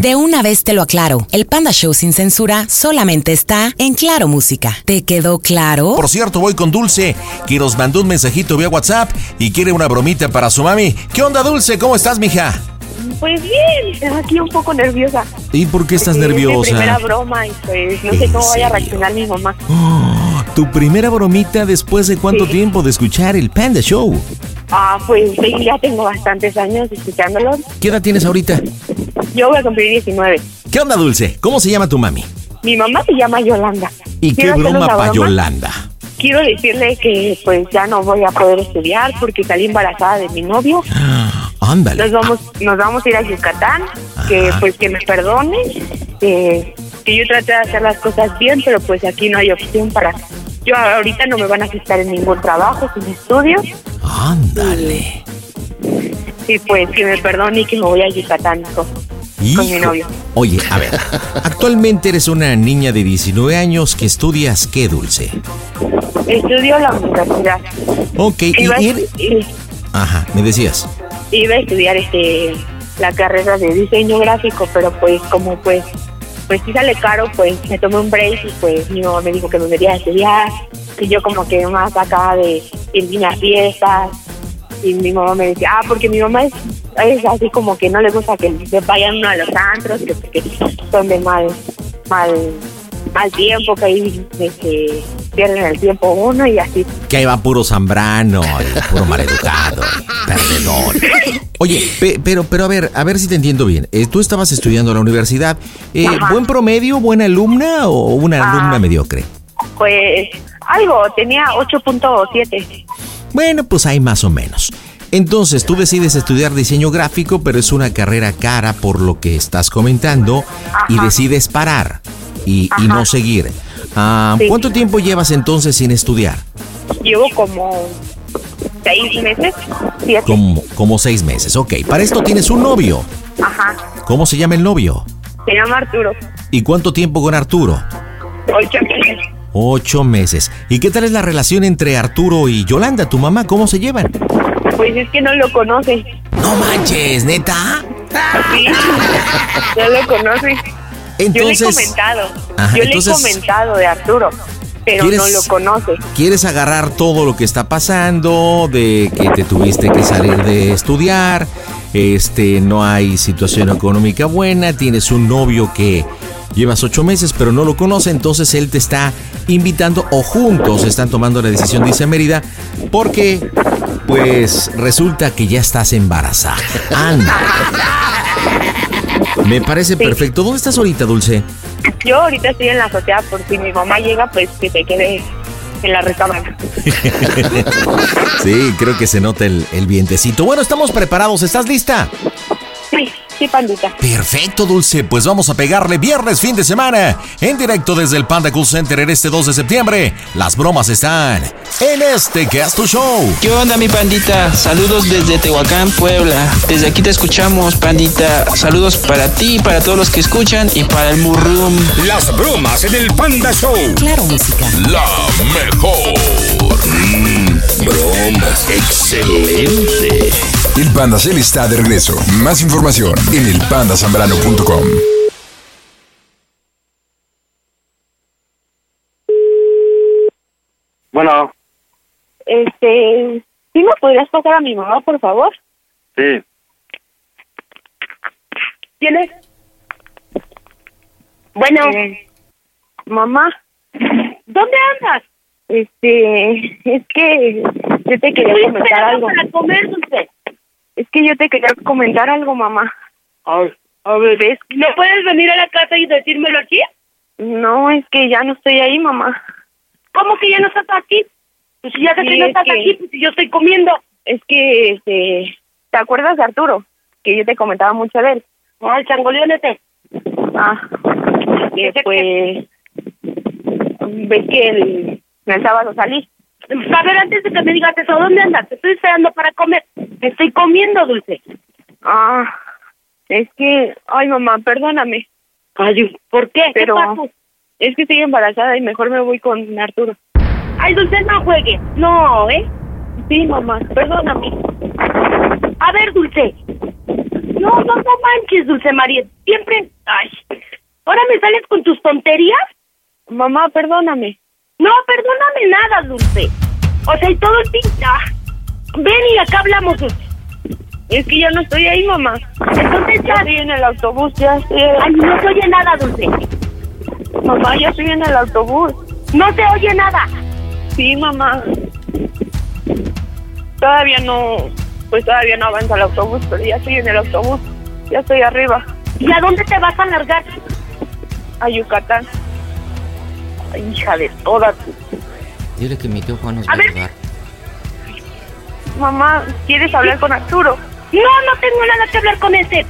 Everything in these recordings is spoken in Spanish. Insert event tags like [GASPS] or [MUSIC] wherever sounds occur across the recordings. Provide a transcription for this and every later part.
De una vez te lo aclaro, el Panda Show sin censura solamente está en Claro Música. ¿Te quedó claro? Por cierto, voy con Dulce, que nos mandó un mensajito vía WhatsApp y quiere una bromita para su mami. ¿Qué onda, Dulce? ¿Cómo estás, mija? Pues bien, aquí un poco nerviosa. ¿Y por qué estás Porque es mi nerviosa? primera broma y pues no sé ¿En cómo vaya a serio? reaccionar mi mamá. Oh, tu primera bromita después de cuánto Sí. tiempo de escuchar el Panda Show. Ah, pues sí, ya tengo bastantes años escuchándolo. ¿Qué edad tienes ahorita? Yo voy a cumplir 19. ¿Qué onda, Dulce? ¿Cómo se llama tu mami? Mi mamá se llama Yolanda. ¿Y qué Quiero hacerles broma la pa' Yolanda? Quiero decirle que pues ya no voy a poder estudiar porque salí embarazada de mi novio. [GASPS] Nos Ándale. vamos, nos vamos a ir a Yucatán, que Ajá. pues que me perdone, que, que yo traté de hacer las cosas bien, pero pues aquí no hay opción para... Yo ahorita no me van a aceptar en ningún trabajo, sin estudios, Ándale. y pues que me perdone y que me voy a Yucatán con, con mi Hijo. novio. Oye, a ver. Actualmente eres una niña de 19 años que estudias qué, Dulce. Estudio en la universidad. Ok, y, Iba, a- ir- i- Ajá, me decías. iba a estudiar este la carrera de diseño gráfico, pero pues como pues pues sí sale caro, pues me tomé un break y pues mi mamá me dijo que me debería estudiar y yo como que más acá de ir bien a fiestas y mi mamá me decía, ah, porque mi mamá es, es así como que no le gusta que se vayan uno a los antros, que porque son de mal, mal, mal tiempo, que ahí este, pierden el tiempo uno y así. [LAUGHS] Que ahí va puro Zambrano, y puro maleducado, y perdedor. Oye, pe- pero, pero a ver, a ver si te entiendo bien. Eh, tú estabas estudiando en la universidad. Eh, Ajá. ¿Buen promedio, buena alumna o una Ah. alumna mediocre? Pues algo, tenía 8.7. Bueno, pues hay más o menos. Entonces, tú decides estudiar diseño gráfico, pero es una carrera cara por lo que estás comentando y Ajá. decides parar y, y no Ajá. seguir. Ah, Sí. ¿Cuánto tiempo llevas entonces sin estudiar? Llevo como seis meses, siete. Como, como seis meses, ok. Para esto tienes un novio. Ajá. ¿Cómo se llama el novio? Se llama Arturo. ¿Y cuánto tiempo con Arturo? Ocho meses. Ocho meses. ¿Y qué tal es la relación entre Arturo y Yolanda, tu mamá? ¿Cómo se llevan? Pues es que no lo conoce. No manches, neta. Sí. No lo conoce. Yo le he Entonces, comentado. Ajá, Yo entonces- le he comentado de Arturo, pero ¿Quieres- no lo conoce. ¿quieres agarrar todo lo que está pasando? De que te tuviste que salir de estudiar, este, no hay situación económica buena, tienes un novio que llevas ocho meses pero no lo conoce, entonces él te está invitando o juntos están tomando la decisión, dice Mérida, porque pues resulta que ya estás embarazada. Anda. Me parece perfecto. ¿Dónde estás ahorita, Dulce? yo ahorita estoy en la azotea por si mi mamá llega, pues que se quede en la recámara. [LAUGHS] Sí, creo que se nota el, el vientecito. Bueno, estamos preparados. ¿Estás lista? Sí, sí, pandita. Perfecto, Dulce. Pues vamos a pegarle viernes, fin de semana. En directo desde el Panda Cool Center en este 2 de septiembre. Las bromas están en este que es tu show. ¿Qué onda mi pandita? Saludos desde Tehuacán, Puebla. Desde aquí te escuchamos, pandita. Saludos para ti, para todos los que escuchan y para el Murrum. Las bromas en el Panda Show. Claro Música. La mejor. bromas. Mm, Excelente. El Panda Cell está de regreso. Más información en elpandasambrano.com. Bueno, Este, ¿sí me podrías pasar a mi mamá, por favor? sí. ¿Quién es? Bueno. mamá, ¿dónde andas? Este, es que yo te quería comentar algo. comer, dulce. Es que yo te quería comentar algo, mamá. A ver, a ver. ¿Ves? ¿No puedes venir a la casa y decírmelo aquí? No, es que ya no estoy ahí, mamá. ¿Cómo que ya no estás aquí? Pues si ya sé Sí, que no es estás que- aquí, pues si yo estoy comiendo. Es que, este, ¿te acuerdas de Arturo? Que yo te comentaba mucho de él. Ay, changoleónete. Ah, que pues, ves que el, el sábado salí. A ver, antes de que me digas eso, ¿dónde andas? Te estoy esperando para comer. Estoy comiendo, Dulce. Ah, es que, ay mamá, perdóname, Ay, ¿por qué? Pero- ¿Qué pasó? es que estoy embarazada y mejor me voy con Arturo. Ay, Dulce, no juegues. No, ¿eh? Sí, mamá, perdóname. A ver, Dulce. No, no, no manches, Dulce María. Siempre... Ay, ¿ahora me sales con tus tonterías? Mamá, perdóname. No, perdóname nada, Dulce. O sea, y todo el pinta. Ven y acá hablamos, Dulce. Es que ya no estoy ahí, mamá. Entonces Ya ya. estoy en el autobús, ya estoy. Ay, no se oye nada, Dulce. mamá, ya estoy en el autobús. No se oye nada. Sí, mamá. Todavía no, pues todavía no avanza el autobús, pero ya estoy en el autobús. Ya estoy arriba, ¿Y a dónde te vas a largar? a Yucatán. Ay, hija de todas. Dile que mi tío Juan nos va A a ver. ayudar. Mamá, ¿quieres hablar con Arturo? No, no tengo nada que hablar con ese.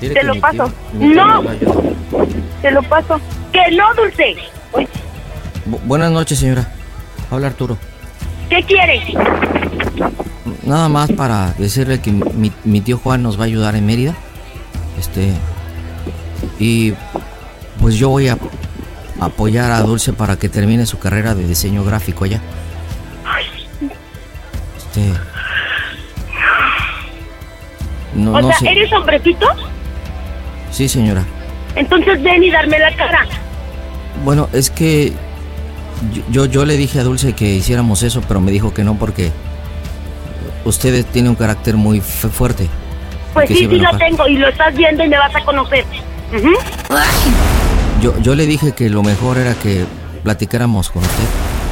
Dile te que lo mi paso. tío- mi tío No. nos va a ayudar. Te lo paso. Que no, Dulce. Bu- buenas noches, señora. Habla Arturo. ¿Qué quieres? Nada más para decirle que mi, mi tío Juan nos va a ayudar en Mérida. Este. Y pues yo voy a apoyar a Dulce para que termine su carrera de diseño gráfico allá. Este. No, o no sea, sé. ¿eres hombrecito? Sí, señora. Entonces ven y darme la cara. Bueno, es que yo, yo, yo le dije a Dulce que hiciéramos eso, pero me dijo que no porque usted tiene un carácter muy fu- fuerte. Pues Que sí, sí, sí bueno, lo pa. tengo y lo estás viendo y me vas a conocer. Ujú. Yo, yo le dije que lo mejor era que platicáramos con usted.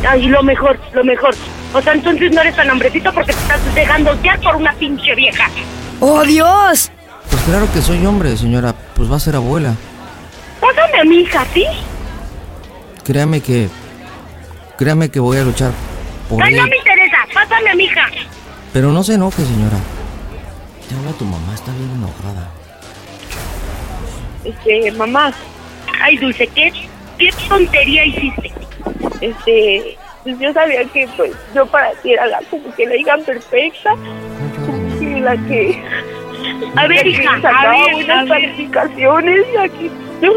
Ay, lo mejor, lo mejor. O sea, entonces no eres tan hombrecito porque te estás dejando guiar por una pinche vieja. ¡Oh, Dios! Pues claro que soy hombre, señora, pues va a ser abuela. Pásame a mi hija, ¿sí? Créame que... Créame que voy a luchar por Ay, no él. me interesa. Pásame a mi hija. Pero no se enoje, señora. Te habla tu mamá, está bien enojada. Este, mamá, Ay, Dulce, ¿qué, qué tontería hiciste? este, pues yo sabía que pues yo para ti era la como que la hija perfecta y la que A ver, la que hija, a sacaba ver, a buenas ver. calificaciones, la que tú,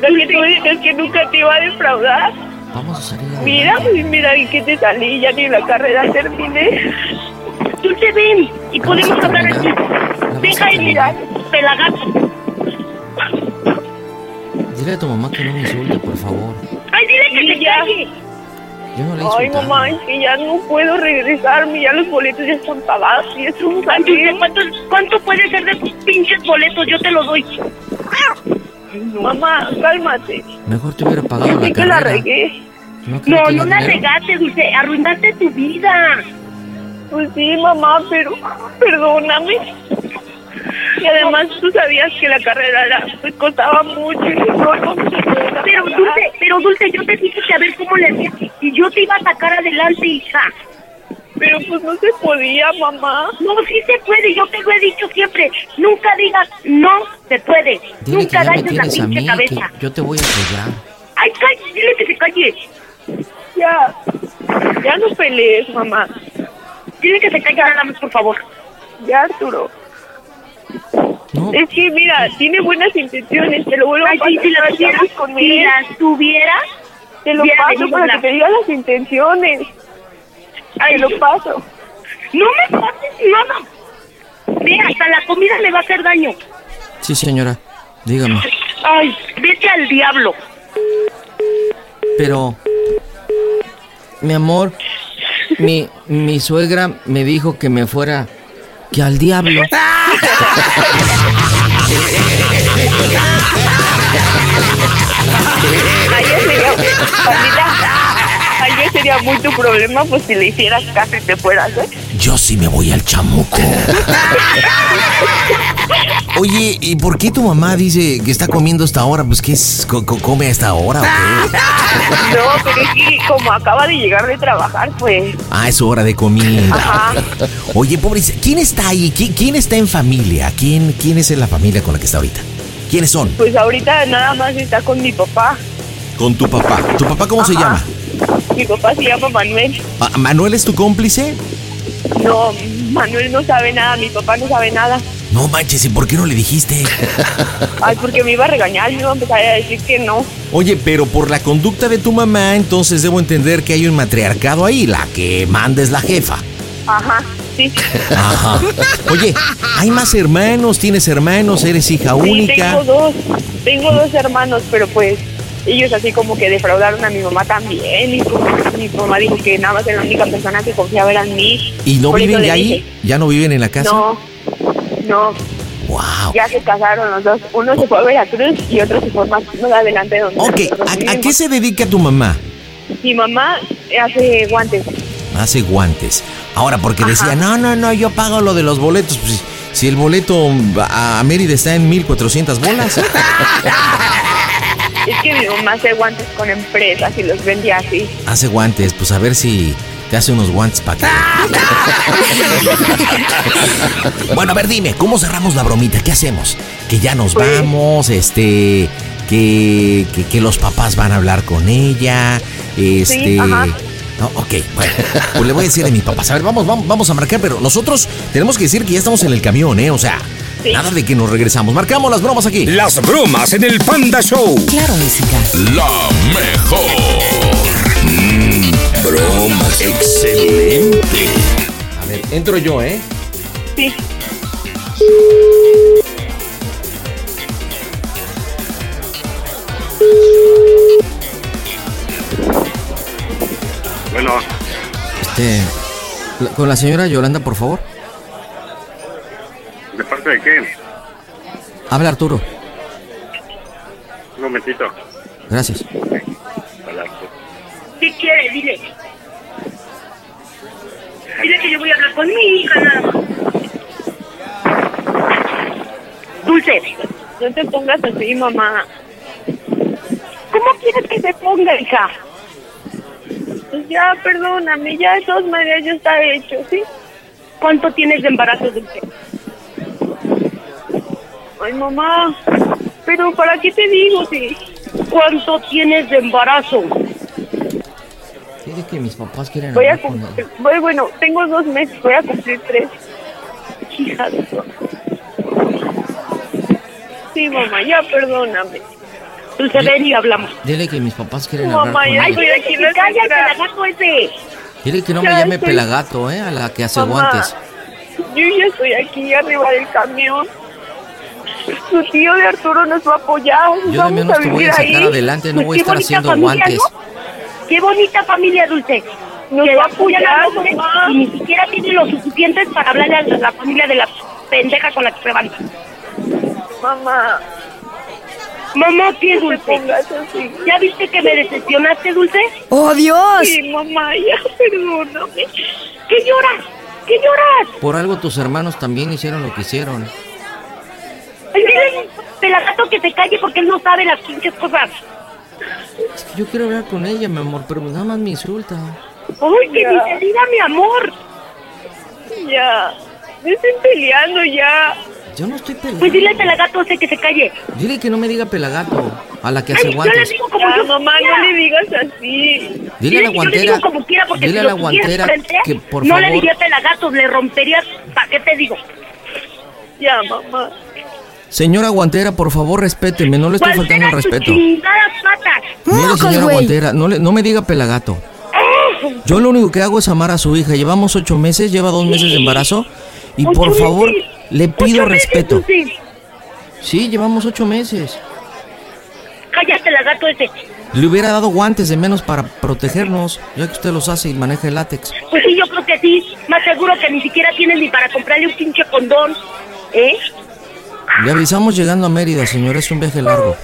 la que tú dices que nunca te iba a defraudar. Vamos a salir adelante. Mira, pues mira, y que te salí, ya ni la carrera terminé. Dulce, ven y podemos Vamos a hablar aquí. terminar. Deja de mirar, pelagato. Dile a tu mamá que no me insulte, por favor. Ay, dile que se Ya. calle. Yo no le he Ay, insultado. mamá, es que ya no puedo regresarme, ya los boletos ya están pagados y es un Ay, Dulce, salido. ¿cuánto, ¿cuánto puede ser de tus pinches boletos? Yo te los doy. Mamá, cálmate. Mejor te hubiera pagado Yo la sé que la carrera. regué. No, ¿No, crees que no el la dinero? regaste, Dulce. Arruinaste tu vida. [LAUGHS] Pues sí, mamá, pero perdóname. Y además tú sabías que la carrera la, pues, costaba mucho y no, no, Pero Dulce, pero Dulce, yo te dije que a ver cómo le hacías y yo te iba a sacar adelante, hija. Pero pues no se podía, mamá. No, sí se puede, yo te lo he dicho siempre. Nunca digas, no se puede. Dile que Nunca ya me dañes la tienes a pinche mí, que cabeza. yo te voy a apoyar. Ay, cállate, dile que se calle. ya, ya no pelees, mamá. Dile que se calle nada más, por favor. Ya, Arturo. Es que, mira, tiene buenas intenciones, te lo vuelvo Ay, a sí, pasar. si las tuvieras, si las tuvieras, Te lo hubiera paso venido para una. que te diga las intenciones. Ay, te lo paso. No me pases nada. Ve, hasta la comida me va a hacer daño. Sí, señora, dígame. Ay, vete al diablo. Pero, mi amor, mi, mi suegra me dijo que me fuera, que al diablo. Ayer sería, Pandita, ayer sería muy tu problema, pues si le hicieras caso y te fueras, ¿eh? Yo sí me voy al chamuco. [LAUGHS] Oye, ¿y por qué tu mamá dice que está comiendo hasta ahora? Pues que es, co- co- come hasta ahora. o qué? No, pero es que como acaba de llegar de trabajar, pues Ah, es hora de comida. Ajá. Oye, pobrecita, ¿quién está ahí? ¿Qui- ¿Quién, está en familia? ¿Quién, ¿Quién es en la familia con la que está ahorita? ¿Quiénes son? pues ahorita nada más está con mi papá. Con tu papá. ¿Tu papá cómo se llama? Mi papá se llama Manuel. Ah, ¿Manuel es tu cómplice? No, Manuel no sabe nada, mi papá no sabe nada. No manches, ¿y por qué no [LAUGHS] le dijiste? Ay, porque me iba a regañar, me iba a empezar a decir que no. Oye, pero por la conducta de tu mamá, entonces debo entender que hay un matriarcado ahí. La que manda es la jefa. Ajá, sí. Ajá. Oye, ¿hay más hermanos? ¿Tienes hermanos? ¿Eres hija Sí, única? tengo dos, tengo dos hermanos, pero pues ellos así como que defraudaron a mi mamá también y como que mi mamá dijo que nada más era la única persona que confiaba era en mí. ¿Y no Por eso viven le ya ahí? dije, ¿Ya no viven en la casa? No, no. Ya se casaron los dos. Uno se fue a Veracruz y otro se fue más, más adelante donde. Ok, ah. nosotros ¿a, a vivimos. qué se dedica tu mamá? Mi mamá hace guantes. Hace guantes. Ahora, porque decía, no, no, no, yo pago lo de los boletos. Pues, si el boleto a a Mérida está en 1400 bolas. Es que mi mamá hace guantes con empresas y los vendía así. hace guantes, pues a ver si te hace unos guantes para [LAUGHS] que. bueno, a ver, dime, ¿cómo cerramos la bromita? ¿Qué hacemos? Que ya nos vamos, este. Que, que, que los papás van a hablar con ella. Este. ajá. No, ok, bueno, pues le voy a decir a mis papás. A ver, vamos, vamos, vamos a marcar, pero nosotros tenemos que decir que ya estamos en el camión, ¿eh? O sea, nada de que nos regresamos. Marcamos las bromas aquí. Las bromas en el Panda Show. Claro, música. La mejor. Mm, bromas. Excelente. A ver, entro yo, ¿eh? Sí. Bueno, Este, la- con la señora Yolanda, por favor. ¿de parte de qué? Habla Arturo, Un momentito. gracias. Hola. ¿Qué quiere? Dile. Dile que yo voy a hablar con mi hija nada más. Dulce, No te pongas así, mamá. ¿cómo quieres que se ponga, hija? Pues ya, perdóname, ya esos mareos ya está hecho, ¿sí? ¿Cuánto tienes de embarazo, Dulce? Ay, mamá. Pero ¿para qué te digo si ¿Cuánto tienes de embarazo? Dice que mis papás quieren voy a hablar con cumplir? voy- bueno, tengo dos meses, voy a cumplir tres. Hija de su- Sí, mamá, ya perdóname. Dulce, ven y hablamos. Dile que mis papás quieren hablar Mamá, con ya ella. estoy aquí en la Cállate, ciudad. gato ese. Dile que no me ya llame estoy- pelagato, ¿eh? A la que hace Mamá. guantes. Yo ya estoy aquí arriba del camión. Su tío de Arturo nos va a apoyar. Yo de Vamos menos a te voy a vivir sacar ahí. adelante, no Pues voy a qué estar bonita haciendo familia, guantes. Qué bonita familia, Dulce. Nos que va a apoyan apoyar, a los hombres mamá. y ni siquiera tienen los suficientes para hablarle a la familia de la pendeja con la que se van. ¿no? Mamá, Mamá, ¿qué, no te Dulce? pongas así. ¿Ya viste que me decepcionaste, Dulce? ¡Oh, Dios! Sí, mamá, ya perdóname. ¿Qué lloras? ¿Qué lloras? Por algo tus hermanos también hicieron lo que hicieron. Ay, dile al pelagato que se calle porque él no sabe las pinches cosas. Es que yo quiero hablar con ella, mi amor, pero nada más me insulta. Uy, que ni te diga mi amor. Ya, me estén peleando ya. Yo no estoy peleando. Pues dile al pelagato ese que se calle. Dile que no me diga pelagato, a la que hace Ay, yo le guantes. digo como yo mamá, quiera. no le digas así. Dile Yo a la le guantera, digo como quiera porque dile si a la lo tuviera guantera enfrente, que por no le favor- diría pelagatos, le rompería, ¿para qué te digo? Ya, mamá. Señora guantera, por favor, respéteme, no le estoy faltando al respeto. Chingadas patas. Mire, señora guantera, no, le- no me diga pelagato. Ah. Yo lo único que hago es amar a su hija. Llevamos ocho meses, lleva dos meses de embarazo. Y Ocho por meses. favor, le pido Ocho meses, respeto. Susi. Sí, llevamos ocho meses. Cállate, lagato ese. Le hubiera dado guantes de menos para protegernos, ya que usted los hace y maneja el látex. Pues sí, yo creo que sí. Más seguro que ni siquiera tienes ni para comprarle un pinche condón. ¿Eh? Le avisamos llegando a Mérida, señor, es un viaje largo.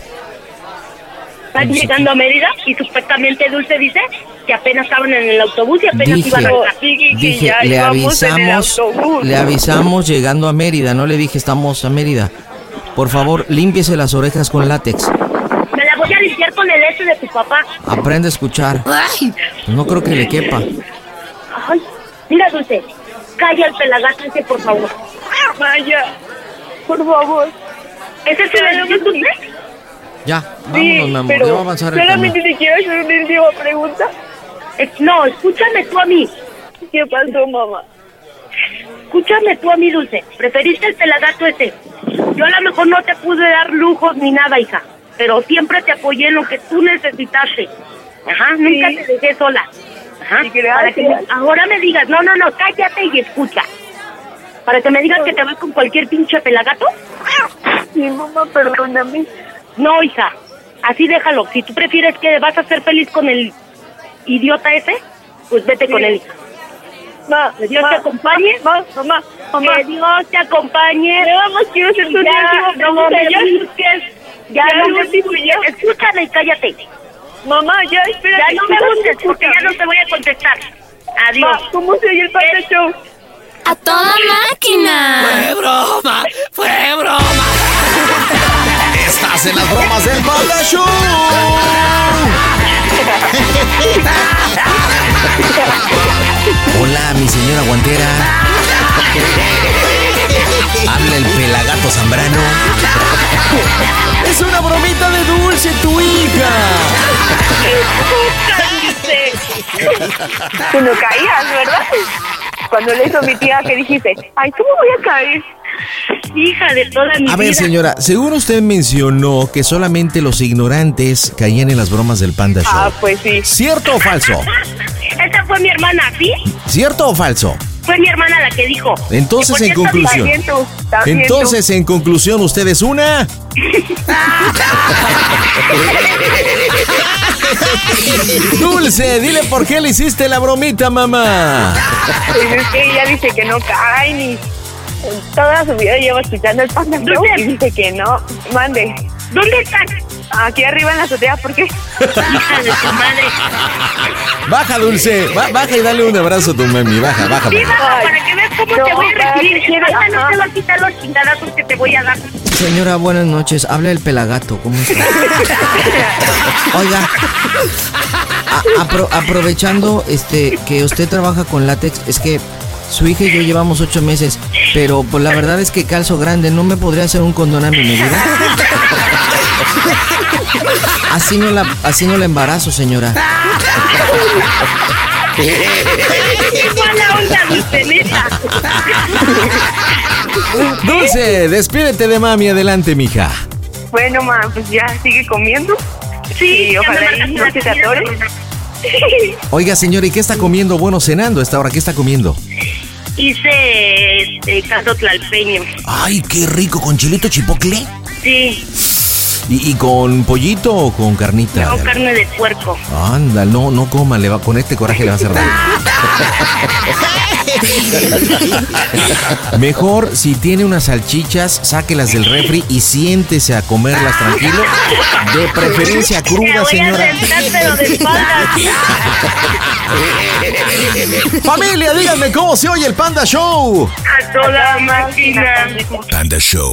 Estás llegando a Mérida y supuestamente Dulce dice que apenas estaban en el autobús y apenas Dije, iban a dije, le avisamos, le avisamos llegando a Mérida. No le dije estamos a Mérida. Por favor, límpiese las orejas con látex. Me la voy a limpiar con el este de tu papá. Aprende a escuchar. Ay, No creo que le quepa. ay. Mira, Dulce, calla al pelagato ese, por favor. Vaya, por favor. ¿Ese es el edificio, Dulce? Ya, vámonos, mi amor. Ya va a avanzar el tema. solamente te quiero hacer una última pregunta. no, escúchame tú a mí. ¿Qué pasó, mamá? Escúchame tú a mí, Dulce. Preferiste el pelagato ese. Yo a lo mejor no te pude dar lujos ni nada, hija. Pero siempre te apoyé en lo que tú necesitaste. Ajá, nunca te dejé sola. Ajá. Para que me- ahora me digas, no, no, no, cállate y escucha. Para que me digas que te vas con cualquier pinche pelagato. Sí, mamá, perdóname. No, hija, así déjalo. Si tú prefieres que vas a ser feliz con el idiota ese, pues vete con él. hija. que Dios te acompañe. Mamá, mamá, Que Dios te acompañe. vamos, quiero ser tu última ya, no pregunta, me ya. busques. Ya, Ya, no me último, busques. Escúchame y cállate. Mamá, ya, espérate. Ya no me busques porque ya no te voy a contestar. Adiós. ¿Cómo se oye el Panda Show? ¡A toda máquina! ¡Fue broma! ¡Fue broma! Estás en las bromas del Panda Show. Hola, mi señora guantera. Habla el pelagato Zambrano. Es una bromita de dulce, tu hija. Tú no caías, ¿verdad? Cuando le hizo mi tía que dijiste, ay, ¿cómo voy a caer? Hija de toda mi A ver, vida. señora, según usted mencionó que solamente los ignorantes caían en las bromas del Panda Show. Ah, pues sí. ¿Cierto o falso? Esa fue mi hermana, ¿sí? ¿Cierto o falso? Fue mi hermana la que dijo. Entonces, Por en cierto, conclusión. también tú, también tú. [LAUGHS] Entonces, en conclusión, usted es una. Dulce, dile por qué le hiciste la bromita, mamá. Pues es que ella dice que no cae ni. Toda su vida llevo escuchando el panda Show y dice que no. Mande. ¿Dónde están? Aquí arriba en la azotea, ¿por [LAUGHS] qué? Hija de tu madre. Baja, Dulce. ba- baja y dale un abrazo a tu mami. Baja, baja. Sí, baja. baja, para que veas cómo No, te voy a para recibir. que quieras, Esta no te va a quitar los chingadazos que te voy a dar. Señora, buenas noches. Habla el pelagato. ¿Cómo está? [LAUGHS] Oiga, a- apro- aprovechando este que usted trabaja con látex, es que su hija y yo llevamos ocho meses, pero pues, la verdad es que calzo grande. ¿No me podría hacer un condón a mi [LAUGHS] medida? Así no la, así no la embarazo, señora. [LAUGHS] ¡Qué mala onda, dulce, neta! Dulce, despídete de mami. Adelante, mija. Bueno, ma, pues ya sigue comiendo. Sí, ojalá y no se te atore. Oiga, señora, ¿y qué está comiendo? Bueno, cenando a esta hora. ¿Qué está comiendo? Hice este, caso tlalpeño. Ay, qué rico. ¿Con chilito chipotle? Sí, ¿Y, y con pollito o con carnita? con carne de puerco. Anda, no, no coma, le va, con este coraje le va a hacer [LAUGHS] daño. Mejor si tiene unas salchichas, sáquelas del refri y siéntese a comerlas tranquilo. De preferencia Te cruda, voy señora. a sentar, pero de espaldas. Familia, díganme cómo se oye el Panda Show. A toda máquina. Panda Show.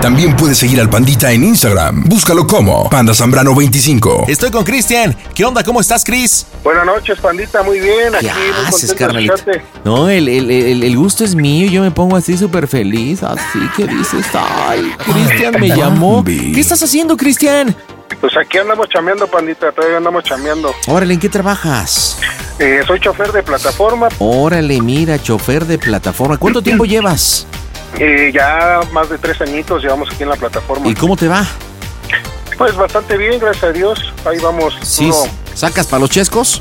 También puedes seguir al Pandita en Instagram. Búscalo como Panda Zambrano 25. Estoy con Cristian. ¿Qué onda? ¿Cómo estás, Cris? Buenas noches, pandita, muy bien. Aquí, ¿Qué muy haces, contento de carnalito? escucharte. No, el, el- el- el gusto es mío. Yo me pongo así súper feliz. Así que dices, ay, Cristian me llamó. ¿Qué estás haciendo, Cristian? Pues aquí andamos chambeando, pandita, todavía andamos chambeando. Órale, ¿en qué trabajas? Eh, soy chofer de plataforma, Órale, mira, chofer de plataforma. ¿Cuánto tiempo llevas? eh, ya más de tres añitos llevamos aquí en la plataforma. ¿Y cómo te va? Pues bastante bien, gracias a Dios. Ahí vamos. Sí, uno. ¿Sacas para los chescos?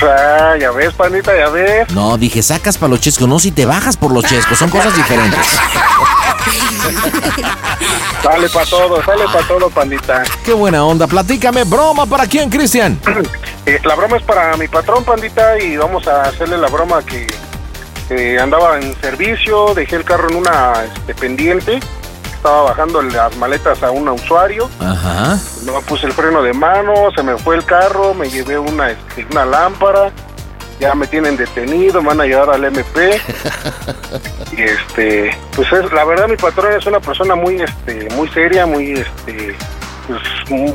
Ah, ya ves, pandita, ya ves. [LAUGHS] No, dije, sacas para los chescos. No, si te bajas por los chescos. Son cosas diferentes. Sale para todo, sale para todo, pandita. Qué buena onda. Platícame, broma para quién, Cristian. Eh, la broma es para mi patrón, pandita, y vamos a hacerle la broma que eh, andaba en servicio, dejé el carro en una este, pendiente, estaba bajando las maletas a un usuario, Ajá. no puse el freno de mano, se me fue el carro, me llevé una, este, una lámpara, ya me tienen detenido, me van a llevar al MP. y este, pues es- la verdad mi patrón es una persona muy, este, muy seria, muy, este, pues, muy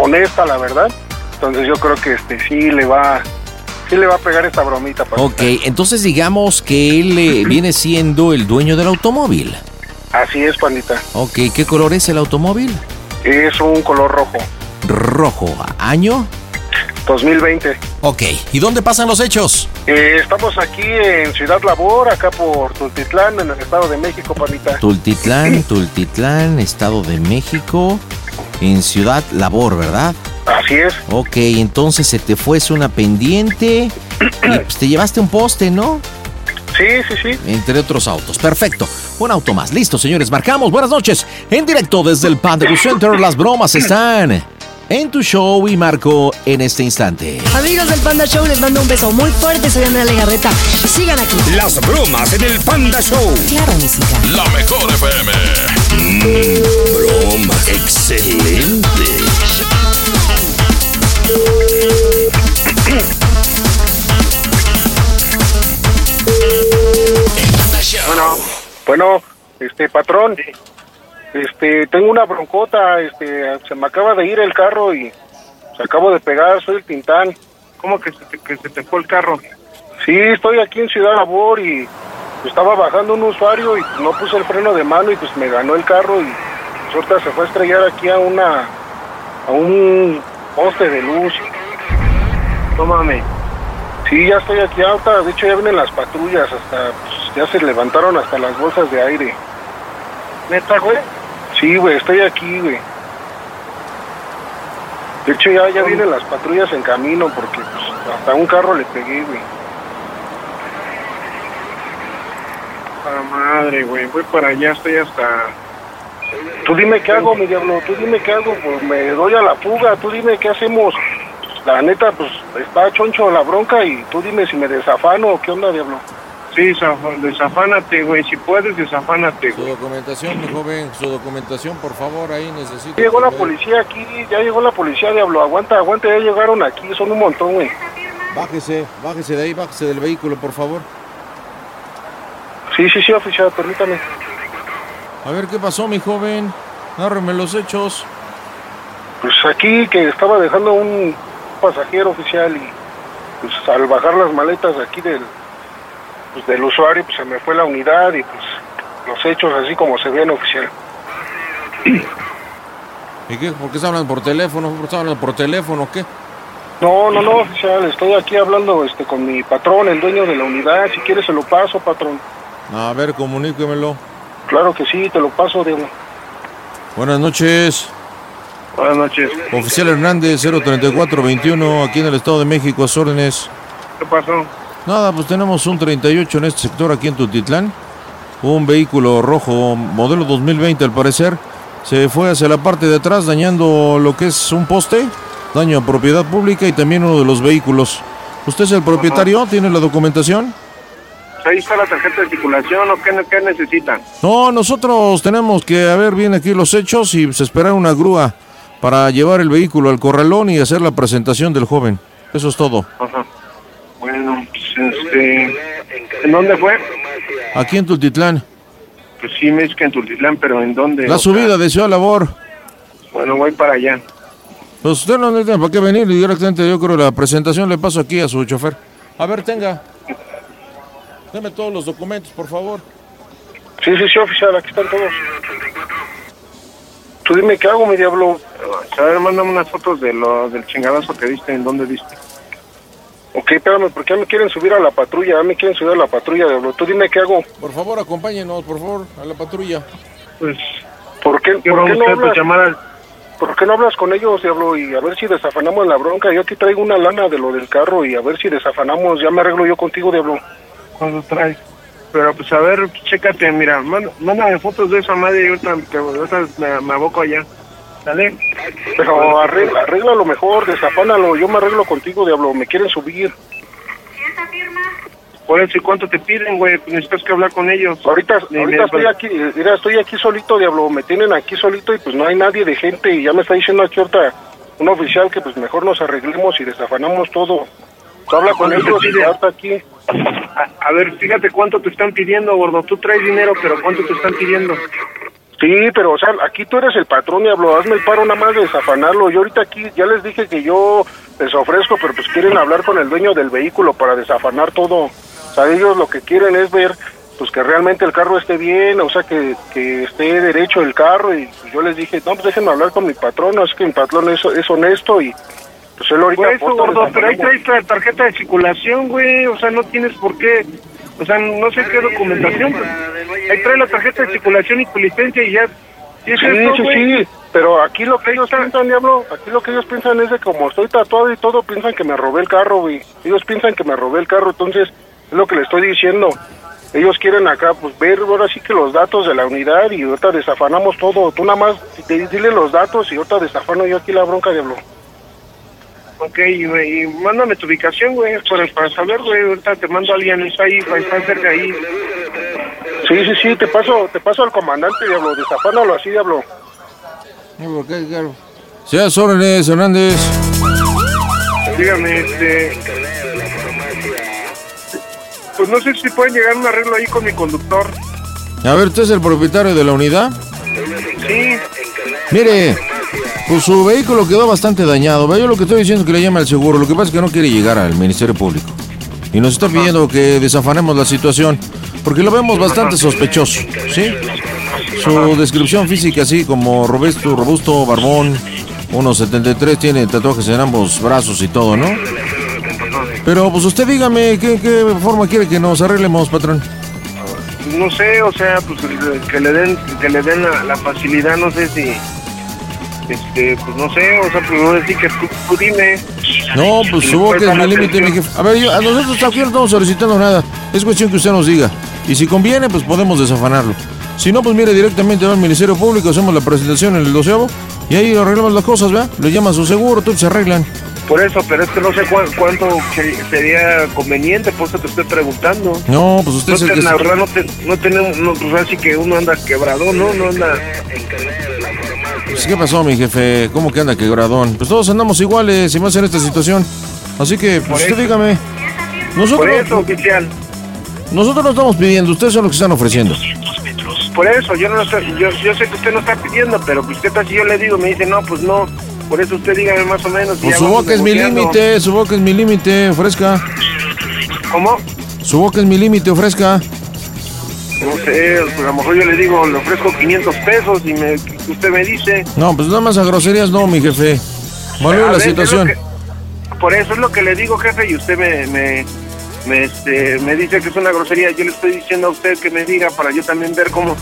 honesta, la verdad. Entonces yo creo que este sí le va, sí le va a pegar esta bromita. pa- Ok, entonces digamos que él eh, viene siendo el dueño del automóvil. Así es, pandita. Ok, ¿qué color es el automóvil? Es un color rojo, Rojo. ¿Año? 2020. Ok, ¿y dónde pasan los hechos? Eh, estamos aquí en Ciudad Labor, acá por Tultitlán, en el Estado de México, pandita. Tultitlán, Tultitlán, Estado de México, en Ciudad Labor, ¿verdad? Así es. Ok, entonces se te fue una pendiente y [CLEARS THROAT] pues, te llevaste un poste, ¿no? Sí, sí, sí. Entre otros autos. Perfecto. Un auto más. Listo, señores. Marcamos. Buenas noches. En directo desde el Panda Bus Center. Las bromas están en tu show y Marco en este instante. Amigos del Panda Show, les mando un beso muy fuerte. Soy Andrea Legarreta. Sigan aquí. Las bromas en el Panda Show. Claro, música. La mejor FM. broma. Excelente. Bueno, bueno, este patrón, este tengo una broncota, este se me acaba de ir el carro y se acabo de pegar, soy el Tintán. ¿Cómo que se te, que se te fue el carro? Sí, estoy aquí en Ciudad Labor y estaba bajando un usuario y no puse el freno de mano y pues me ganó el carro y pues, ahorita se fue a estrellar aquí a una a un poste de luz. No mames. Sí, ya estoy aquí alta. De hecho, ya vienen las patrullas. Hasta pues, ya se levantaron hasta las bolsas de aire. ¿Neta, güey? Sí, güey, estoy aquí, güey. De hecho, ya, ya vienen las patrullas en camino porque pues, hasta un carro le pegué, güey. La madre, güey. Voy para allá, estoy hasta. Tú dime qué hago, mi diablo. Tú dime qué hago. Pues me doy a la fuga. Tú dime qué hacemos. La neta, pues está choncho la bronca y tú dime si me desafano o qué onda, diablo. Sí, desafánate, güey. Si puedes, desafánate, Su documentación, mi joven, su documentación, por favor, ahí necesito. Llegó la policía aquí, ya llegó la policía, diablo. Aguanta, aguanta, ya llegaron aquí, son un montón, güey. Bájese, bájese de ahí, bájese del vehículo, por favor. Sí, sí, sí, oficial, permítame. A ver qué pasó, mi joven. Nárreme los hechos. Pues aquí que estaba dejando un pasajero oficial y pues al bajar las maletas de aquí del, pues, del usuario, pues se me fue la unidad y pues los hechos así como se ven oficial. ¿Y qué? ¿Por qué se hablan por teléfono? ¿Por qué se hablan por teléfono? ¿Qué? No, no, no, oficial, estoy aquí hablando este con mi patrón, el dueño de la unidad, si quieres se lo paso, patrón. A ver, comuníquemelo. Claro que sí, te lo paso, Diego. Buenas noches. Buenas noches. Oficial Hernández, 03421, aquí en el Estado de México, a sus órdenes. ¿Qué pasó? Nada, pues tenemos un 38 en este sector aquí en Tutitlán. Un vehículo rojo, modelo 2020 al parecer, se fue hacia la parte de atrás dañando lo que es un poste, daño a propiedad pública y también uno de los vehículos. ¿Usted es el propietario? ¿Tiene la documentación? Ahí está la tarjeta de circulación o qué, ne- qué necesitan. No, nosotros tenemos que a ver bien aquí los hechos y pues, esperar una grúa para llevar el vehículo al corralón y hacer la presentación del joven. Eso es todo. Ajá. Bueno, pues este. ¿En dónde fue? Aquí en Tultitlán, Pues sí, me dice que en Tultitlán, pero ¿en dónde? la O sea, subida de Ciudad Labor. Bueno, voy para allá. Pues usted no necesita para qué venir y directamente yo creo la presentación le paso aquí a su chofer. A ver, tenga. Deme todos los documentos, por favor. Sí, sí, sí, oficial, aquí están todos. Tú dime qué hago, mi diablo. A ver, mándame unas fotos de lo, del chingadazo que diste, en dónde diste. Ok, espérame, ¿por qué me quieren subir a la patrulla? Ya me quieren subir a la patrulla, diablo. Tú dime qué hago. Por favor, acompáñenos, por favor, a la patrulla. Pues, ¿por qué, por qué va a no buscar tu hablas? ¿Por qué no hablas con ellos, diablo? Y a ver si desafanamos la bronca. Yo aquí traigo una lana de lo del carro y a ver si desafanamos. Ya me arreglo yo contigo, diablo. ¿Cuándo traes? Pero pues a ver, chécate, mira, manda- mándame fotos de esa madre y ahorita, te- ahorita me, me aboco allá. ¿Sale? Pero arregla, arréglalo mejor, desafánalo. Yo me arreglo contigo, diablo. Me quieren subir. Por eso, ¿y cuánto te piden, güey? Pues, Necesitas que hablar con ellos. Ahorita, Ni- ahorita ni- estoy aquí, eh, mira, estoy aquí solito, diablo. Me tienen aquí solito y pues no hay nadie de gente. Y ya me está diciendo aquí ahorita un oficial que pues mejor nos arreglemos y desafanamos todo. Tú habla con ¿Cuánto te ellos y piden? ahorita aquí. A, ver, fíjate cuánto te están pidiendo, gordo. Tú traes dinero, pero ¿cuánto te están pidiendo? Sí, pero o sea, aquí tú eres el patrón, diablo. Hazme el paro nada más de desafanarlo. Yo ahorita aquí ya les dije que yo les ofrezco, pero pues quieren hablar con el dueño del vehículo para desafanar todo. O sea, ellos lo que quieren es ver pues que realmente el carro esté bien, o sea, que, que esté derecho el carro. Y yo les dije, no, pues déjenme hablar con mi patrón, es que mi patrón es, es honesto y pues él ahorita... Por eso, aporta gordo, pero ahí desafanando. traes la tarjeta de circulación, güey. O sea, no tienes por qué. O sea, no sé qué documentación. pero Ahí traes la tarjeta de circulación y tu licencia y ya. ¿Y es Sí, esto, sí, güey? sí, pero aquí lo que ellos piensan, diablo, aquí lo que ellos piensan es de como estoy tatuado y todo, piensan que me robé el carro, güey. Ellos piensan que me robé el carro, entonces es lo que le estoy diciendo. Ellos quieren acá, pues ver ahora sí que los datos de la unidad y ahorita desafanamos todo. Tú nada más di- dile los datos y ahorita desafano yo aquí la bronca, diablo. Ok, güey, y mándame tu ubicación, güey, para, para saber, güey. Ahorita te mando a alguien, está ahí, está cerca ahí. Sí, sí, sí, te paso, te paso al comandante, diablo, desafánalo así, diablo. Seas órdenes, Hernández. Dígame, este. Pues no sé si pueden llegar a un arreglo ahí con mi conductor. A ver, ¿usted es el propietario de la unidad? Sí, Mire, pues su vehículo quedó bastante dañado. Vea, Yo lo que estoy diciendo es que le llame al seguro. Lo que pasa es que no quiere llegar al Ministerio Público. Y nos está pidiendo que desafanemos la situación. Porque lo vemos bastante sospechoso, ¿sí? Su descripción física, así como robusto, robusto barbón, 1.73, tiene tatuajes en ambos brazos y todo, ¿no? Pero pues usted dígame, ¿qué, qué forma quiere que nos arreglemos, patrón? no sé, o sea, pues que le den, que le den la, la facilidad, no sé si. Este, pues no sé, o sea, pues no decir que tú, tú dime. No, pues supongo que es mi Presta límite, mi atención. jefe. A ver, yo- a nosotros aquí no estamos solicitando nada. Es cuestión que usted nos diga. Y si conviene, pues podemos desafanarlo. Si no, pues mire, directamente va al Ministerio Público, hacemos la presentación en el doceavo y ahí arreglamos las cosas, ¿verdad? Le llama a su seguro, tú se arreglan. Por eso, pero es que no sé cuán- cuánto se- sería conveniente, por eso te estoy preguntando. No, pues usted No es el te- que... la verdad no, te, no tenemos, no, pues así que uno anda quebrado, ¿no? No anda... Pues, ¿Qué pasó, mi jefe? ¿Cómo que anda quebradón? Pues todos andamos iguales y más en esta situación. Así que, pues usted dígame. Nosotros, Por eso, oficial, nosotros no estamos pidiendo, ustedes son los que están ofreciendo. pues, por eso, yo no lo sé, yo, yo sé que usted no está pidiendo, pero pues qué tal si yo le digo, me dice, no, pues no, por eso usted dígame más o menos. y Pues ya su vamos boca es mi negociando. límite, su boca es mi límite, ofrezca. ¿Cómo? Su boca es mi límite, ofrezca. No sé, pues a lo mejor yo le digo, le ofrezco 500 pesos y me, usted me dice, No, pues nada más a groserías no, mi jefe. A Valoro la ver, situación. es por eso es lo que le digo, jefe, y usted me... me me, este, me dice que es una grosería, yo le estoy diciendo a usted que me diga para yo también ver cómo...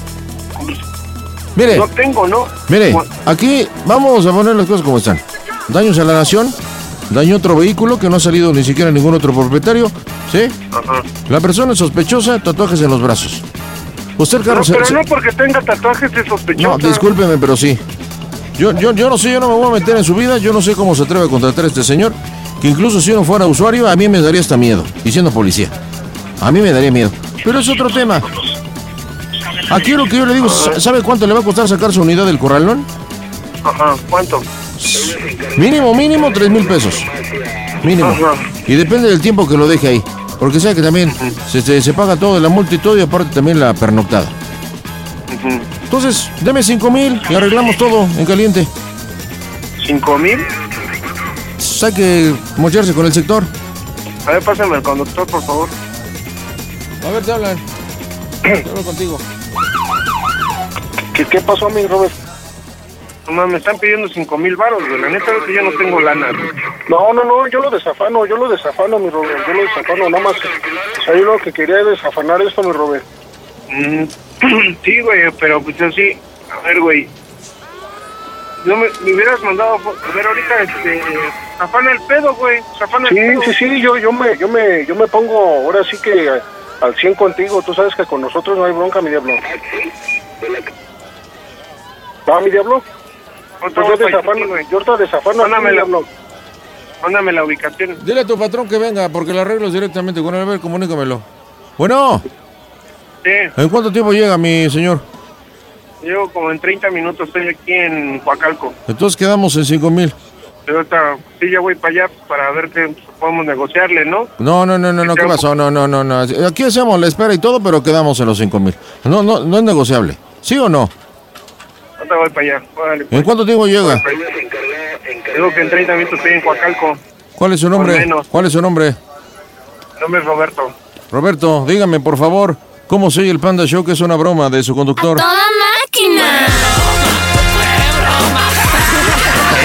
Mire, No tengo, ¿no? mire, Como- aquí vamos a poner las cosas como están. Daños a la nación, daño a otro vehículo que no ha salido ni siquiera ningún otro propietario ¿Sí? La persona sospechosa, tatuajes en los brazos. Usted, No, Carlos, se- pero se- no porque tenga tatuajes de sospechosa. No, discúlpeme, pero sí. Yo, yo, yo no sé, yo no me voy a meter en su vida, yo no sé cómo se atreve a contratar a este señor, que incluso si uno fuera usuario, a mí me daría hasta miedo, y siendo policía. A mí me daría miedo. Pero es otro tema. Aquí lo que yo le digo, ¿sa- ¿sabe cuánto le va a costar sacar su unidad del corralón? Ajá, ¿cuánto? Mínimo, mínimo, tres mil pesos. Mínimo. Y depende del tiempo que lo deje ahí. Porque sabe que también se, se- se paga todo, la multitud y aparte también la pernoctada. Entonces, deme cinco mil y arreglamos todo en caliente. ¿Cinco mil? Saque mocharse con el sector. A ver, pásame al conductor, por favor. A ver, te [CLEARS THROAT] hablan. Te hablo contigo. ¿Qué, qué pasó a mí, Robert? No, mames, me están pidiendo cinco mil varos, güey. La neta es que yo no tengo lana, güey. No, no, no, yo lo desafano, yo lo desafano, mi Robert, yo lo desafano, nada más. O sea, yo lo que quería es desafanar esto, mi Robert. Mm, [CLEARS THROAT] sí, güey, pero pues yo sí. A ver, güey. No me, me hubieras mandado. fo- A ver, ahorita, este. Afana el pedo, güey. Afana Sí, el pedo. sí, sí, yo, yo, me, yo, me, yo me pongo ahora sí que a- al 100 contigo, tú sabes que con nosotros no hay bronca, mi diablo. ¿Va, mi diablo? Pues yo desafano, yo ahorita desafano aquí, mi Mándamela. diablo. Mándame la ubicación. Dile a tu patrón que venga, porque lo arreglo directamente con él. A ver, comunícamelo. Bueno, Sí, ¿en cuánto tiempo llega mi señor? llevo como en 30 minutos, estoy aquí en Coacalco. Entonces quedamos en cinco mil. Pero ahorita, sí, ya voy para allá para ver qué podemos negociarle, ¿no? No, no, no, no, no, ¿qué pasó? No, no, no, no. Aquí hacemos la espera y todo, pero quedamos en los cinco mil. No, no, no es negociable. ¿Sí o no? Ahorita voy para allá. Órale, ¿En cuánto tiempo llega? pues. Digo que en 30 minutos estoy en Coacalco. ¿Cuál es su nombre? menos. ¿Cuál es su nombre? Mi nombre es Roberto. Roberto, dígame, por favor, ¿cómo soy el Panda Show que es una broma de su conductor? máquina!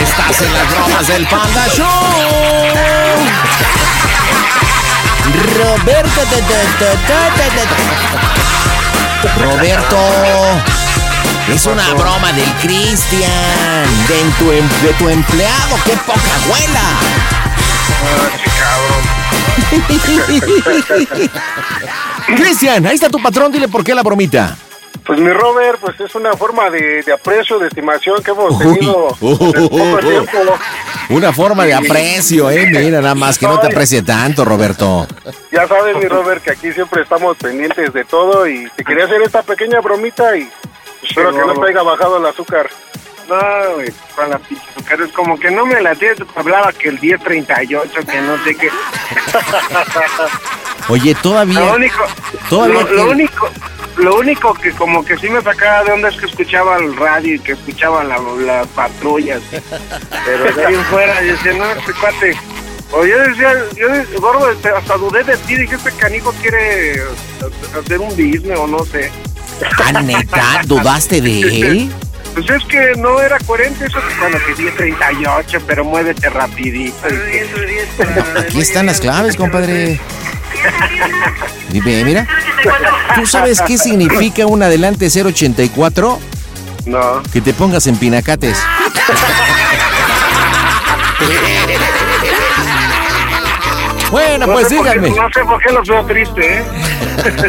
Estás en las bromas del Panda Show. Roberto, ta, ta, ta, ta, ta, ta, ta. Roberto, es una broma del Cristian, de, en tu em- de tu empleado, qué poca abuela. [LAUGHS] Cristian, ahí está tu patrón, dile por qué la bromita. Pues mi Robert, pues es una forma de, de aprecio, de estimación que hemos tenido Uy. en el poco tiempo. [LAUGHS] Una forma de aprecio, eh, mira, nada más que no te aprecie tanto, Roberto. Ya sabes, mi Robert, que aquí siempre estamos pendientes de todo y te quería hacer esta pequeña bromita y espero que no te haya bajado el azúcar. No, güey, para la pinche azúcar. Es como que no me la tienes. Hablaba que el 1038, que no [LAUGHS] sé qué. Oye, todavía, Lo único, Todavía lo, tiene- lo único, lo único que como que sí me sacaba de onda es que escuchaba el radio y que escuchaba la- las patrullas. Pero de ahí en fuera yo decía, no, este cuate. O yo decía, yo de- gordo, este, hasta dudé de ti, dije, este canijo quiere hacer un business o no sé. ah, neta, dudaste de él. [LAUGHS] Pues es que no era coherente eso, que cuando que 1038, pero muévete rapidito. Aquí están las claves, compadre. Dime, mira. ¿Tú sabes qué significa un adelante 084? No. Que te pongas en pinacates. Bueno, pues sé por qué- díganme. no sé por qué lo veo triste, ¿eh?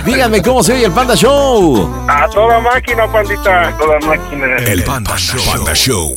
[LAUGHS] díganme cómo se oye el Panda Show. A toda máquina, pandita. A toda máquina. El Panda Show.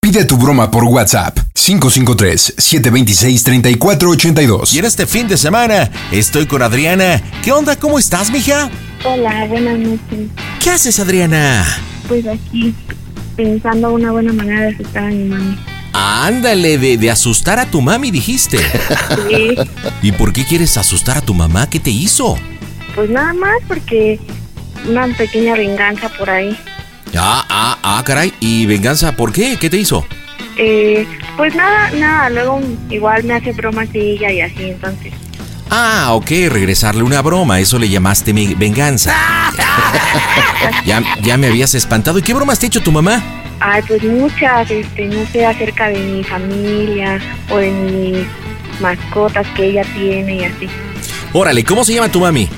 Pide tu broma por WhatsApp 553-726-3482. Y en este fin de semana estoy con Adriana. ¿Qué onda? ¿Cómo estás, mija? Hola, buenas noches. ¿Qué haces, Adriana? Pues aquí, pensando una buena manera de aceptar a mi mami. Ándale, de, de asustar a tu mami, dijiste. Sí. ¿Y por qué quieres asustar a tu mamá? ¿Qué te hizo? Pues nada más porque una pequeña venganza por ahí. Ah, ah, ah, caray. ¿Y venganza por qué? ¿Qué te hizo? Eh, Pues nada, nada, luego igual me hace bromas ella y así, entonces. Ah, ok, regresarle una broma, eso le llamaste mi venganza. ya, ya me habías espantado. ¿Y qué bromas te ha hecho tu mamá? Ay, pues muchas, este, no sé, acerca de mi familia o de mis mascotas que ella tiene y así. Órale, ¿cómo se llama tu mami?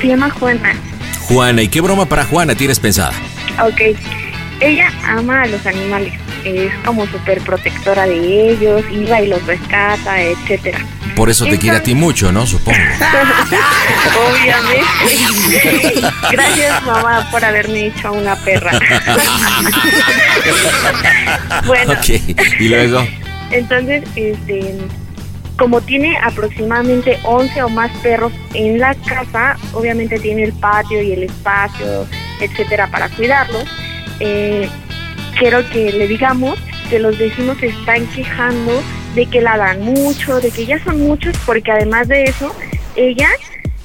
Se llama Juana. Juana, ¿y qué broma para Juana tienes pensada? Ok, ella ama a los animales, es como súper protectora de ellos, iba y los rescata, etcétera. [LAUGHS] Por eso te quiere a ti mucho, ¿no? Supongo. Obviamente. [LAUGHS] Gracias, mamá, por haberme hecho a una perra. [LAUGHS] bueno. Ok, y luego. Entonces, este, como tiene aproximadamente 11 o más perros en la casa, obviamente tiene el patio y el espacio, etcétera, para cuidarlos. Eh, quiero que le digamos que los vecinos se están quejando de que la dan mucho, de que ya son muchos, porque además de eso, ella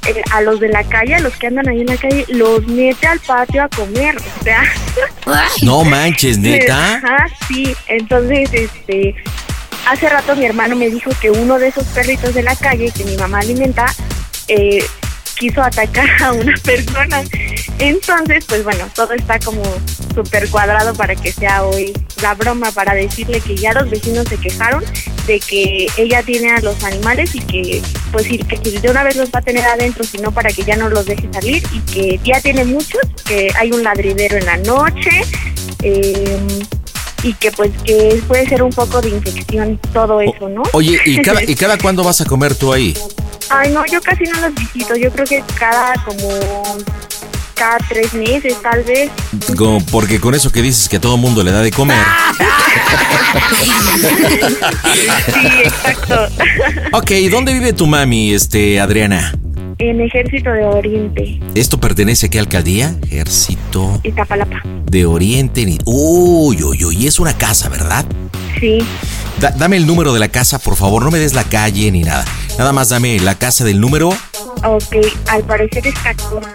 eh, a los de la calle, a los que andan ahí en la calle, los mete al patio a comer, o sea. no manches, neta. [LAUGHS] Ajá, sí, entonces, este, hace rato mi hermano me dijo que uno de esos perritos de la calle que mi mamá alimenta, eh, quiso atacar a una [LAUGHS] persona. Entonces, pues bueno, todo está como súper cuadrado para que sea hoy la broma, para decirle que ya los vecinos se quejaron de que ella tiene a los animales y que pues y que de una vez los va a tener adentro, sino para que ya no los deje salir y que ya tiene muchos, que hay un ladridero en la noche. Eh, y que pues que puede ser un poco de infección todo Pues eso, ¿no? Oye, ¿y cada, ¿y [LAUGHS] cada cuándo vas a comer tú ahí? Ay, no, yo casi no los visito. Yo creo que cada como cada tres meses, tal [LAUGHS] vez. Como porque con eso que dices que a todo mundo le da de comer. Ah. sí, exacto. ok, ¿y dónde vive tu mami, este, Adriana? En Ejército de Oriente. ¿Esto pertenece a qué alcaldía? Ejército. Iztapalapa. De Oriente. Uy, uy, uy, es una casa, ¿verdad? Sí. Da, dame el número de la casa, por favor. No me des la calle ni nada. Nada más dame la casa del número. Ok, al parecer es 14.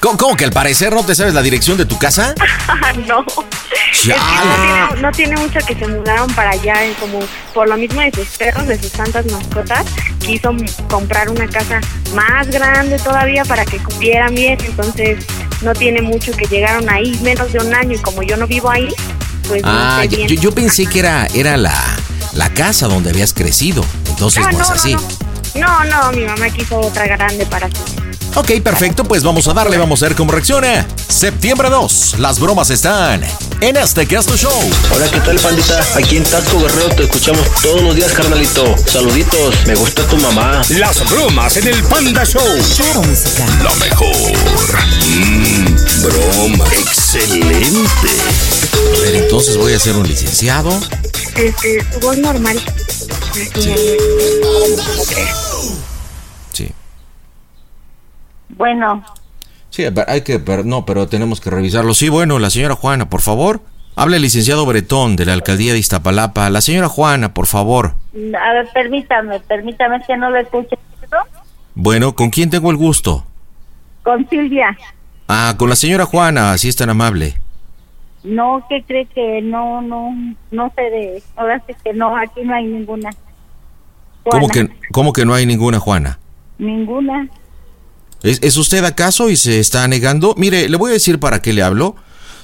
¿Cómo, cómo que al parecer no te sabes la dirección de tu casa? [LAUGHS] no. Es que no, tiene, no, tiene, mucho que se mudaron para allá, como por lo mismo de sus perros, de sus tantas mascotas, quiso comprar una casa más grande todavía para que cupieran bien, entonces no tiene mucho que llegaron ahí, menos de un año, y como yo no vivo ahí, pues... Ah, no sé bien. Yo, yo, pensé que era, era la, la casa donde habías crecido, entonces ah, no, no, es así. No, no, mi mamá quiso otra grande para ti. Ok, perfecto, pues vamos a darle, vamos a ver cómo reacciona. Septiembre 2, las bromas están en este Casto Show. Hola, ¿qué tal, pandita? Aquí en Taco Guerrero te escuchamos todos los días, carnalito. Saluditos, me gusta tu mamá. Las bromas en el Panda Show. Claro, música. La mejor. Mm, broma. Excelente. A ver, entonces voy a ser un licenciado. Este, voz normal. Sí. sí. Bueno. Sí, hay que ver, no, pero tenemos que revisarlo. Sí, bueno, la señora Juana, por favor. Habla el licenciado Bretón de la alcaldía de Iztapalapa. La señora Juana, por favor. A ver, permítame, permítame que no lo escuche. ¿no? Bueno, ¿con quién tengo el gusto? Con Silvia. Ah, con la señora Juana, así es tan amable. No, que cree que no, no, no sé de. Ahora sí que no, aquí no hay ninguna. Juana. ¿Cómo que, ¿Cómo que no hay ninguna Juana? Ninguna. ¿Es, ¿Es, usted acaso y se está negando? Mire, le voy a decir para qué le hablo.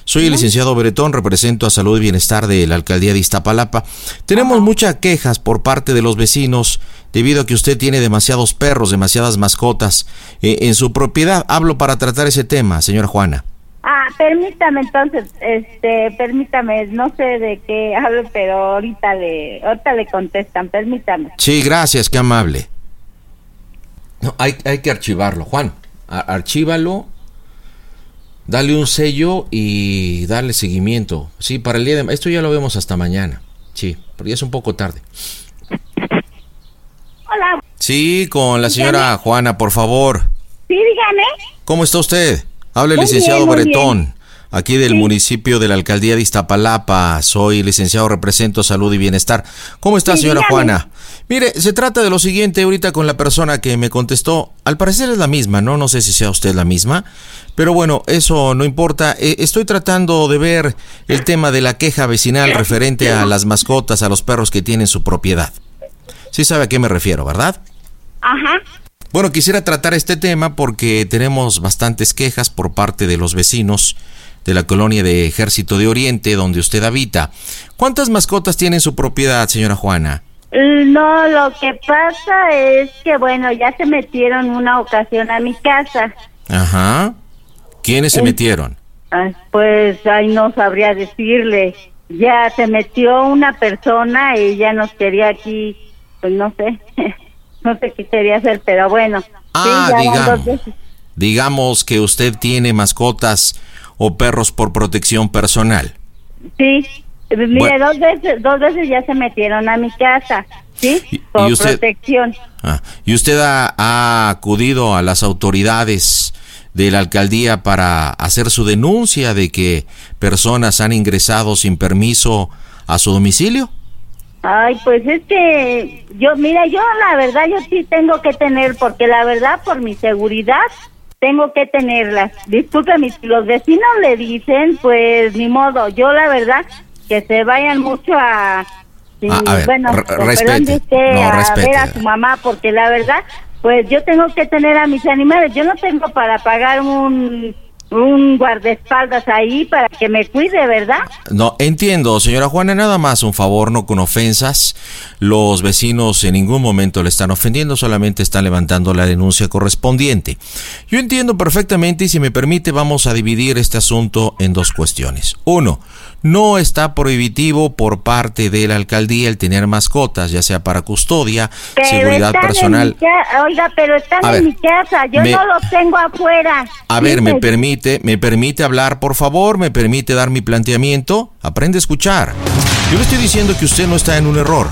Soy el licenciado Bretón, represento a Salud y Bienestar de la Alcaldía de Iztapalapa. Tenemos muchas quejas por parte de los vecinos debido a que usted tiene demasiados perros, demasiadas mascotas eh, en su propiedad. Hablo para tratar ese tema, señora Juana. Ah, permítame entonces, este, permítame, no sé de qué hablo, pero ahorita le, ahorita le contestan, permítame. Sí, gracias, qué amable. No, hay, hay, que archivarlo, Juan. Archívalo, dale un sello y dale seguimiento. Sí, para el día de esto ya lo vemos hasta mañana. Sí, porque es un poco tarde. Hola. Sí, con la señora dígame. Juana, por favor. Sí, dígame. ¿Cómo está usted? Habla el licenciado bien, Bretón. Aquí del sí. municipio de la alcaldía de Iztapalapa, soy licenciado, represento salud y bienestar. ¿Cómo está, sí, señora dígame. Juana? Mire, se trata de lo siguiente ahorita con la persona que me contestó. Al parecer es la misma, ¿no? No sé si sea usted la misma. Pero bueno, eso no importa. Eh, estoy tratando de ver el tema de la queja vecinal referente a las mascotas, a los perros que tienen su propiedad. Sí sabe a qué me refiero, ¿verdad? Ajá. Bueno, quisiera tratar este tema porque tenemos bastantes quejas por parte de los vecinos de la colonia de Ejército de Oriente donde usted habita. ¿Cuántas mascotas tiene en su propiedad, señora Juana? Mm, No, lo que pasa es que, bueno, ya se metieron una ocasión a mi casa. Ajá. ¿Quiénes se Eh. metieron? Ah, Pues, ay, no sabría decirle. Ya se metió una persona y ya nos quería aquí, pues no sé, [LAUGHS] no sé qué quería hacer, pero bueno. Ah, ya van digamos. dos veces. Digamos que usted tiene mascotas o perros por protección personal. Sí, eh, mire, Bueno. dos veces, dos veces ya se metieron a mi casa, ¿sí? Por y usted- protección. Ah, ¿Y usted ha, ha acudido a las autoridades de la alcaldía para hacer su denuncia de que personas han ingresado sin permiso a su domicilio? Ay, pues es que yo, mira, yo la verdad, yo sí tengo que tener, porque la verdad, por mi seguridad, tengo que tenerlas. Discúlpeme, si los vecinos le dicen, pues ni modo, yo la verdad, que se vayan mucho a... sí, Ah, a ver, re- con perdón respete. de usted, No, a respete. ver a su mamá, porque la verdad, pues yo tengo que tener a mis animales, yo no tengo para pagar un, un guardaespaldas ahí para que me cuide, ¿verdad? No, entiendo, señora Juana, nada más un favor, no con ofensas. Los vecinos en ningún momento le están ofendiendo, solamente están levantando la denuncia correspondiente. Yo entiendo perfectamente y si me permite vamos a dividir este asunto en dos cuestiones. Uno, no está prohibitivo por parte de la alcaldía el tener mascotas, ya sea para custodia, Pero seguridad están en personal. mi ca- oiga, pero están A en ver, mi casa, yo me- no los tengo afuera. A ver, me Dice, permite, me permite hablar, por favor, me permite dar mi planteamiento. Aprende a escuchar. Yo le estoy diciendo que usted no está en un error.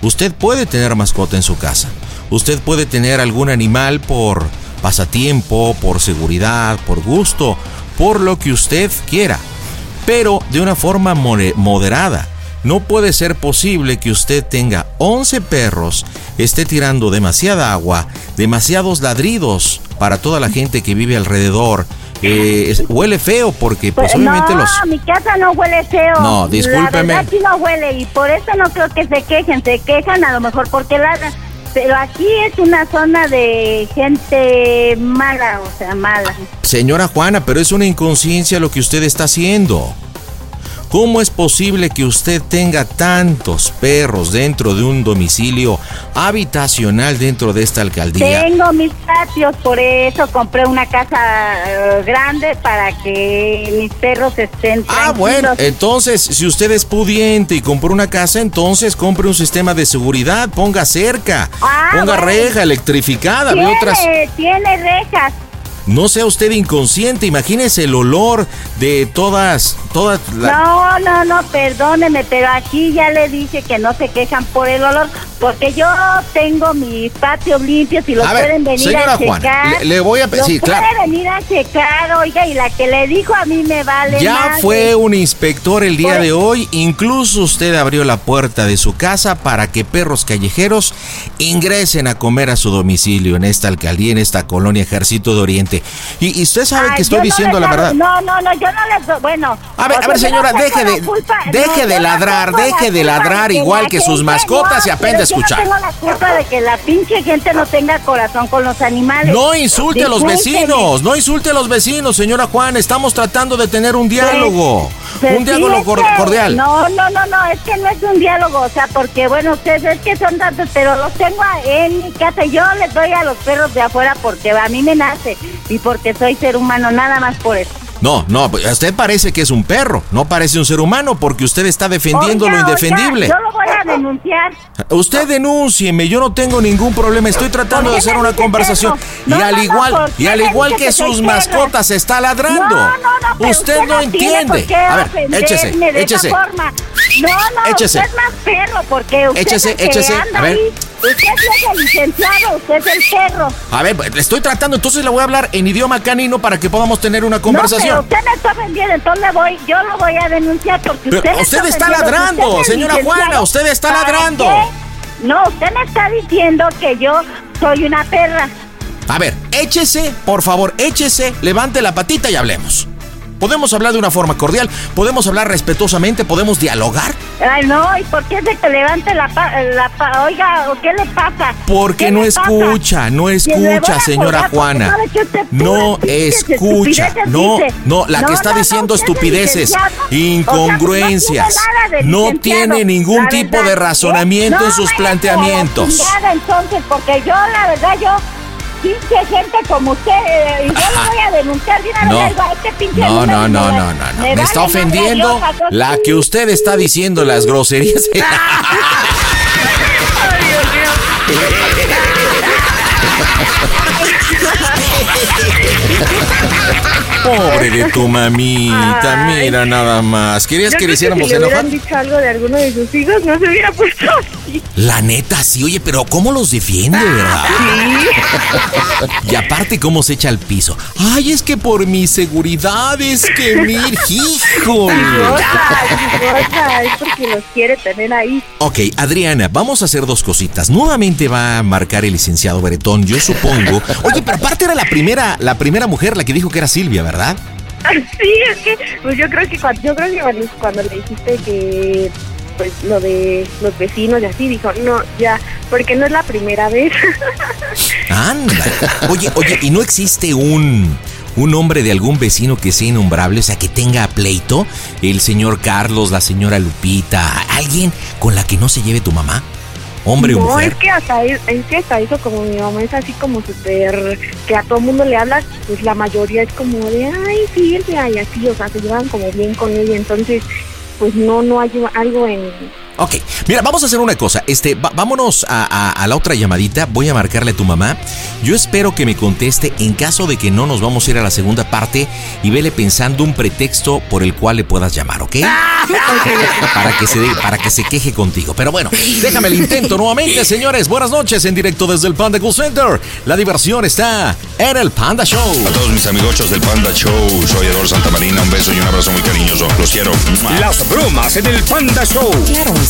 Usted puede tener mascota en su casa. Usted puede tener algún animal por pasatiempo, por seguridad, por gusto, por lo que usted quiera pero de una forma more- moderada. No puede ser posible que usted tenga 11 perros, esté tirando demasiada agua, demasiados ladridos para toda la gente que vive alrededor. Eh, es- huele feo porque pues pues, obviamente no, los... mi casa no huele feo. No, discúlpeme. La verdad sí no huele y por eso no creo que se quejen. Se quejan a lo mejor porque ladran. Pero aquí es una zona de gente mala, o sea, mala. Señora Juana, pero es una inconsciencia lo que usted está haciendo. ¿Cómo es posible que usted tenga tantos perros dentro de un domicilio habitacional dentro de esta alcaldía? Tengo mis patios, por eso compré una casa eh, grande para que mis perros estén Ah, bueno, entonces, si usted es pudiente y compró una casa, entonces compre un sistema de seguridad, ponga cerca, Ah, ponga bueno. reja electrificada, ve tiene, otras. tiene rejas. No sea usted inconsciente, imagínese el olor de todas, todas la- No, no, no, perdóneme, pero aquí ya le dije que no se quejan por el olor, porque yo tengo mis patios limpios y los A ver, pueden venir señora a checar. Juana, le- le voy a pe- Los sí, pueden claro. venir a checar, oiga, y la que le dijo a mí me vale Ya madre. fue un inspector el día de hoy, incluso usted abrió la puerta de su casa para que perros callejeros ingresen a comer a su domicilio en esta alcaldía, en esta colonia Ejército de Oriente. Y, y usted sabe Ay, que estoy yo no les diciendo la hago- verdad. No, no, no, yo no les doy, bueno. A ver, o a ver, sea, yo no señora, tengo deje la de, culpa, no, deje yo de no ladrar, tengo la deje de culpa ladrar que la igual que sus gente- mascotas y no, aprende pero a escuchar. Yo no tengo la culpa de que la pinche gente no tenga corazón con los animales. No insulte a los Discúlpeme. vecinos, no insulte a los vecinos, señora Juan, estamos tratando de tener un diálogo, Pues un sí, diálogo es cor- que- cordial. No, no, no, no, es que no es un diálogo, o sea, porque bueno, ustedes es que son tantos, pero los tengo a- en mi casa. Yo les doy a los perros de afuera porque a mí me nace y porque soy ser humano, nada más por eso. No, no, pues, usted parece que es un perro, no parece un ser humano porque usted está defendiendo Oiga, lo oiga, indefendible. yo lo voy a denunciar. Usted denúncieme, yo no tengo ningún problema, estoy tratando ¿Por de qué hacer me una dices conversación eso? y No, al no, no, igual ¿por y qué al me igual dices que que soy sus perra? mascotas está ladrando. No, no, no, pero usted no tiene por entiende. qué A ver, ofenderme échese, de échese. Esa forma. No, no, Échese. usted es más perro porque usted Échese, es el échese, que anda a ver. ahí. Usted es el licenciado, usted es el perro. A ver, pues, le estoy tratando, entonces le voy a hablar en idioma canino para que podamos tener una No, conversación. pero usted me está ofendiendo, entonces me voy, yo lo voy a denunciar porque Pero usted me usted está ofendiendo, ladrando, usted es el señora licenciado. Juana, usted está ¿Para ladrando. qué? No, usted me está diciendo que yo soy una perra. A ver, échese, por favor, échese, levante la patita y hablemos. Podemos hablar de una forma cordial, podemos hablar respetuosamente, podemos dialogar. Ay, no, ¿y por qué se te levante la, pa- la pa- Oiga, ¿qué le pasa? Porque ¿Qué no le pasa? escucha, no Si le voy a escucha, colgar, señora porque Juana. sabe que usted No pura pinches escucha, estupideces no, dice. no, la que está no, no, diciendo usted es estupideces, licenciado. O sea, incongruencias, pues no no tiene nada de licenciado, tiene ningún la tipo verdad. de razonamiento No, en sus me planteamientos. dejo a la chingada, entonces, porque yo, la verdad, yo, pinche gente como usted, eh, y yo Ajá. lo voy a denunciar de una [LAUGHS] No. vez a este pinche No, número no, y no, me- no, no, no. me Me está vale madre ofendiendo Dios, a la que usted está diciendo las groserías. [LAUGHS] Ah, Pobre de tu mamita, Ay. mira nada más. ¿Querías Yo que creo le hiciéramos si le enojar? hubieran dicho algo de alguno de sus hijos, no se hubiera puesto así. La neta, sí, oye, pero ¿cómo los defiende, verdad? Y aparte, ¿cómo se echa al piso? Ay, es que por mi seguridad es que mir, híjole. Cosa, es porque los quiere tener ahí. Ok, Adriana, vamos a hacer dos cositas. Nuevamente va a marcar el licenciado Beretón, yo supongo. Oye, pero aparte era la primera, la primera mujer la que dijo que era Silvia, ¿verdad? Sí, es que [LAUGHS] pues yo creo que cuando, yo creo que cuando, cuando le dijiste que pues lo de los vecinos y así dijo, "No, ya, porque no es la primera vez." Anda. Oye, oye, ¿y no existe un un hombre de algún vecino que sea innombrable, o sea, que tenga pleito? El señor Carlos, la señora Lupita, alguien con la que no se lleve tu mamá, hombre o no, mujer. es que hasta es, es que hasta eso como mi mamá es así como súper que a todo mundo le habla, pues la mayoría es como de, "Ay, Silvia" y así, o sea, se llevan como bien con ella, entonces pues no no hay algo en Ok, mira, vamos a hacer una cosa. Este, va- vámonos a, a- a la otra llamadita. Voy a marcarle a tu mamá. Yo espero que me conteste en caso de que no nos vamos a ir a la segunda parte y vele pensando un pretexto por el cual le puedas llamar, ¿ok? Para que se, dé- para que se queje contigo. Pero bueno, déjame el intento nuevamente, señores. Buenas noches en directo desde el Panda Cool Center. La diversión está en el Panda Show. A todos mis amigochos del Panda Show, soy Eduardo Santamarina, un beso y un abrazo muy cariñoso. Los quiero. Las bromas en el Panda Show. Claro, música.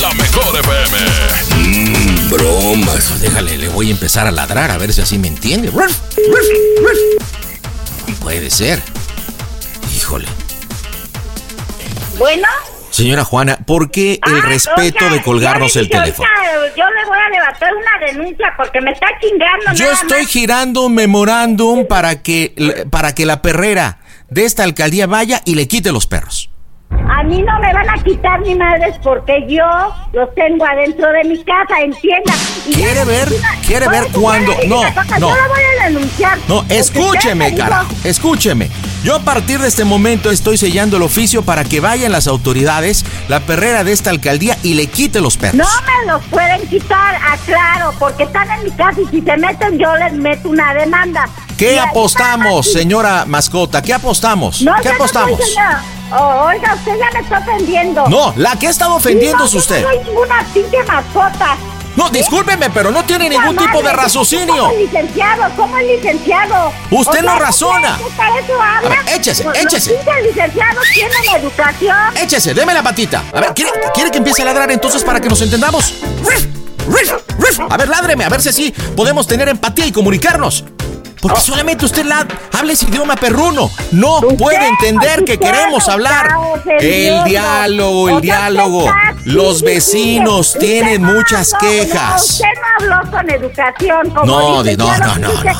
La mejor FM. Mm, bromas. Pues Déjale, le voy a empezar a ladrar a ver si así me entiende. Puede ser. Híjole. Bueno, Señora Juana, ¿por qué [LAUGHS] Ah, el respeto de colgarnos el yo ahorita, teléfono? yo le voy a levantar una denuncia porque me está chingando. Yo nada estoy más. girando un memorándum para que, para que la perrera de esta alcaldía vaya y le quite los perros. A mí no me van a quitar ni madres porque yo los tengo adentro de mi casa, entienda. Y ¿Quiere yo- ver? ¿Quiere Oye, ver pues, cuándo? yo le dije No, una cosa, no. Yo la voy a denunciar. No, porque usted escúcheme, me dijo- carajo, escúcheme. Yo a partir de este momento estoy sellando el oficio para que vayan las autoridades, la perrera de esta alcaldía y le quite los perros. No me los pueden quitar, aclaro, porque están en mi casa y si se meten yo les meto una demanda. Y ¿Qué ahí apostamos, está. señora mascota? ¿Qué apostamos? No, ¿Qué yo no apostamos? soy señora. Oh, oiga, usted ya me está ofendiendo. No, la que ha estado ofendiendo No, es yo usted. No soy ninguna pinche mascota. ¿Eh? No, discúlpeme, pero no tiene ningún tipo de raciocinio. ¿Cómo el licenciado? ¿Cómo el licenciado? Usted no razona. ¿qué para eso habla? A ver, échese, Los- échese. Los pinches licenciados tienen educación. Échese, deme la patita. A ver, ¿quiere, quiere que empiece a ladrar entonces para que nos entendamos? Rif, rif, rif. A ver, ládreme, a ver si así podemos tener empatía y comunicarnos. Oh. Porque solamente usted la- habla ese idioma perruno. No puede entender que Usted queremos está hablar. El ofendiendo. diálogo, O el sea, diálogo. usted está- Los sí, sí, sí. vecinos Usted tienen no muchas habló, no, quejas. usted no habló con educación. Como No, dice, di- no, ya lo no, no, dice.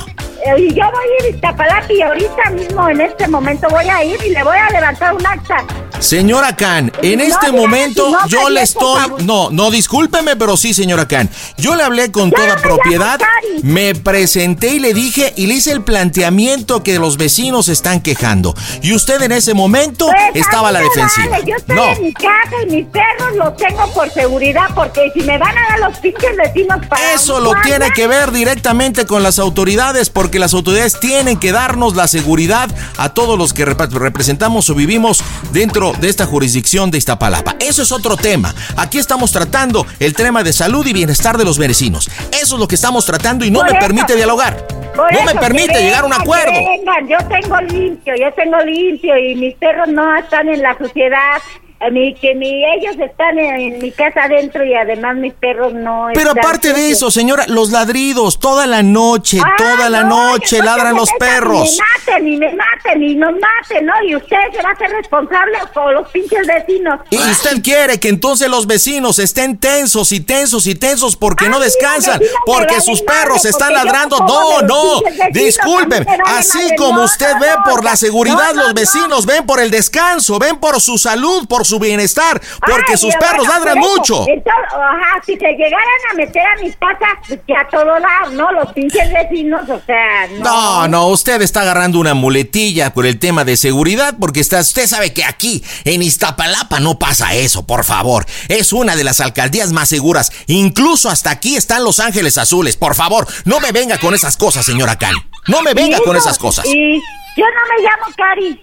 Eh, Y yo voy a ir a Iztapalapa y ahorita mismo, en este momento, voy a ir y le voy a levantar un acta. Señora Khan, en No este digas momento si no, yo le cállate, estoy... por favor. No, no, discúlpeme, pero sí, señora Khan. Yo le hablé con Ya toda me propiedad, llamo Cari. me presenté y le dije y le hice el planteamiento que los vecinos están quejando. Y usted en ese momento Pues, a mí estaba a la me defensiva. vale, Yo estoy No, en mi casa y mis perros los tengo por seguridad porque si me van a dar los pinches vecinos para... eso un lo guardia, tiene que ver directamente con las autoridades porque las autoridades tienen que darnos la seguridad a todos los que rep- representamos o vivimos dentro de esta jurisdicción de Iztapalapa. Eso es otro tema. Aquí estamos tratando el tema de salud y bienestar de los vecinos. Eso es lo que estamos tratando y no Por me eso. permite dialogar. Por No eso, me que permite llegar a un vengan, acuerdo. que vengan, yo tengo limpio, yo tengo limpio y mis perros no están en la suciedad. a mí, que mi, ellos están en, en mi casa adentro y además mis perros no Pero están aparte de sucios. eso, señora, los ladridos, toda la noche, Ah, toda la no, noche que no ladran se los metan, Y perros. me maten, y me maten, y nos maten, ¿no? Y usted se va a hacer responsable con los pinches vecinos. Y usted quiere que entonces los vecinos estén tensos y tensos y tensos porque no descansan, vecino, porque pero sus vale madre, perros están porque yo ladrando. como No, de los no, pinches vecinos, a mí disculpen. me vale Así madre, como no, usted no, ve no, por la no, seguridad, no, los no. vecinos ven por el descanso, ven por su salud, por su bienestar, porque Ay, sus pero perros bueno, ladran por eso, mucho. entonces, ajá, si se llegaran a meter a mi casa, pues que a todo lado, ¿no? Los pinches vecinos, o sea, no. No, no, usted está agarrando una muletilla por el tema de seguridad, porque está, usted sabe que aquí, en Iztapalapa, no pasa eso, por favor. Es una de las alcaldías más seguras. Incluso hasta aquí están Los Ángeles Azules. Por favor, no me venga con esas cosas, señora Khan. No me venga Y con eso, esas cosas. Y yo no me llamo Cari.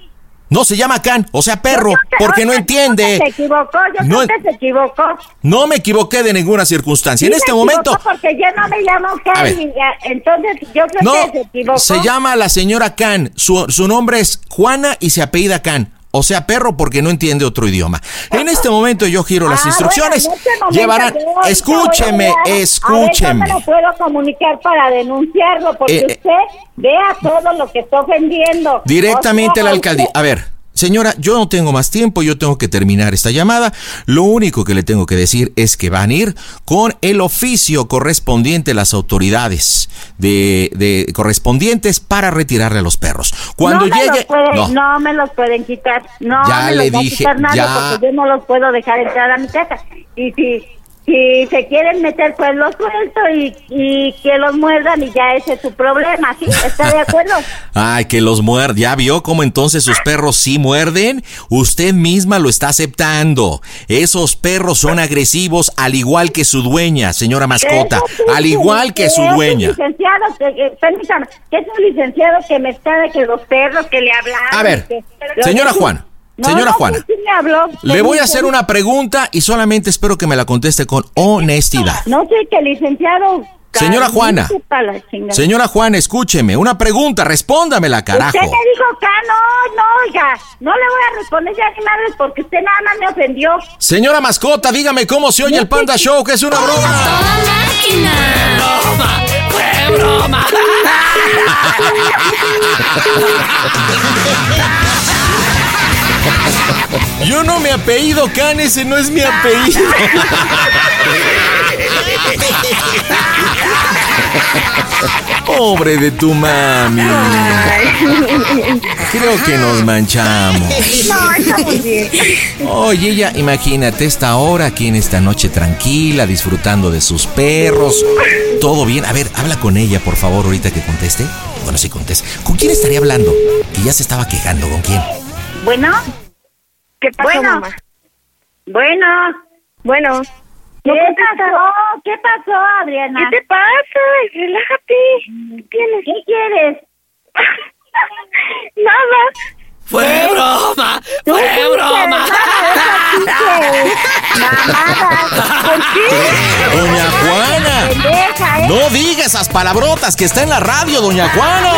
No se llama Khan, o sea, perro, Yo creo que- porque no oiga, Se entiende. equivocó, yo No- creo que se equivocó. No me equivoqué de ninguna circunstancia. En Sí se este equivocó momento, Porque yo no me llamo Cari, ya, entonces yo creo No, que se equivocó. se llama la señora Khan. Su, su nombre es Juana y se apellida Khan. O sea, perro porque no entiende otro idioma. En este momento yo giro las Ah, instrucciones. bueno, en este momento Llevarán. yo ahorita Escúcheme, voy a- A escúcheme. ver, yo me lo puedo comunicar para denunciarlo porque Eh, eh. usted vea todo lo que está ofendiendo. Directamente O a la sea, alcaldía. A ver, señora, yo no tengo más tiempo, yo tengo que terminar esta llamada. Lo único que le tengo que decir es que van a ir con el oficio correspondiente las autoridades de, de- correspondientes para retirarle a los perros. Cuando no me los llegue. pueden- no. no. me los pueden quitar. No Ya me los le va a dije, quitar nadie ya. porque yo no los puedo dejar entrar a mi casa. Y si, si se quieren meter, pues los suelto y, y que los muerdan y ya ese es su problema. ¿Sí? ¿Está de acuerdo? [LAUGHS] Ay, que los muerde. Ya vio cómo entonces sus perros sí muerden. Usted misma lo está aceptando. Esos perros son agresivos al igual que su dueña, señora mascota. Eso sí, Al igual que su es un dueña. licenciado que- que- permítame, que es un licenciado que me está de que los perros que le hablan. A ver, que- pero señora que sí- Juana, No, señora no, que Juana. sí me habló. Le voy Permítame. a hacer una pregunta y solamente espero que me la conteste con honestidad. No sé que licenciado. Señora Juana. Cálmese pa' la chingada. Señora Juan, escúcheme. Una pregunta, respóndamela, carajo. Usted me dijo acá, no, no, oiga, no le voy a responder ya ni madres porque usted nada más me ofendió. Señora mascota, dígame cómo se oye el Panda Show, que es una broma. ¡Qué broma! Yo no me apellido Khan, ese no es mi apellido. Pobre de tu mami. Creo que nos manchamos. No, estamos bien. Oye, ella, imagínate esta hora aquí en esta noche tranquila, disfrutando de sus perros. Todo bien. A ver, habla con ella, por favor, ahorita que conteste. Bueno, sí conteste. ¿Con quién estaría hablando? Que ya se estaba quejando. ¿Con quién? Bueno, ¿qué pasó, bueno, mamá? Bueno, bueno. ¿Qué pasó? ¿Qué pasó, Adriana? ¿Qué te pasa? Relájate. ¿Qué tienes? ¿Qué quieres? Nada. ¿Eh? ¡Fue broma! ¡Fue broma! [LAUGHS] Eh, Doña Juana. Pendeja, ¿eh? No diga esas palabrotas que está en la radio, doña Juana.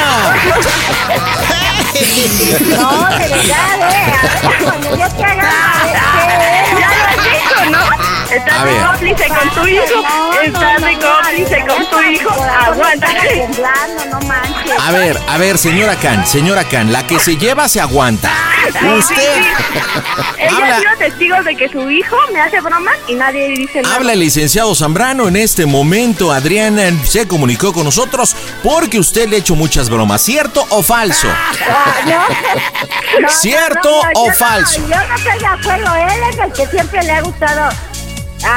No, de verdad, eh. Cuando yo te haga, ¿qué? Ya lo has dicho, ¿no? A Estás de ver. cómplice con tu hijo. No, no, Estás no, de no, cómplice con tu hijo. Aguanta. temblando, no manches. A ver, a ver, señora Khan, señora Khan, la que se lleva se aguanta. Usted. Ella Habla. ha sido testigo de que su hijo me hace bromas y nadie dice nada. Habla el licenciado Zambrano en este momento. Adriana se comunicó con nosotros porque usted le ha hecho muchas bromas. ¿Cierto o [LAUGHS] falso? Ah, no. No, ¿Cierto no, no, o yo no, falso? yo no estoy de acuerdo. Él es el que siempre le ha gustado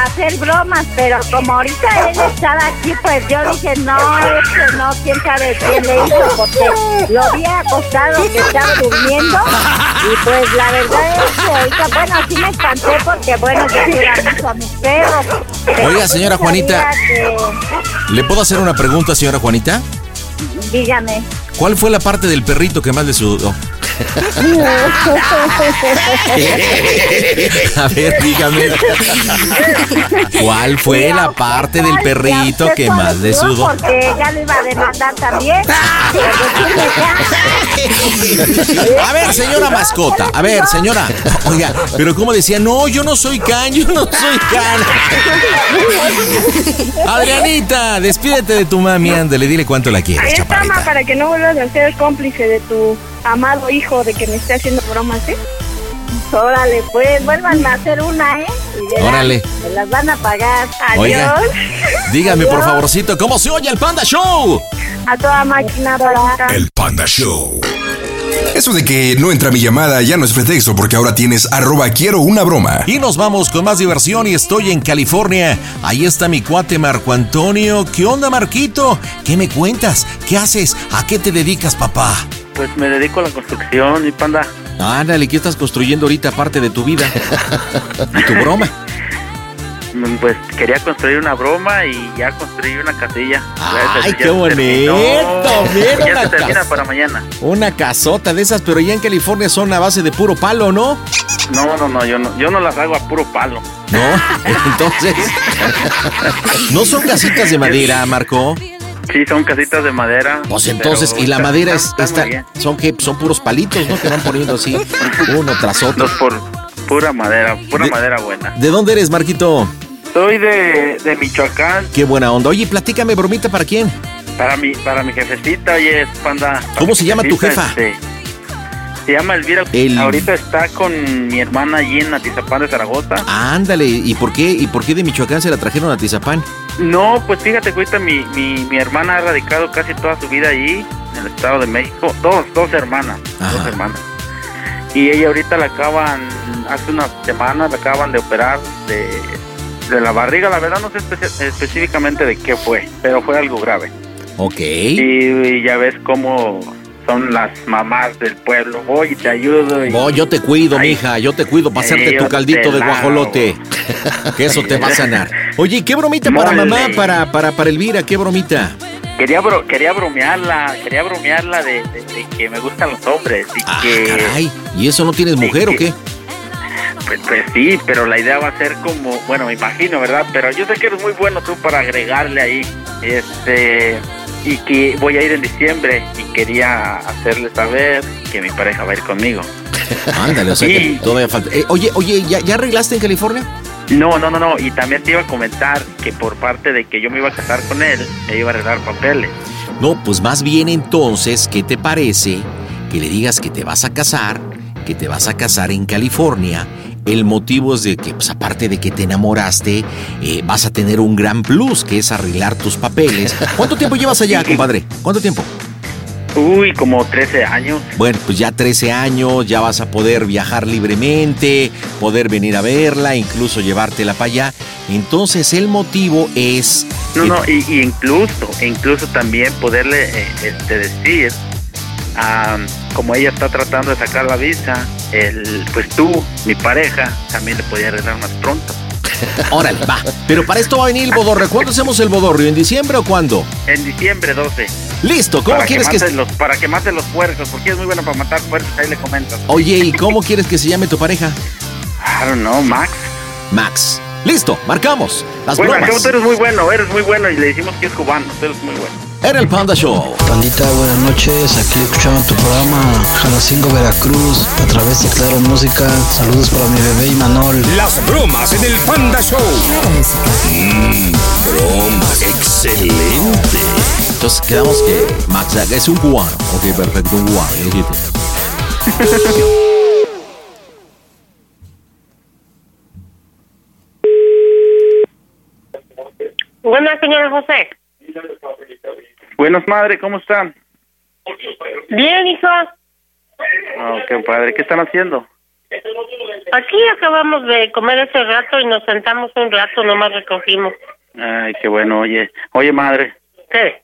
hacer bromas, pero como [LAUGHS] ahorita él estaba aquí, pues yo dije, no, este no, quién sabe quién le hizo, porque lo había acostado que estaba durmiendo. Y pues la verdad es que ahorita, bueno, sí me espanté porque, bueno, yo cuidaba mucho a mis perros. pero Oiga, señora yo sabía Juanita. que- ¿Le puedo hacer una pregunta, señora Juanita? Dígame. [LAUGHS] [LAUGHS] ¿Cuál fue la parte del perrito que más le sudó? A ver, dígame. ¿Cuál fue la parte del perrito que más le sudó? Porque ella lo iba a demandar también. [LAUGHS] A ver, señora mascota. A ver, señora. Oiga, pero ¿cómo decía? No, yo no soy can, yo no soy can. Adrianita, despídete de tu mami, ándale, dile cuánto la Ahí quieres, está, chaparrita. ma, para que no vuelvas a ser cómplice de tu amado hijo de que me esté haciendo bromas, ¿eh? Órale, pues, vuelvan a hacer una, ¿eh? Y verán, Órale. Me las van a pagar. Oiga. Adiós. Dígame, por favorcito, ¿cómo se oye el Panda Show? A toda máquina, para El Panda Show. Eso de que no entra mi llamada ya no es pretexto porque ahora tienes arroba quiero una broma. Y nos vamos con más diversión y estoy en California. Ahí está mi cuate Marco Antonio. ¿Qué onda, Marquito? ¿Qué me cuentas? ¿Qué haces? ¿A qué te dedicas, papá? Pues me dedico a la construcción, mi panda. Ándale, ¿qué estás construyendo ahorita aparte de tu vida? [LAUGHS] ¿Y tu broma? Mm, Pues quería construir una broma y ya construí una casilla. Gracias, ¡Ay, ya qué se bonito! terminó. Mira Ya una se termina casa. para mañana. Una casota de esas, pero ya en California son a base de puro palo, ¿no? No, no, no, yo no, yo no las hago a puro palo. No, [LAUGHS] entonces. ¿No son casitas de madera, Marco? Sí, son casitas de madera. Pues entonces, pero y la está- madera es, está- está muy está- son que son puros palitos, ¿no? Que van poniendo así, uno tras bien. otro. Dos por ah, pura madera, pura madera buena. ¿De dónde eres, Marquito? Soy de, de Michoacán, Qué buena onda. Oye, platícame, bromita, ¿para quién? para mi, para mi jefecita, oye, es panda. ¿Cómo se llama tu jefa? Este, se llama Elvira. El- Ahorita está con mi hermana allí en Atizapán de Zaragoza. Ándale, ¿y por qué? ¿Y por qué de Michoacán se la trajeron a Tizapán? No, pues fíjate que ahorita mi, mi, mi hermana ha radicado casi toda su vida allí, en el Estado de México. Dos, dos hermanas, dos hermanas. Y ella ahorita la acaban, hace unas semanas la acaban de operar de, de la barriga. La verdad no sé espe- específicamente de qué fue, pero fue algo grave. Ok. Y, y ya ves cómo son las mamás del pueblo. Voy y te ayudo. Y, Oh, yo te cuido, mija, yo te cuido para hacerte Yo tu te caldito de lavo. guajolote. [LAUGHS] Que eso te va [LAUGHS] a sanar. Oye, ¿y ¿qué bromita para Mole. mamá, para, para, para Elvira? ¿Qué bromita? Quería, bro- quería bromearla, quería bromearla de, de- de que me gustan los hombres y que... Ah, Caray, ¿y eso no tienes mujer o qué? [LAUGHS] Pues, pues sí, pero la idea va a ser como, bueno, me imagino, ¿verdad? Pero yo sé que eres muy bueno tú para agregarle ahí. Este, y que voy a ir en diciembre y quería hacerle saber que mi pareja va a ir conmigo. Ándale, o sea, que Sí. todavía falta. Eh, oye, oye, ¿ya, ya arreglaste en California? No, no, no, no. Y también te iba a comentar que por parte de que yo me iba a casar con él, me iba a arreglar papeles. No, pues más bien entonces, ¿qué te parece que le digas que te vas a casar, que te vas a casar en California? El motivo es de que, pues aparte de que te enamoraste, eh, vas a tener un gran plus, que es arreglar tus papeles. ¿Cuánto tiempo llevas allá, compadre? ¿Cuánto tiempo? Uy, como 13 años. Bueno, pues ya 13 años, ya vas a poder viajar libremente, poder venir a verla, incluso llevártela para allá. Entonces el motivo es... No, que- no, y, y incluso, e incluso también poderle eh, este, decir, ah, como ella está tratando de sacar la visa, el, pues tú, mi pareja, también le podía arreglar más pronto. [LAUGHS] Órale, va. Pero para esto va a venir el bodorrio. ¿Cuándo hacemos el bodorrio? ¿En diciembre o cuándo? En diciembre 12. Listo, ¿cómo para quieres que, que- mates los, Para que mates los puercos, porque es muy bueno para matar puercos, ahí le comentas. Oye, ¿y cómo quieres que se llame tu pareja? I don't know, Max. Max. Listo, marcamos. Las bueno, bromas. Arceo, tú eres muy bueno, eres muy bueno, y le decimos que es cubano, tú eres muy bueno. Era el Panda Show. Pandita, buenas noches. Aquí escuchando tu programa Jalacingo Veracruz a través de Claro Música. Saludos para mi bebé Imanol. Las bromas en el Panda Show. Mmm, broma, excelente. Entonces quedamos que Max es un cubano. Ok, perfecto, un cubano. yo quito. [LAUGHS] Bueno, señora José. Buenas madre, ¿cómo están? Bien, hijo. Oh, qué padre, ¿qué están haciendo? Aquí acabamos de comer ese rato y nos sentamos un rato, nomás recogimos. Ay, qué bueno, oye, oye madre. ¿Qué?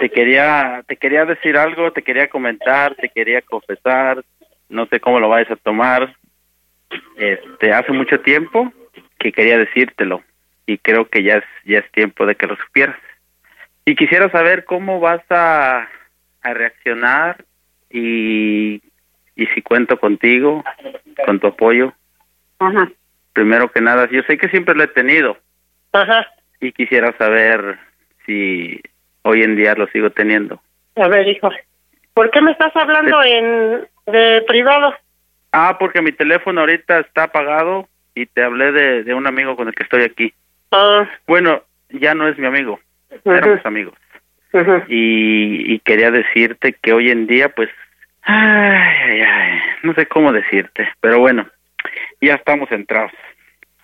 te quería te quería decir algo, te quería comentar, te quería confesar, no sé cómo lo vayas a tomar. Este, hace mucho tiempo que quería decírtelo y creo que ya es ya es tiempo de que lo supieras. Y quisiera saber cómo vas a, a reaccionar y y si cuento contigo, con tu apoyo. Ajá. Primero que nada, yo sé que siempre lo he tenido Ajá. y quisiera saber si hoy en día lo sigo teniendo. A ver, hijo. ¿Por qué me estás hablando en de privado? Ah, porque mi teléfono ahorita está apagado y te hablé de, de un amigo con el que estoy aquí. Ah, Bueno, ya no es mi amigo, Ujú. éramos amigos. ajá. Y, y quería decirte que hoy en día, pues, ay, ay, ay, no sé cómo decirte, pero bueno, ya estamos entrados.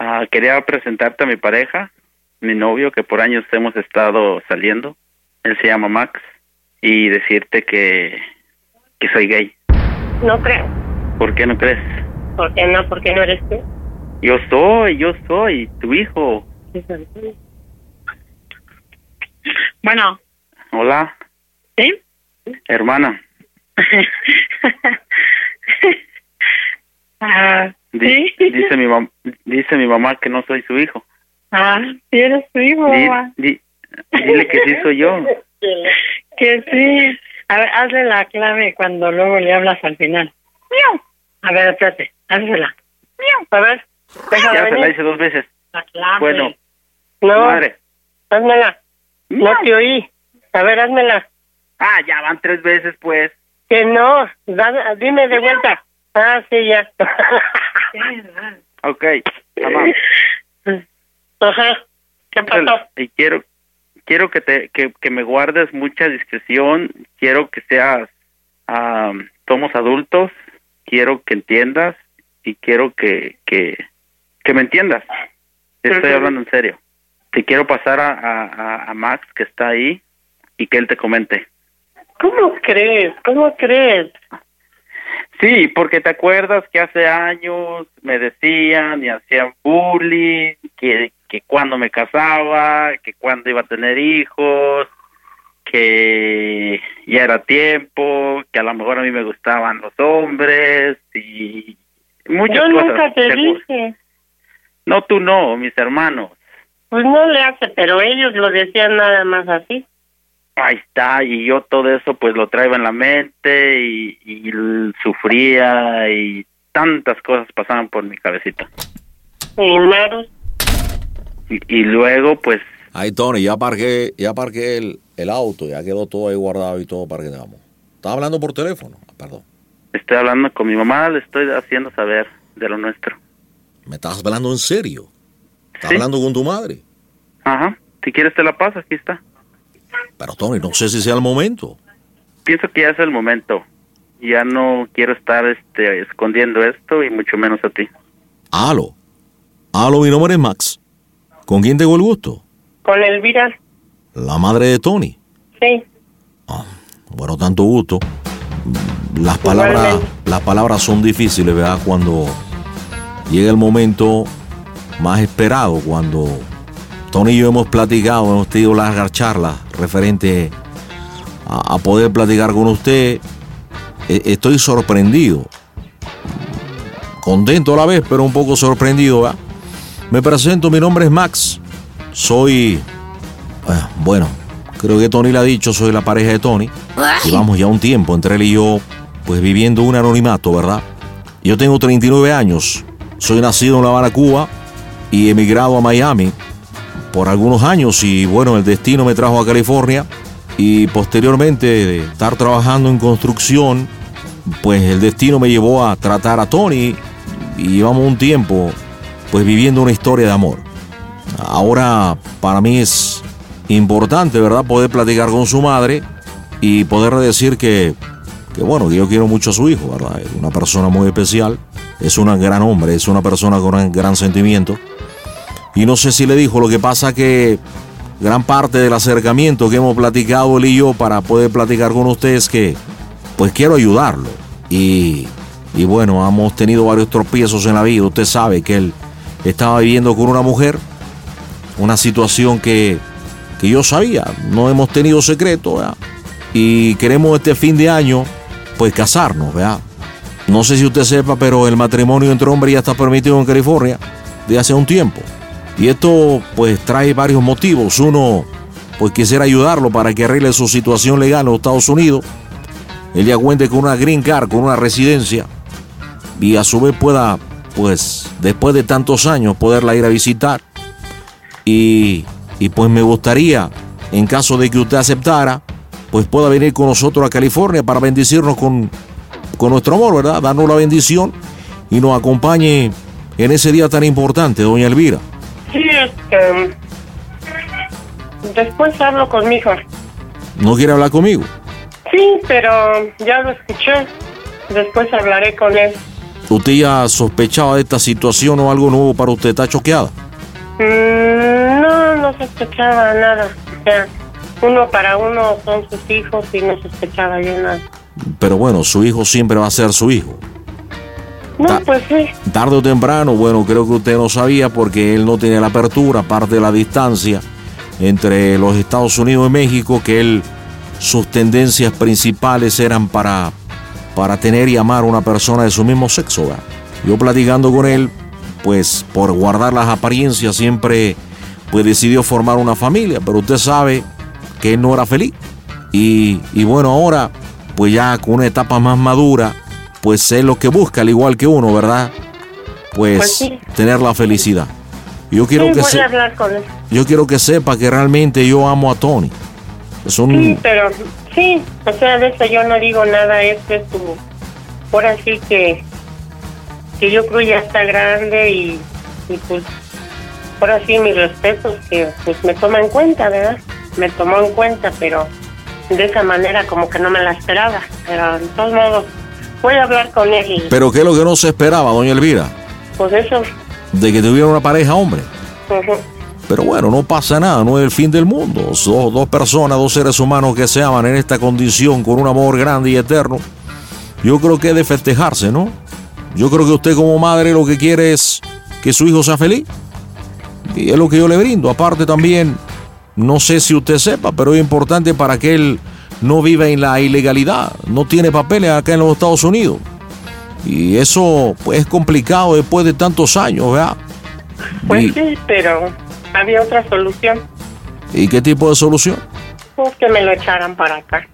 Ah, quería presentarte a mi pareja, mi novio, que por años hemos estado saliendo. Él se llama Max. Y decirte que, que soy gay. No creo. ¿Por qué no crees? ¿Por qué no? ¿Por qué no eres tú? Yo soy, yo soy tu hijo. Bueno, Hola, ¿sí? hermana. Ah, Di- Dice, mi mam- dice mi mamá que no soy su hijo. ah, sí eres tu hijo, Di- mamá. di- dile que sí soy yo. [LAUGHS] Que sí. A ver, hazle la clave cuando luego le hablas al final. ¡Miau! A ver, espérate, hazla. ¡Miau! A ver, déjala Ya se la venir. hice dos veces. La clave. Bueno, no, madre. házmela. No te oí. A ver, házmela. Ah, ya van tres veces, pues. Que no, da- dime de vuelta. Ah, [LAUGHS] sí, ya. Ok, mamá. Eh, [LAUGHS] Ajá. ¿Qué pasó? Y quiero, quiero que, te, que, que me guardes mucha discreción. Quiero que seas. ah, somos adultos. Quiero que entiendas y quiero que, que, que me entiendas. Te estoy Ujú. hablando en serio. Te quiero pasar a, a- a- a Max, que está ahí, y que él te comente. ¿Cómo crees? ¿Cómo crees? Sí, porque te acuerdas que hace años me decían y hacían bullying, que, que cuando me casaba, que cuando iba a tener hijos, que ya era tiempo, que a lo mejor a mí me gustaban los hombres y muchas Yo cosas. nunca te seguro. dije. No, tú no, mis hermanos. Pues no le hace, pero ellos lo decían nada más así. Ahí está, y yo todo eso pues lo traigo en la mente y, y l- sufría y tantas cosas pasaban por mi cabecita. Y Maru, Y, y luego pues Ahí, Tony, ya parqué, ya parqué el, el auto, ya quedó todo ahí guardado y todo para que tengamos. Estaba hablando por teléfono, perdón. estoy hablando con mi mamá, le estoy haciendo saber de lo nuestro. ¿Me estás hablando en serio? ¿Estás hablando con tu madre? Ajá, si quieres te la paso, aquí está. Pero, Tony, no sé si sea el momento. Pienso que ya es el momento. Ya no quiero estar este escondiendo esto y mucho menos a ti. Halo. Halo, mi nombre es Max. ¿Con quién tengo el gusto? con Elvira, La madre de Tony. sí. Bueno, tanto gusto. Las palabras, las palabras son difíciles, ¿verdad? Cuando llega el momento más esperado, cuando Tony y yo hemos platicado, hemos tenido largas charlas referente a, a poder platicar con usted. E- Estoy sorprendido. Contento a la vez, pero un poco sorprendido, ¿verdad? Me presento, mi nombre es Max. Soy. eh, Bueno, creo que Tony le ha dicho, soy la pareja de Tony. Llevamos ya un tiempo entre él y yo, pues viviendo un anonimato, ¿verdad? Yo tengo 39 años, soy nacido en La Habana, Cuba, y emigrado a Miami por algunos años y bueno, el destino me trajo a California y posteriormente de estar trabajando en construcción, pues el destino me llevó a tratar a Tony y llevamos un tiempo pues viviendo una historia de amor. Ahora para mí es importante, ¿verdad? Poder platicar con su madre y poder decir que, que bueno, que yo quiero mucho a su hijo, ¿verdad? Es una persona muy especial, es un gran hombre, es una persona con un gran sentimiento. Y no sé si le dijo, lo que pasa que gran parte del acercamiento que hemos platicado él y yo para poder platicar con ustedes es que pues quiero ayudarlo. Y, y bueno, hemos tenido varios tropiezos en la vida. Usted sabe que él estaba viviendo con una mujer, una situación que, que yo sabía, no hemos tenido secreto, ¿verdad? Y queremos este fin de año, pues casarnos, ¿verdad? No sé si usted sepa, pero el matrimonio entre hombres ya está permitido en California de hace un tiempo. Y esto pues trae varios motivos. Uno, pues quisiera ayudarlo para que arregle su situación legal en los Estados Unidos. ella cuente con una green card, con una residencia y a su vez pueda, pues, después de tantos años, poderla ir a visitar. Y, y pues me gustaría, en caso de que usted aceptara, pues pueda venir con nosotros a California para bendecirnos con, con nuestro amor, ¿verdad? Darnos la bendición y nos acompañe en ese día tan importante, doña Elvira. Sí, este. Después hablo con mi hijo. ¿No quiere hablar conmigo? Sí, pero ya lo escuché. Después hablaré con él. ¿Usted ya sospechaba de esta situación o algo nuevo para usted? ¿Está choqueada? Mm, no, no sospechaba nada. O sea, uno para uno son sus hijos y no sospechaba yo nada. Pero bueno, su hijo siempre va a ser su hijo. No, pues sí. Tarde o temprano, bueno, creo que usted no sabía porque él no tenía la apertura, aparte de la distancia entre los Estados Unidos y México, que él, sus tendencias principales eran para, para tener y amar a una persona de su mismo sexo. ¿verdad? Yo platicando con él, pues por guardar las apariencias siempre pues decidió formar una familia, pero usted sabe que él no era feliz. Y, y bueno, ahora, pues ya con una etapa más madura, pues es lo que busca, al igual que uno, ¿verdad? Pues, Pues sí. tener la felicidad. Yo quiero sí, que voy se- a hablar con él. yo quiero que sepa que realmente yo amo a Tony. Es un Sí, pero sí, o sea, de eso yo no digo nada, esto es tu... Ahora sí que, que yo creo ya está grande y, y pues ahora sí mis respetos que pues me toma en cuenta, ¿verdad? Me tomó en cuenta, pero de esa manera como que no me la esperaba. Pero de todos modos, voy a hablar con él y pero qué es lo que no se esperaba, doña Elvira, pues eso... de que tuviera una pareja hombre. ujú. Pero bueno, no pasa nada, no es el fin del mundo. Dos, dos personas, dos seres humanos que se aman en esta condición con un amor grande y eterno. Yo creo que es de festejarse, ¿no? Yo creo que usted como madre lo que quiere es que su hijo sea feliz. Y es lo que yo le brindo. Aparte también, no sé si usted sepa, pero es importante para que él no viva en la ilegalidad. No tiene papeles acá en los Estados Unidos. Y eso pues, es complicado después de tantos años, ¿verdad? Pues Y- sí, pero había otra solución, ¿Y qué tipo de solución? pues que me lo echaran para acá.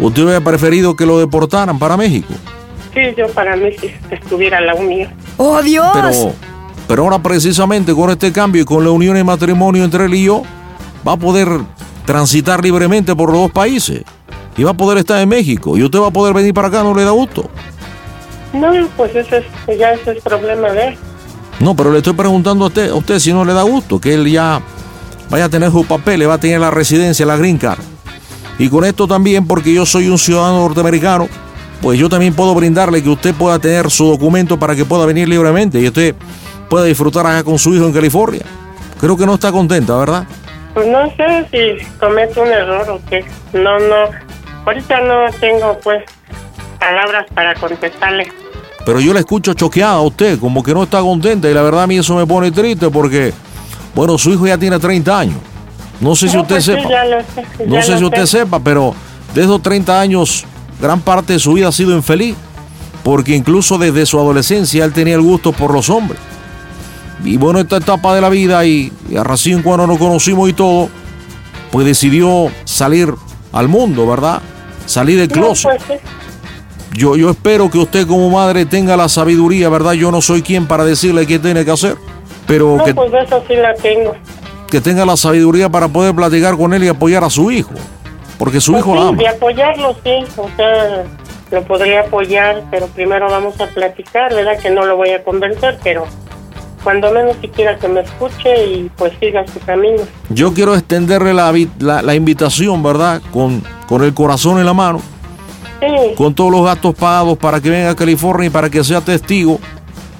¿Usted hubiera preferido que lo deportaran para México? Sí, yo para mí si estuviera la unión. ¡Oh, Dios! Pero, pero ahora precisamente con este cambio y con la unión de matrimonio entre él y yo, va a poder transitar libremente por los dos países. Y va a poder estar en México. Y usted va a poder venir para acá, no le da gusto. No, pues ese es, ya ese es problema de él. No, pero le estoy preguntando a usted, a usted si no le da gusto, que él ya vaya a tener sus papeles, va a tener la residencia, la green card. Y con esto también, porque yo soy un ciudadano norteamericano, pues yo también puedo brindarle que usted pueda tener su documento para que pueda venir libremente y usted pueda disfrutar acá con su hijo en California. Creo que no está contenta, ¿verdad? Pues no sé si cometo un error o qué. No, no. Ahorita no tengo, pues, palabras para contestarle. Pero yo la escucho choqueada a usted, como que no está contenta y la verdad a mí eso me pone triste porque, bueno, su hijo ya tiene 30 años. No sé si No, usted pues sí, sepa. ya lo sé, No ya sé lo si usted sepa, pero de esos 30 años, gran parte de su vida ha sido infeliz, porque incluso desde su adolescencia él tenía el gusto por los hombres. Y bueno, esta etapa de la vida y, y a recién cuando nos conocimos y todo, pues decidió salir al mundo, ¿verdad? Salir del No, closet. pues sí. Yo, yo espero que usted como madre tenga la sabiduría, ¿verdad? Yo no soy quien para decirle qué tiene que hacer, pero No, que, pues de eso sí la tengo. que tenga la sabiduría para poder platicar con él y apoyar a su hijo, porque su Pues hijo sí, la ama. de apoyarlo, sí. O sea, lo podría apoyar, pero primero vamos a platicar, ¿verdad? Que no lo voy a convencer, pero cuando menos siquiera que me escuche y pues siga su camino. Yo quiero extenderle la, vi- la- la invitación, ¿verdad? Con, con el corazón en la mano, Sí, con todos los gastos pagados para que venga a California y para que sea testigo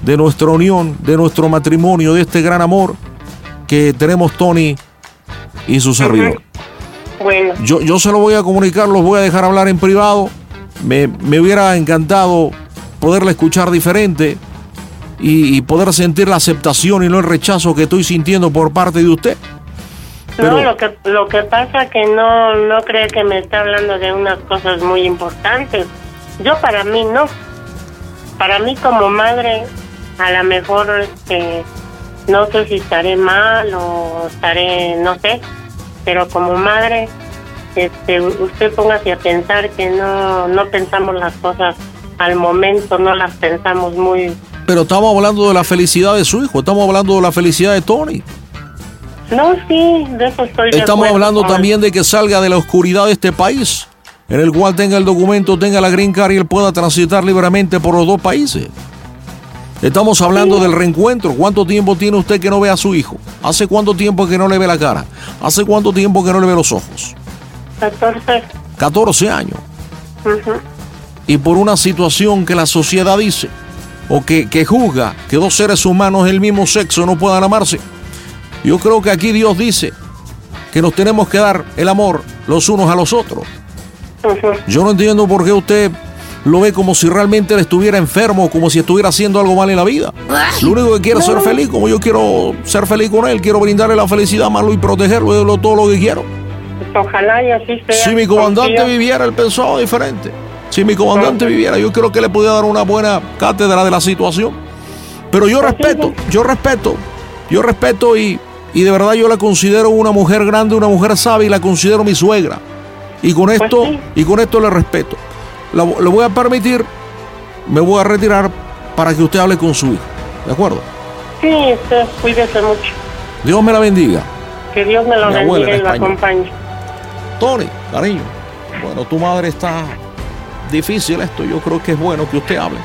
de nuestra unión, de nuestro matrimonio, de este gran amor que tenemos Tony y su servidor. bueno. Yo, yo se lo voy a comunicar, los voy a dejar hablar en privado. Me, me hubiera encantado poderla escuchar diferente y, y poder sentir la aceptación y no el rechazo que estoy sintiendo por parte de usted. Pero- no, lo que, lo que pasa que no, no cree que me está hablando de unas cosas muy importantes. Yo para mí no. Para mí como madre, a lo mejor este, no sé si estaré mal o estaré, no sé, pero como madre este, usted póngase a pensar que no, no pensamos las cosas al momento, no las pensamos muy... Pero estamos hablando de la felicidad de su hijo, estamos hablando de la felicidad de Tony. No, sí, de eso estoy de Estamos acuerdo hablando con- también de que salga de la oscuridad de este país, en el cual tenga el documento, tenga la green card y él pueda transitar libremente por los dos países. Estamos hablando del reencuentro. ¿Cuánto tiempo tiene usted que no ve a su hijo? ¿Hace cuánto tiempo que no le ve la cara? ¿Hace cuánto tiempo que no le ve los ojos? 14. 14 años. ujú. Y por una situación que la sociedad dice, o que, que juzga que dos seres humanos del mismo sexo no puedan amarse, yo creo que aquí Dios dice que nos tenemos que dar el amor los unos a los otros. Yo no entiendo por qué usted lo ve como si realmente él estuviera enfermo, o como si estuviera haciendo algo mal en la vida. Lo único que quiere es ser feliz, como yo quiero ser feliz con él, quiero brindarle la felicidad, amarlo y protegerlo, es lo- todo lo que quiero. Pues ojalá y así sea. Si mi comandante Confío. viviera, él pensaba diferente. Si mi comandante viviera, yo creo que le podía dar una buena cátedra de la situación. Pero Pues yo respeto, yo respeto, yo respeto y, y de verdad yo la considero una mujer grande, una mujer sabia y la considero mi suegra. Y con Pues esto, y con esto le respeto. La- le voy a permitir, me voy a retirar para que usted hable con su hijo. ¿De acuerdo? Sí, usted cuídese mucho. Dios me la bendiga. Que Dios me lo Mi abuela bendiga y era lo española. acompañe. Tony, cariño, bueno, tu madre está difícil esto. Yo creo que es bueno que usted hable.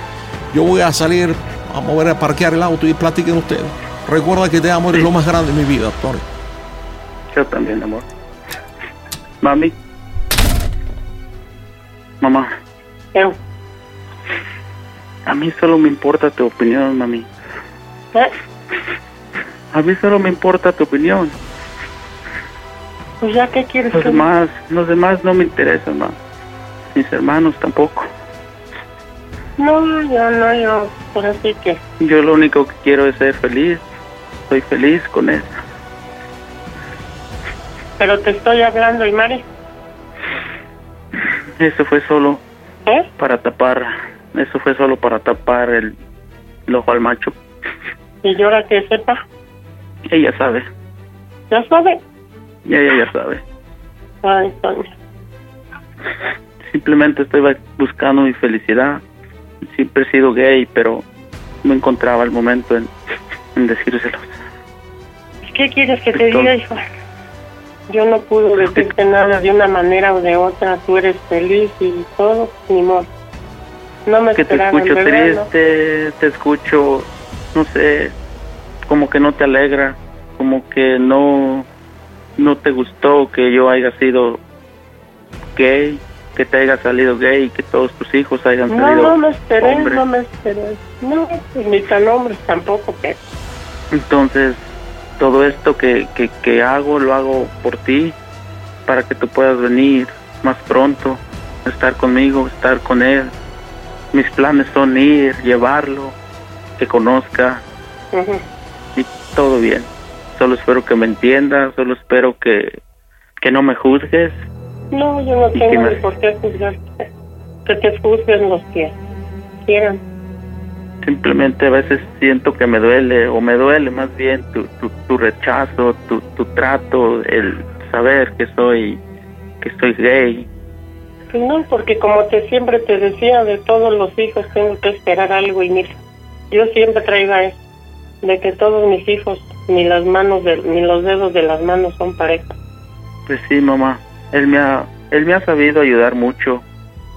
Yo voy a salir a mover a parquear el auto y platiquen ustedes. Recuerda que te amo, eres lo más grande de mi vida, Tony. Yo también, amor. [LAUGHS] Mami. Mamá. Eu. A mí solo me importa tu opinión, mami. Eh, A mí solo me importa tu opinión. Pues ya, ¿qué quieres Los que- demás, los demás no me interesan, mamá. Mis hermanos tampoco. No, yo no, yo. Por así que. Yo lo único que quiero es ser feliz. Soy feliz con él. Pero te estoy hablando, Imari. Eso fue solo ¿Eh? para tapar. Eso fue solo para tapar el, el ojo al macho. Y yo ahora que sepa, Ella sabe. ya sabe. Y ella ya sabe. Ay, Sonia. Simplemente estoy ba- buscando mi felicidad. Siempre he sido gay, pero no encontraba el momento en, en decírselo. pues, ¿Qué quieres que te diga, hijo? Yo no pude Pues, decirte nada de una manera o de otra. Tú eres feliz y todo, ni modo. No me Que te esperaba, en escucho verdad, ¿no? triste, te escucho, no sé, como que no te alegra, como que no, no te gustó que yo haya sido gay, que te haya salido gay, que todos tus hijos hayan No, salido no me esperé, hombres. no me esperé. No, pues ni tan hombres tampoco, que Entonces, todo esto que, que, que hago, lo hago por ti, para que tú puedas venir más pronto, estar conmigo, estar con él. Mis planes son ir, llevarlo, que conozca Ujú. y todo bien. Solo espero que me entiendas, solo espero que, que no me juzgues. No, yo no ¿Y qué tengo más? ni por qué juzgarte. Que te juzguen los que quieran. Simplemente a veces siento que me duele, o me duele más bien tu, tu, tu rechazo, tu, tu trato, el saber que soy, que soy gay. Pues no, porque como te siempre te decía, de todos los hijos tengo que esperar algo y mira, yo siempre traigo eso, de que todos mis hijos, ni las manos, de- ni los dedos de las manos son parejas. Pues sí, mamá. Él me ha, él me ha sabido ayudar mucho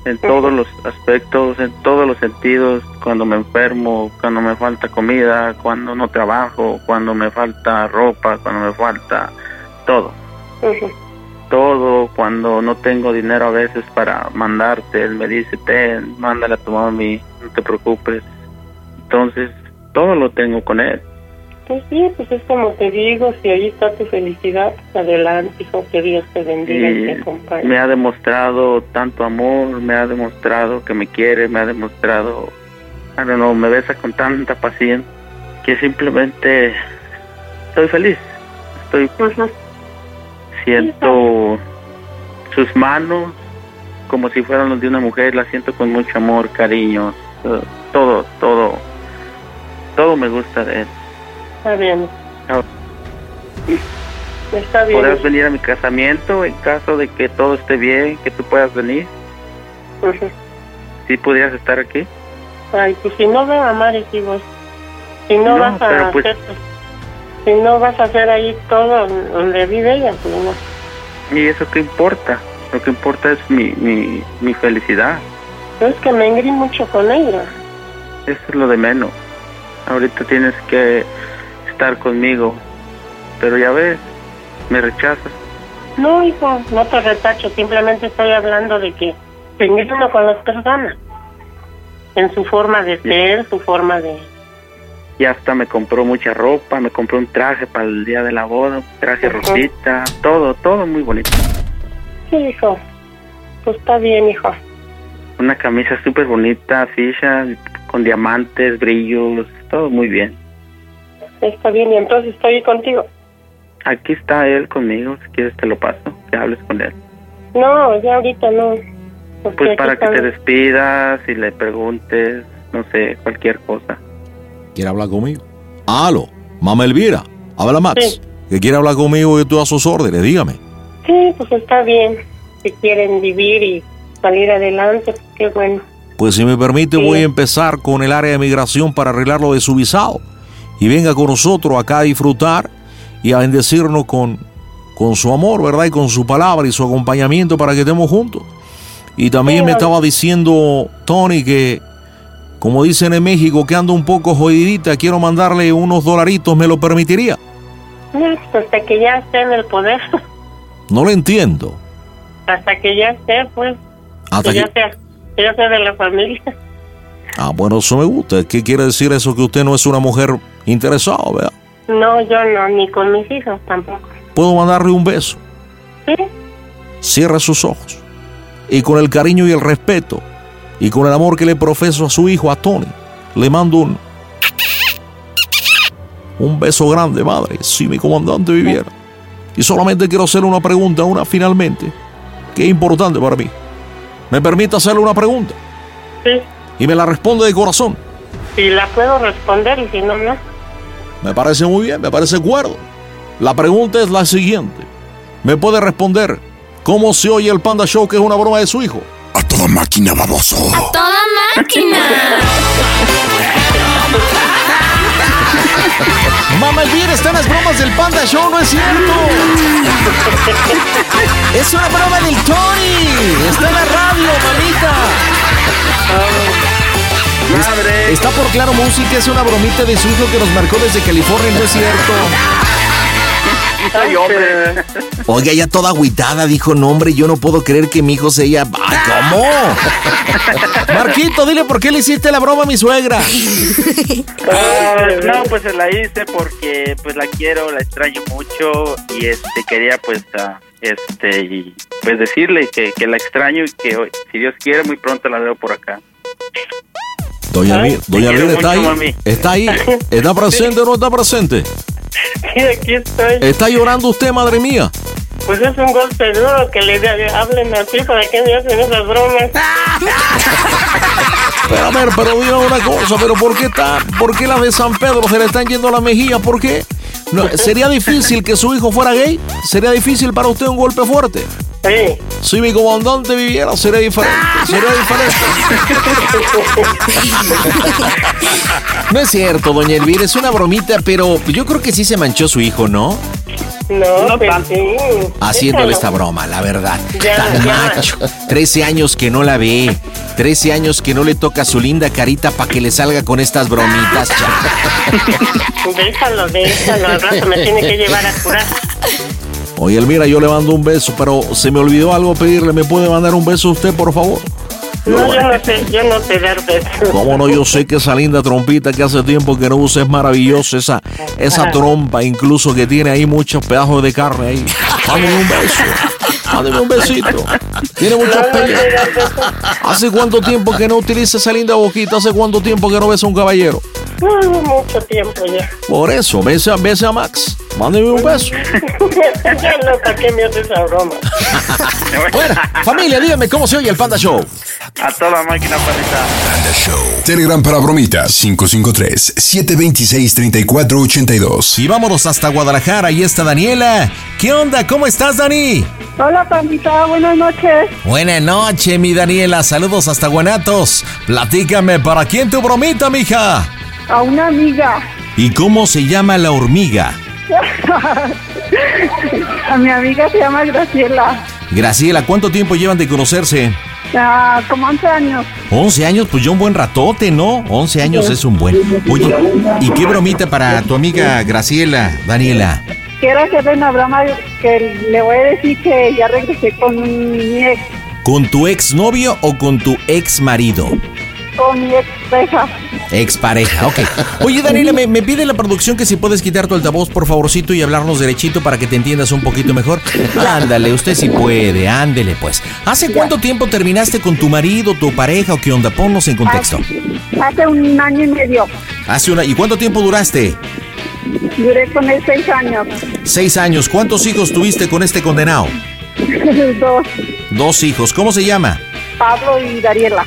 en todos los aspectos, en todos los sentidos. Cuando me enfermo, cuando me falta comida, cuando no trabajo, cuando me falta ropa, cuando me falta todo. Ujú. Todo, cuando no tengo dinero a veces para mandarte, él me dice, ten, mándale a tu mami, no te preocupes. Entonces, todo lo tengo con él. Pues sí, pues es como te digo, si ahí está tu felicidad, adelante, hijo, que Dios te bendiga y te acompañe. me ha demostrado tanto amor, me ha demostrado que me quiere, me ha demostrado, I don't know, me besa con tanta pasión que simplemente estoy feliz. Estoy siento sus manos como si fueran las de una mujer, las siento con mucho amor, cariño, eh, todo, todo, todo me gusta de él. Está bien. Está bien. Podrás venir a mi casamiento en caso de que todo esté bien, que tú puedas venir. Ujú. Si pudieras estar aquí. Ay, pues si no va a amar, hijos. Si no, No, vas a pero pues- hacer, si no vas a hacer ahí todo donde vive ella, pues no. ¿Y eso qué importa? Lo que importa es mi, mi, mi felicidad. Pero es que me engrí mucho con ella. Eso es lo de menos. Ahorita tienes que estar conmigo. Pero ya ves, me rechazas. No, hijo, no te retacho, simplemente estoy hablando de que se engrena uno con las personas. En su forma de ser, su forma de... Y hasta me compró mucha ropa, me compró un traje para el día de la boda, un traje Ujú. rosita, todo, todo muy bonito. Sí, hijo. Pues está bien, hijo. Una camisa súper bonita, ficha, con diamantes, brillos, todo muy bien. Está bien, y entonces estoy contigo. Aquí está él conmigo, si quieres te lo paso, que hables con él. No, ya ahorita no. Porque Pues aquí para que están- te despidas y le preguntes, no sé, cualquier cosa. ¿Quiere hablar conmigo? Aló, mamá Elvira, habla Max. Sí. Que quiere hablar conmigo y tú a sus órdenes, dígame. Sí, pues está bien. Si quieren vivir y salir adelante, pues qué bueno. Pues si me permite Sí. voy a empezar con el área de migración para arreglar lo de su visado. Y venga con nosotros acá a disfrutar y a bendecirnos con, con su amor, ¿verdad? Y con su palabra y su acompañamiento para que estemos juntos. Y también me estaba diciendo Tony que, como dicen en México, que ando un poco jodidita, quiero mandarle unos dolaritos, ¿me lo permitiría? No, pues hasta que ya esté en el poder, [LAUGHS] No lo entiendo. hasta que ya esté, pues, Hasta que, que- ya sea, que ya sea de la familia. [LAUGHS] Ah, bueno, eso me gusta. ¿Qué quiere decir eso que usted no es una mujer interesada, verdad? No, yo no, ni con mis hijos tampoco. Puedo mandarle un beso. Sí, Cierra sus ojos. Y con el cariño y el respeto, y con el amor que le profeso a su hijo, a Tony, le mando un... Un beso grande, madre, si mi comandante viviera. Y solamente quiero hacerle una pregunta, una finalmente, que es importante para mí. ¿Me permite hacerle una pregunta? sí. Y me la responde de corazón. Si la puedo responder y si no, no. [LAUGHS] Me parece muy bien, me parece cuerdo. La pregunta es la siguiente. ¿Me puede responder cómo se oye el Panda Show que es una broma de su hijo? A toda máquina, baboso. Toda máquina. Mamá Elvira, están las bromas del Panda Show, no es cierto. Es una broma del Tony. Está en la radio, mamita. Madre. Está por Claro Música, es una bromita de su hijo que nos marcó desde California, no es cierto. Ay, hombre. Oiga, ya toda agüitada, dijo, no hombre, yo no puedo creer que mi hijo se haya... ¡Ay, Ah. cómo! [LAUGHS] Marquito, dile por qué le hiciste la broma a mi suegra. Ah, no, pues se la hice porque pues la quiero, la extraño mucho y este quería pues ah, este y, pues decirle que, que la extraño y que hoy, si Dios quiere muy pronto la veo por acá. Doña Elvira, doña Te quiero Elvira, está mucho, ahí. mami. Está ahí. ¿Está presente o no está presente? Sí, aquí estoy. ¿Está llorando usted, madre mía? Pues es un golpe duro que le de- hablen a tu hijo de que me hacen esas bromas. Pero a ver, pero diga una cosa, pero ¿por qué está? ¿Por qué las de San Pedro se le están yendo a la mejilla? ¿Por qué? No, ¿Sería difícil que su hijo fuera gay? ¿Sería difícil para usted un golpe fuerte? Sí. Si mi comandante viviera, sería diferente. Ah, Sería diferente. No es cierto, doña Elvira, es una bromita, pero yo creo que sí se manchó su hijo, ¿no? No, pues sí. Haciéndole esta Déjalo. broma, la verdad. Ya, Tan ya. macho. 13 años que no la ve. 13 años que no le toca su linda carita para que le salga con [LAUGHS] estas bromitas, chava. Déjalo, déjalo. Al rato me tiene que llevar a curar. Oye, Elvira, yo le mando un beso, pero se me olvidó algo pedirle. ¿Me puede mandar un beso a usted, por favor? No, yo no sé, yo no sé dar besos. ¿Cómo no? Yo sé que esa linda trompita que hace tiempo que no usa es maravillosa. Esa, esa Ajá. trompa, incluso que tiene ahí muchos pedazos de carne [LAUGHS] ahí. Mándeme un beso. Mándeme un besito. Tiene muchos pelos. ¿Hace cuánto tiempo que no utiliza esa linda boquita? ¿Hace cuánto tiempo que no besa a un caballero? Uh, mucho tiempo ya. Por eso, bese, a- bese a Max. Mándeme un beso. [LAUGHS] ya no, ¿para qué me haces esa broma? bueno, familia, díganme cómo se oye el Panda Show. A toda máquina, panita. Telegram para bromitas 553-726-3482. Y vámonos hasta Guadalajara. Ahí está Daniela. ¿Qué onda? ¿Cómo estás, Dani? Hola, pandita, buenas noches. Buenas noches, mi Daniela. Saludos hasta Guanatos. Platícame, ¿para quién tu bromita, mija? A una amiga, ¿Y cómo se llama la hormiga? a mi amiga se llama Graciela, Graciela, ¿cuánto tiempo llevan de conocerse? ah, como 11 años. 11 años, pues ya un buen ratote, ¿no? 11 años es un buen. Oye, ¿y qué bromita para tu amiga Graciela, Daniela? Quiero hacerle una broma que le voy a decir que ya regresé con mi ex, ¿Con tu exnovio o con tu ex marido? con mi ex pareja. Ex pareja, ok. Oye, Daniela, me, me pide la producción que si puedes quitar tu altavoz, por favorcito, y hablarnos derechito para que te entiendas un poquito mejor. Ándale, usted si puede, ándele pues. ¿Hace cuánto tiempo terminaste con tu marido, tu pareja o qué onda? Ponnos en contexto. Hace un año y medio, Hace una. ¿Y cuánto tiempo duraste? duré con él 6 años, [LAUGHS] Seis años. ¿Cuántos hijos tuviste con este condenado? dos, Dos hijos. ¿Cómo se llama? Pablo y Dariela.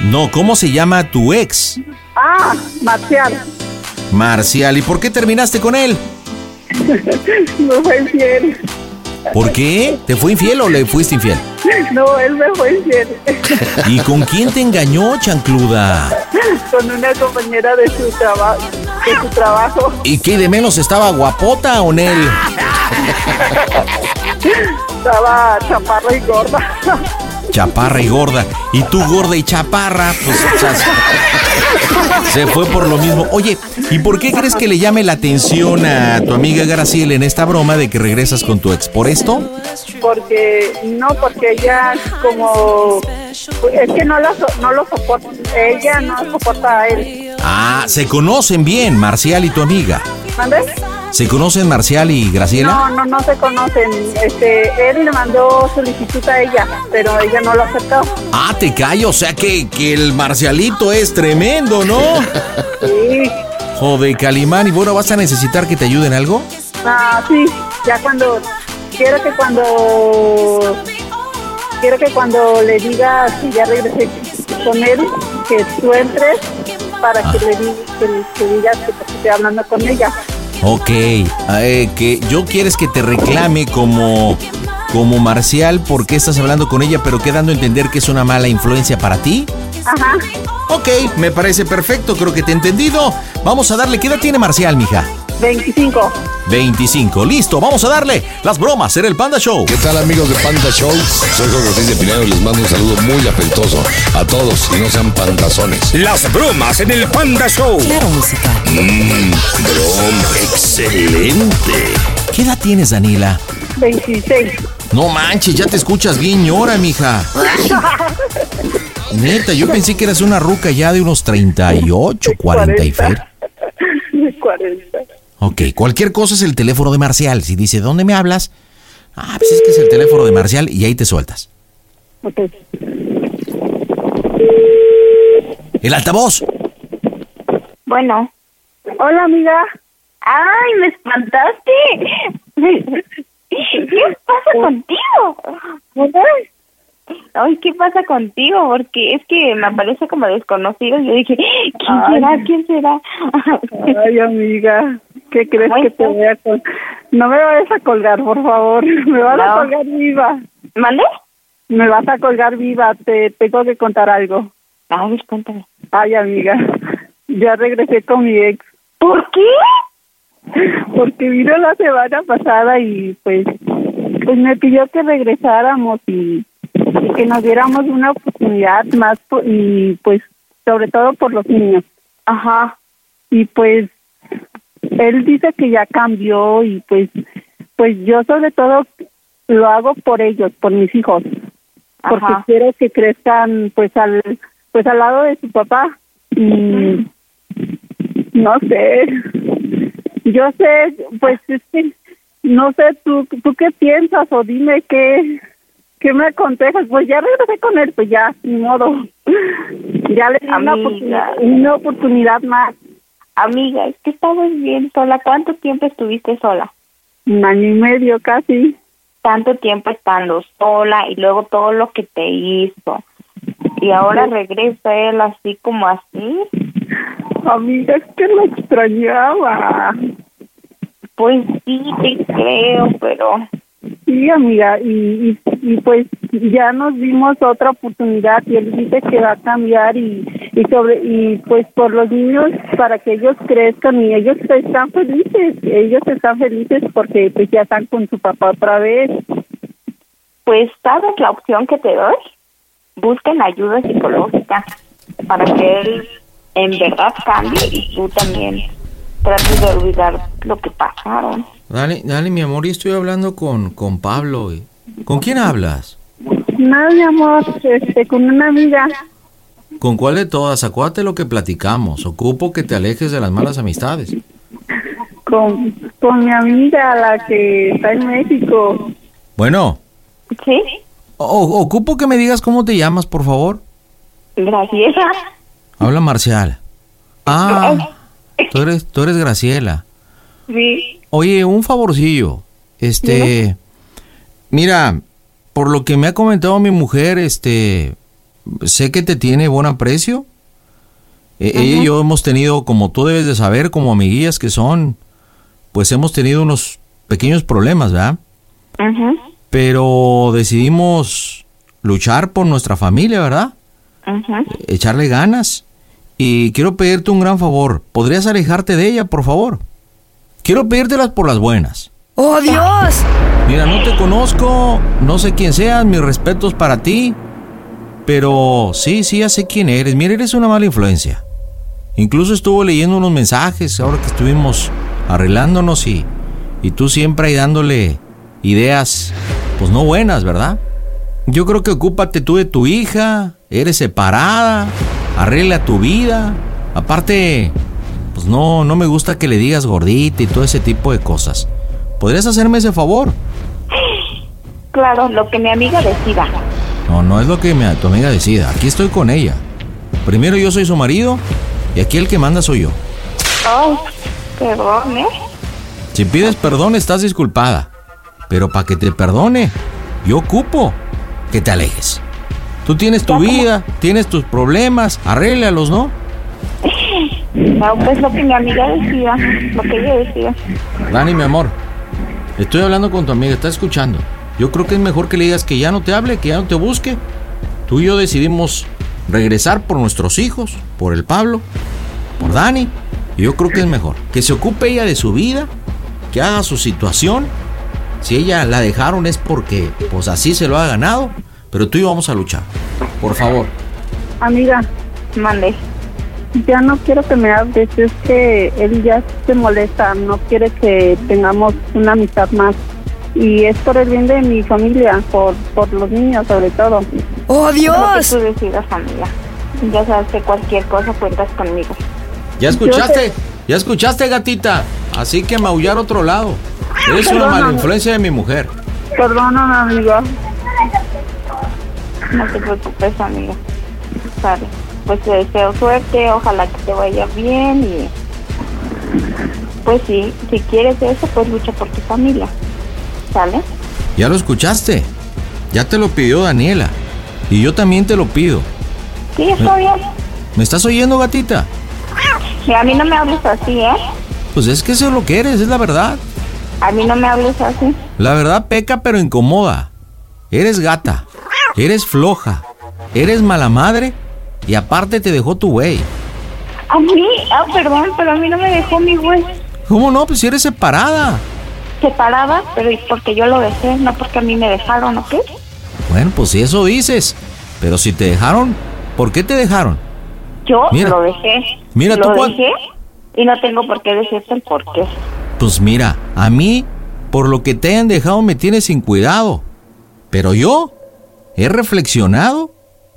No, ¿cómo se llama tu ex? Ah, Marcial, [LAUGHS] Marcial. ¿Y por qué terminaste con él? no fue infiel. ¿Por qué? ¿Te fue infiel o le fuiste infiel? No, él me fue infiel [LAUGHS] ¿Y con quién te engañó, chancluda? con una compañera de su, traba- de su trabajo. [LAUGHS] ¿Y qué de menos estaba guapota o en él? Estaba chaparra y gorda. Chaparra y gorda. Y tú gorda y chaparra, pues o sea, se- se fue por lo mismo. Oye, ¿y por qué crees que le llame la atención a tu amiga Graciela en esta broma de que regresas con tu ex? ¿Por esto? Porque, no, porque ella como... Es que no, la so- no lo soporta, ella no soporta a él. Ah, se conocen bien, Marcial y tu amiga. ¿Mande? ¿Se conocen Marcial y Graciela? No, no, no se conocen. Este, él le mandó solicitud a ella, pero ella no lo aceptó. Ah, te callo, o sea que, que el Marcialito es tremendo, ¿no? Sí, Joder, Calimán, y bueno, ¿vas a necesitar que te ayuden algo? ah, sí, ya cuando... Quiero que cuando... Quiero que cuando le digas que ya regresé con él, que tú entres para que le di- que- que digas que te estoy hablando con ella. Ok, eh, que yo quieres que te reclame como, como Marcial porque estás hablando con ella, pero quedando a entender que es una mala influencia para ti. Ajá. Ok, me parece perfecto, creo que te he entendido. Vamos a darle, ¿qué edad tiene Marcial, mija? 25. 25, listo, vamos a darle las bromas en el Panda Show. ¿Qué tal amigos de Panda Show? Soy Jorge Ortiz de Pinedo y les mando un saludo muy afectuoso a todos y no sean pantazones. Las bromas en el Panda Show. Claro, música. Mmm, broma, excelente. ¿Qué edad tienes, Daniela? 26. No manches, ya te escuchas bien, ñora, mija. Neta, yo pensé que eras una ruca ya de unos 38, 40 y fer. 40. Ok, cualquier cosa es el teléfono de Marcial. Si dice, ¿dónde me hablas? Ah, pues es que es el teléfono de Marcial y ahí te sueltas. Ok. El altavoz. Bueno. Hola, amiga. ¡Ay, me espantaste! ¿Qué pasa contigo? Ay, ¿qué pasa contigo? Porque es que me aparece como desconocido y yo dije, ¿quién Ay. será? ¿Quién será? Ay, [LAUGHS] amiga. ¿Qué crees que te voy a col- No me vayas a colgar, por favor. [LAUGHS] Me vas a No. colgar viva. ¿Mande? Me vas a colgar viva. Te tengo que contar algo. Ay, cuéntame. Ay, amiga. Ya regresé con mi ex. ¿Por qué? Porque vino la semana pasada y pues, pues me pidió que regresáramos y y que nos diéramos una oportunidad más po- y pues sobre todo por los niños. Ajá. Y pues él dice que ya cambió y pues pues yo sobre todo lo hago por ellos, por mis hijos, porque Ajá. quiero que crezcan pues al pues al lado de su papá y no sé. Yo sé, pues es que no sé tú tú qué piensas o dime qué ¿Qué me aconsejas? Pues ya regresé con él, pues ya, ni modo. Ya le di una Amiga. oportunidad, una oportunidad más. Amiga, es que estabas bien sola. ¿Cuánto tiempo estuviste sola? Un año y medio casi. Tanto tiempo estando sola y luego todo lo que te hizo. [LAUGHS] Y ahora regresa él así como así. Amiga, es que lo extrañaba. Pues sí, te creo, pero Sí, amiga, y, y, y, pues ya nos dimos otra oportunidad y él dice que va a cambiar y, y sobre y pues por los niños para que ellos crezcan y ellos están felices, ellos están felices porque pues ya están con su papá otra vez. pues sabes la opción que te doy. Busquen ayuda psicológica para que él en verdad cambie y tú también trates de olvidar lo que pasaron. Dale, dale, mi amor, y estoy hablando con, con Pablo. y- ¿Con quién hablas? No, mi amor, este, con una amiga. ¿Con cuál de todas? Acuérdate lo que platicamos. Ocupo que te alejes de las malas amistades. Con, con mi amiga, la que está en México. Bueno, ¿Sí? o- ocupo que me digas cómo te llamas, por favor. Gracias. Habla Marcial. Ah, tú eres, tú eres Graciela. Sí. Oye, un favorcillo. Este, mira, por lo que me ha comentado mi mujer, este, sé que te tiene buen aprecio. E- Ella y yo hemos tenido, como tú debes de saber, como amiguillas que son, pues hemos tenido unos pequeños problemas, ¿verdad? Ujú, Pero decidimos luchar por nuestra familia, ¿verdad? ujú. echarle ganas. Y quiero pedirte un gran favor. ¿Podrías alejarte de ella, por favor? Quiero pedírtelas por las buenas. ¡Oh, Dios! Mira, no te conozco, no sé quién seas, mis respetos para ti. Pero sí, sí, ya sé quién eres. Mira, eres una mala influencia. Incluso estuvo leyendo unos mensajes ahora que estuvimos arreglándonos y, y tú siempre ahí dándole ideas, pues no buenas, ¿verdad? Yo creo que ocúpate tú de tu hija, eres separada, arregla tu vida. Aparte, pues no, no me gusta que le digas gordita y todo ese tipo de cosas. ¿Podrías hacerme ese favor? Claro, lo que mi amiga decida. No, no es lo que mi- tu amiga decida. Aquí estoy con ella. Primero yo soy su marido y aquí el que manda soy yo. Oh, perdón, ¿eh? Si pides perdón estás disculpada. Pero para que te perdone, yo ocupo que te alejes. Tú tienes tu vida, tienes tus problemas, arréglalos, ¿no? No, pues lo que mi amiga decida, lo que ella decida. Dani, mi amor, estoy hablando con tu amiga, está escuchando. Yo creo que es mejor que le digas que ya no te hable, que ya no te busque. Tú y yo decidimos regresar por nuestros hijos, por el Pablo, por Dani. Y yo creo que es mejor que se ocupe ella de su vida, que haga su situación. Si ella la dejaron es porque, pues así se lo ha ganado. Pero tú y yo vamos a luchar. Por favor. Amiga, mande. Ya no quiero que me hables, es que él ya se molesta, no quiere que tengamos una amistad más. Y es por el bien de mi familia, por, por los niños sobre todo. ¡Oh, Dios! Lo que tú decidas, amiga. Ya sabes que cualquier cosa cuentas conmigo. Ya escuchaste, ya escuchaste, gatita. Así que maullar otro lado. Eres una Perdóname. mala influencia de mi mujer. Perdóname, amiga. No te preocupes, amiga. Sabe. Pues te deseo suerte, ojalá que te vaya bien y... Pues sí, si quieres eso, pues lucha por tu familia. ¿Sale? Ya lo escuchaste. Ya te lo pidió Daniela. Y yo también te lo pido. Sí, está bien. ¿Me estás oyendo, gatita? Y a mí no me hables así, ¿eh? Pues es que eso es lo que eres, es la verdad. A mí no me hables así. La verdad peca pero incomoda. Eres gata. Eres floja. Eres mala madre. Y aparte te dejó tu güey. A mí, ah, perdón, pero a mí no me dejó mi güey. ¿Cómo no? Pues si eres separada. Separada, pero es porque yo lo dejé, no porque a mí me dejaron, ¿ok? Bueno, pues si eso dices. Pero si te dejaron, ¿por qué te dejaron? Yo Mira. lo dejé. Mira, lo tú cuan- dejé y no tengo por qué decirte el por qué. Pues mira, a mí, por lo que te hayan dejado, me tienes sin cuidado. Pero yo he reflexionado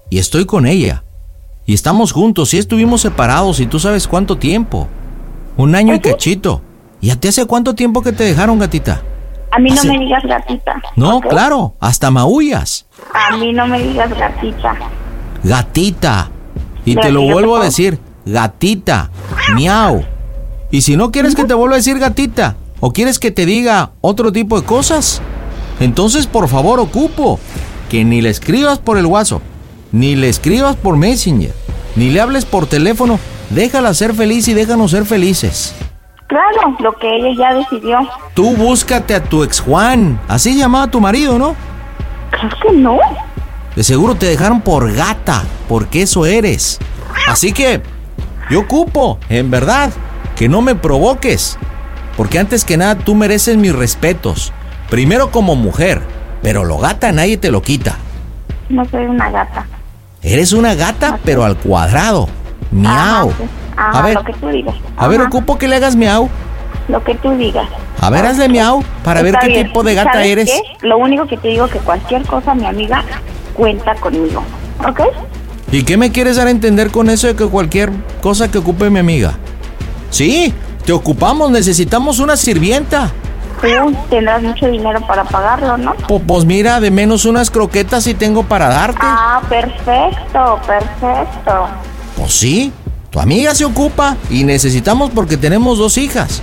y estoy con ella. Y estamos juntos, y estuvimos separados, y tú sabes cuánto tiempo. Un año y cachito. ¿Y a ti hace cuánto tiempo que te dejaron, gatita? A mí no Así- me digas gatita. No, claro, hasta maullas. A mí no me digas gatita. Gatita. Y te Pero lo yo vuelvo a no. decir, gatita, miau. Y si no quieres que te vuelva a decir gatita, o quieres que te diga otro tipo de cosas, entonces por favor ocupo que ni le escribas por el WhatsApp, ni le escribas por Messenger, ni le hables por teléfono. Déjala ser feliz y déjanos ser felices. Claro, lo que ella ya decidió. Tú búscate a tu ex Juan. Así se llamaba tu marido, ¿no? Creo que no. De seguro te dejaron por gata, porque eso eres. Así que yo ocupo, en verdad, que no me provoques. Porque antes que nada tú mereces mis respetos. Primero como mujer, pero lo gata nadie te lo quita. No soy una gata. Eres una gata, pero al cuadrado. Miau. Ah, A ver, lo que tú digas. a ver, Ajá, ocupo que le hagas miau. Lo que tú digas. A ver, hazle miau para ver Está qué bien. tipo de gata ¿Sabes eres. qué? Lo único que te digo que cualquier cosa, mi amiga, cuenta conmigo. ¿Ok? ¿Y qué me quieres dar a entender con eso de que cualquier cosa que ocupe mi amiga? Sí, te ocupamos, necesitamos una sirvienta. Tú tendrás mucho dinero para pagarlo, ¿no? Po- Pues mira, de menos unas croquetas si tengo para darte. Ah, perfecto, perfecto. Pues sí, tu amiga se ocupa y necesitamos porque tenemos dos hijas.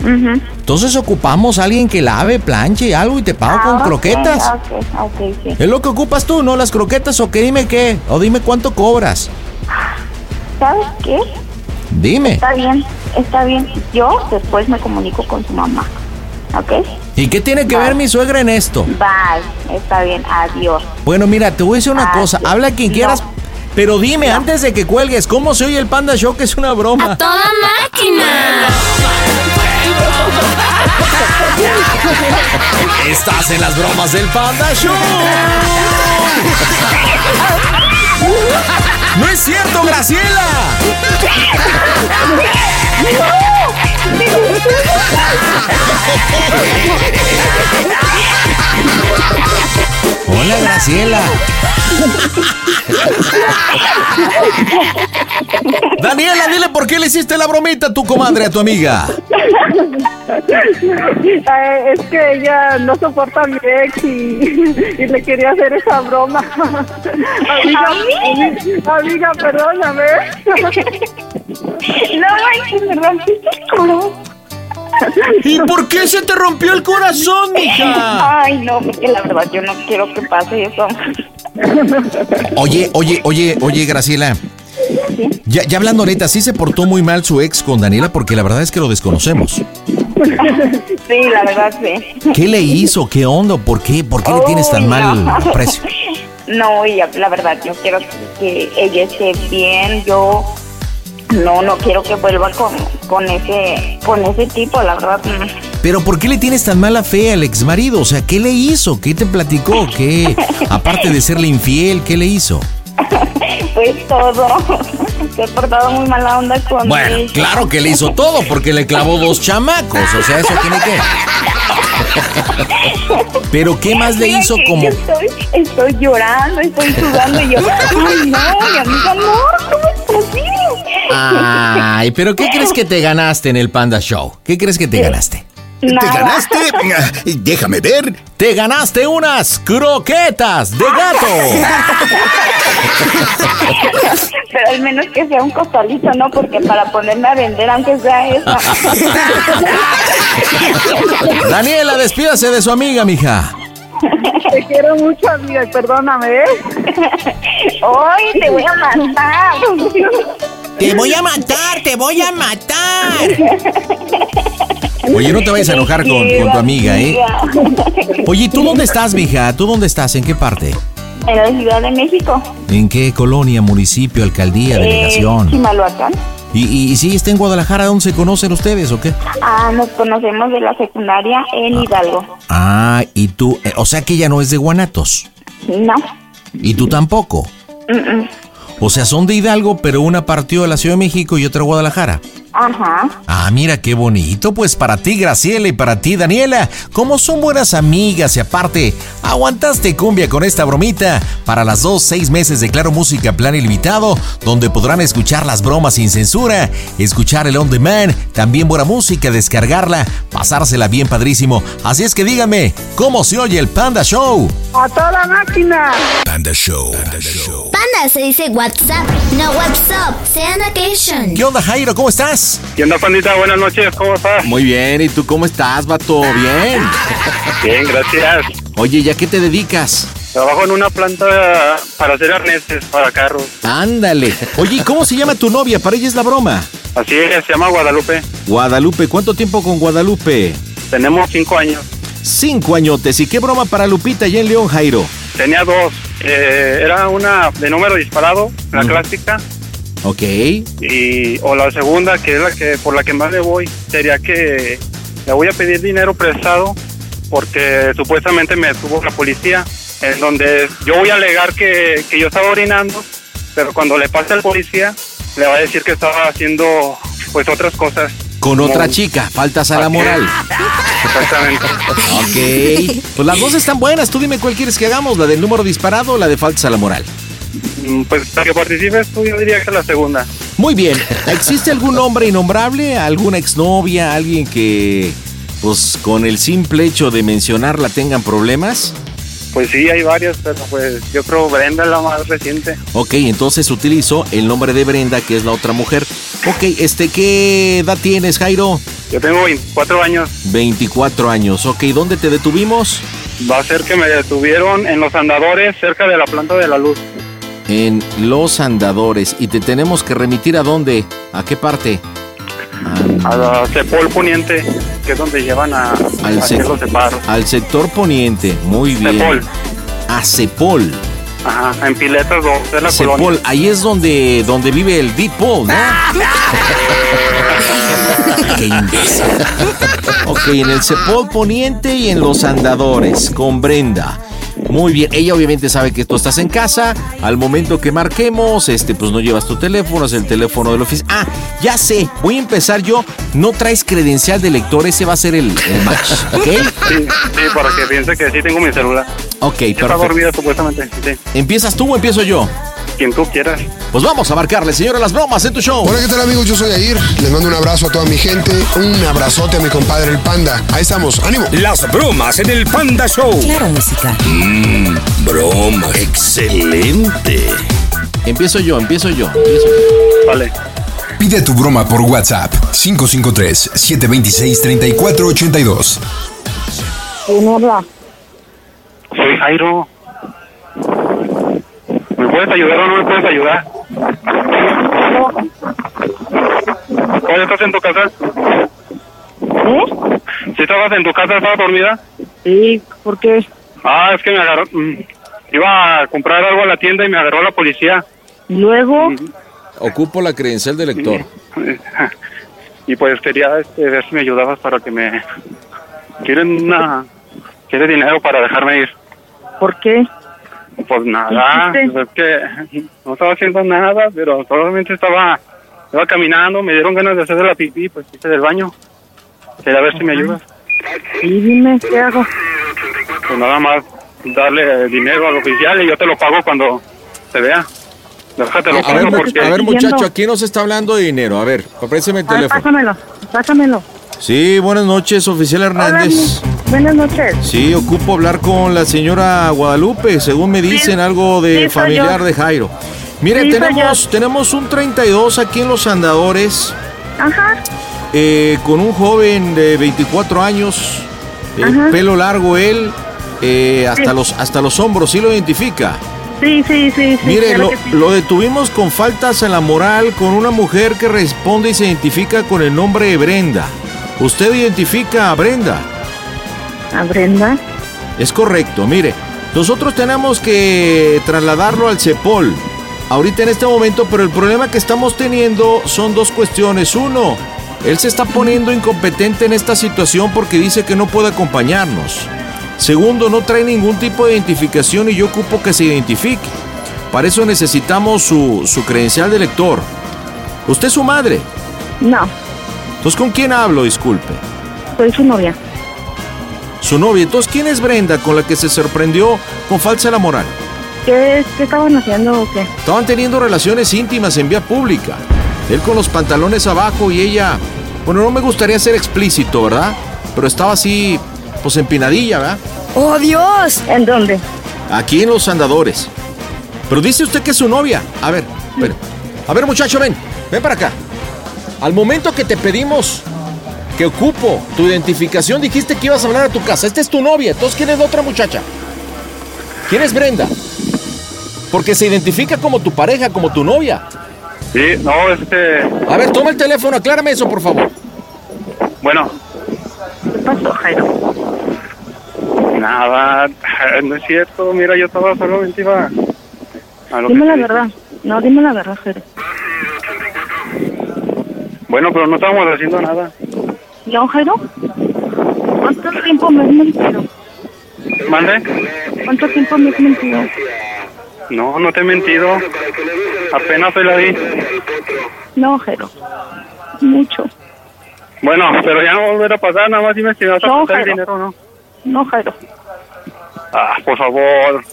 Ujú. Entonces ocupamos a alguien que lave, planche y algo y te pago Ah, con ok, croquetas. Ok, ok, sí. Es lo que ocupas tú, ¿no? Las croquetas o qué dime qué, o dime cuánto cobras. ¿Sabes qué? Dime. Está bien, está bien. Yo después me comunico con su mamá. ¿Ok? ¿Y qué tiene que ver mi suegra en esto? Bye, está bien, [LAUGHS] adiós. Bueno, mira, te voy a decir una cosa. Habla quien quieras, pero dime antes de que cuelgues, ¿cómo se oye el Panda Show que es una broma? ¡Toda máquina! Estás en las bromas del Panda Show. ¡No es cierto, Graciela! [LAUGHS] Hola, Graciela. Daniela, dile por qué le hiciste la bromita a tu comadre, a tu amiga. [LAUGHS] Eh, es que ella no soporta a mi ex y, y le quería hacer esa broma. Amiga, amiga, amiga, perdóname. [LAUGHS] No, ay, que me rompiste el corazón. ¿Y por qué se te rompió el corazón, mija? Ay, no, porque la verdad yo no quiero que pase eso. [LAUGHS] Oye, oye, oye, oye, Graciela. Ya, ya hablando neta, sí se portó muy mal su ex con Daniela porque la verdad es que lo desconocemos. Sí, la verdad sí. ¿Qué le hizo? ¿Qué onda? ¿Por qué? ¿Por qué le tienes tan Uy, mal no. [LAUGHS] aprecio? No, y la verdad yo quiero que ella esté bien. Yo no, no quiero que vuelva con, con ese, con ese tipo, la verdad. mm. Pero ¿por qué le tienes tan mala fe al ex marido? O sea, ¿qué le hizo? ¿Qué te platicó? ¿Qué? Aparte de serle infiel, ¿qué le hizo? Pues todo. Se ha portado muy mala onda con Bueno, mi- claro que le hizo todo porque le clavó dos chamacos. O sea, eso tiene que. [LAUGHS] Pero ¿qué más le Mira hizo que como yo Estoy, estoy llorando, estoy sudando y yo, ay no, mi amiga, no, ¿cómo es posible? Ay, pero ¿qué crees que te ganaste en el Panda Show? ¿Qué crees que te ganaste? Nada. Déjame ver. Te ganaste unas croquetas de gato. Pero al menos que sea un costalito, ¿no? Porque para ponerme a vender, aunque sea eso. Daniela, despídase de su amiga, mija. Te quiero mucho, amiga, y perdóname. ¿eh? Hoy te voy a matar. Te voy a matar, te voy a matar. Oye, no te vayas a enojar con, [LAUGHS] con tu amiga, ¿eh? Oye, ¿y ¿tú dónde estás, mija? ¿Tú dónde estás? ¿En qué parte? En la Ciudad de México. ¿En qué colonia, municipio, alcaldía, Eh, delegación? Chimalhuacán. ¿Y, y, y si está en Guadalajara, ¿dónde se conocen ustedes o qué? Ah, nos conocemos de la secundaria en Hidalgo. Ah, y tú, eh, o sea que ella no es de Guanatos. No. Y tú tampoco. mm, mm. O sea, son de Hidalgo, pero una partió de la Ciudad de México y otra de Guadalajara. Ajá. Ah, mira qué bonito. Pues para ti, Graciela, y para ti, Daniela. Como son buenas amigas y aparte, aguantaste cumbia con esta bromita. Para las dos, seis meses de Claro Música Plan Ilimitado, donde podrán escuchar las bromas sin censura, escuchar el on demand, también buena música, descargarla, pasársela bien padrísimo. Así es que dígame, ¿cómo se oye el Panda Show? ¡A toda máquina! Panda Show. Panda se dice WhatsApp, no WhatsApp. Sean [LAUGHS] occasion. ¿Qué onda, Jairo? ¿Cómo estás? ¿Qué onda, pandita? Buenas noches, ¿cómo estás? Muy bien, ¿y tú cómo estás, [LAUGHS] vato? Bien. Bien, gracias. Oye, ¿ya qué te dedicas? Trabajo en una planta para hacer arneses para carros. Ándale. Oye, ¿y ¿cómo se llama tu novia? Para ella es la broma. Así es, se llama Guadalupe. Guadalupe, ¿cuánto tiempo con Guadalupe? Tenemos cinco años. Cinco añotes. ¿Y qué broma para Lupita allá en León, Jairo? Tenía dos. Eh, era una de número disparado, la Ujú. clásica. Ok. Y, o la segunda, que es la que por la que más le voy, sería que le voy a pedir dinero prestado porque supuestamente me detuvo la policía, en donde yo voy a alegar que, que yo estaba orinando, pero cuando le pase al policía, le va a decir que estaba haciendo pues otras cosas. Con otra Como- chica, faltas a la moral. Exactamente. [LAUGHS] Ok. Pues las dos están buenas. Tú dime cuál quieres que hagamos, la del número disparado o la de faltas a la moral. Mm, Pues para que participes tú, yo diría que la segunda. Muy bien. ¿Existe algún hombre innombrable? ¿Alguna exnovia? ¿Alguien que, pues, con el simple hecho de mencionarla tengan problemas? Pues sí, hay varias, pero pues yo creo Brenda es la más reciente. Ok, entonces utilizó el nombre de Brenda, que es la otra mujer. Ok, este, ¿qué edad tienes, Jairo? Yo tengo 24 años. 24 años. Ok, ¿dónde te detuvimos? Va a ser que me detuvieron en los andadores cerca de la planta de la luz. En Los Andadores. ¿Y te tenemos que remitir a dónde? ¿A qué parte? A la Cepol Poniente, que es donde llevan a, a hacer sec- los separos. al sector poniente. Muy bien. Cepol. A Cepol. Ajá, en Piletas 2, de la Cepol, colonia. ahí es donde, donde vive el Deep Paul, ¿no? Qué imbécil. Ok, en el Cepol Poniente y en Los Andadores, con Brenda. Muy bien, ella obviamente sabe que tú estás en casa. Al momento que marquemos, este, pues no llevas tu teléfono, es el teléfono del oficina. Ah, ya sé, voy a empezar yo. No traes credencial de lector, ese va a ser el, el match, ¿ok? Sí, sí, para que piense que sí tengo mi celular. Ok, Está perfecto. dormida supuestamente, sí. ¿Empiezas tú o empiezo yo? Quien tú quieras. Pues vamos a marcarle, señora, las bromas en tu show. Hola, ¿qué tal amigos? Yo soy Air. Les mando un abrazo a toda mi gente. Un abrazote a mi compadre el Panda. Ahí estamos. ¡Ánimo! Las bromas en el Panda Show. Claro, música. Mmm, broma. Excelente. Empiezo yo, empiezo yo, empiezo yo. Vale. Pide tu broma por WhatsApp 553-726-3482. ¿Quién habla? Soy Jairo. ¿Me puedes ayudar o no me puedes ayudar? Oye, ¿estás en tu casa? ¿Eh? ¿Sí estabas en tu casa? ¿Estabas dormida? Sí, ¿por qué? Ah, es que me agarró... mm, Iba a comprar algo a la tienda y me agarró la policía. [LAUGHS] Luego, Ocupo la credencial de lector. Y pues quería este, ver si me ayudabas para que me... ¿Quieren una... ¿Quieres dinero para dejarme ir? ¿por qué? Pues nada, ¿Qué pues es que no estaba haciendo nada, pero solamente estaba, estaba caminando, me dieron ganas de hacer de la pipí, pues hice del baño. Quería ver si me ayudas. Sí, dime, ¿qué hago? Pues nada más darle eh, dinero al oficial y yo te lo pago cuando te vea. Déjate lo A ver, pago mu- porque... a ver, muchacho, Siguiendo. aquí no se está hablando de dinero. A ver, ofréceme el Ah, A ver, teléfono. pásamelo, pásamelo. Sí, buenas noches, oficial Hernández. mi- buenas noches. Sí, ocupo hablar con la señora Guadalupe, según me dicen algo de sí, soy familiar yo. de Jairo. Mire, Sí, soy tenemos, tenemos un 32 aquí en Los Andadores, Ajá. eh, con un joven de 24 años, eh, Ajá. pelo largo él, eh, hasta, Sí. los, hasta los hombros, ¿sí lo identifica? Sí, sí, sí. sí Mire, claro lo, que sí. lo detuvimos con faltas a la moral con una mujer que responde y se identifica con el nombre de Brenda. ¿Usted identifica a Brenda? A Brenda. Es correcto, mire. Nosotros tenemos que trasladarlo al CEPOL ahorita en este momento, pero el problema que estamos teniendo son dos cuestiones. Uno, él se está poniendo incompetente en esta situación porque dice que no puede acompañarnos. Segundo, no trae ningún tipo de identificación y yo ocupo que se identifique. Para eso necesitamos su, su credencial de lector. Usted es su madre. No, Entonces, ¿con quién hablo? Disculpe. Soy su novia. Su novia. Entonces, ¿quién es Brenda con la que se sorprendió con falsa la moral? ¿Qué, qué estaban haciendo o qué? Estaban teniendo relaciones íntimas en vía pública. Él con los pantalones abajo y ella... Bueno, no me gustaría ser explícito, ¿verdad? Pero estaba así, pues empinadilla, ¿verdad? ¡Oh, Dios! ¿En dónde? Aquí en los andadores. Pero dice usted que es su novia. A ver, ven. A ver, muchacho, ven. Ven para acá. Al momento que te pedimos que ocupo tu identificación, dijiste que ibas a hablar a tu casa. Esta es tu novia. Entonces, ¿quién es la otra muchacha? ¿Quién es Brenda? Porque se identifica como tu pareja, como tu novia. Sí, no, este. A ver, toma el teléfono, aclárame eso, por favor. Bueno, ¿Qué pasó, Jairo? nada, eh, no es cierto. Mira, yo estaba solamente iba a lo Dime que la te- verdad. No, dime la verdad, Jairo. Bueno, pero no estábamos haciendo nada. ¿No, Jairo? ¿Cuánto tiempo me has mentido? ¿Mande? ¿Cuánto tiempo me has mentido? No, no te he mentido. Apenas hoy la vi. No, Jairo. Mucho. Bueno, pero ya no va a volver a pasar. Nada más dime si me vas a No, prestar el Jairo. dinero o no. No, Jairo. Ah, por favor.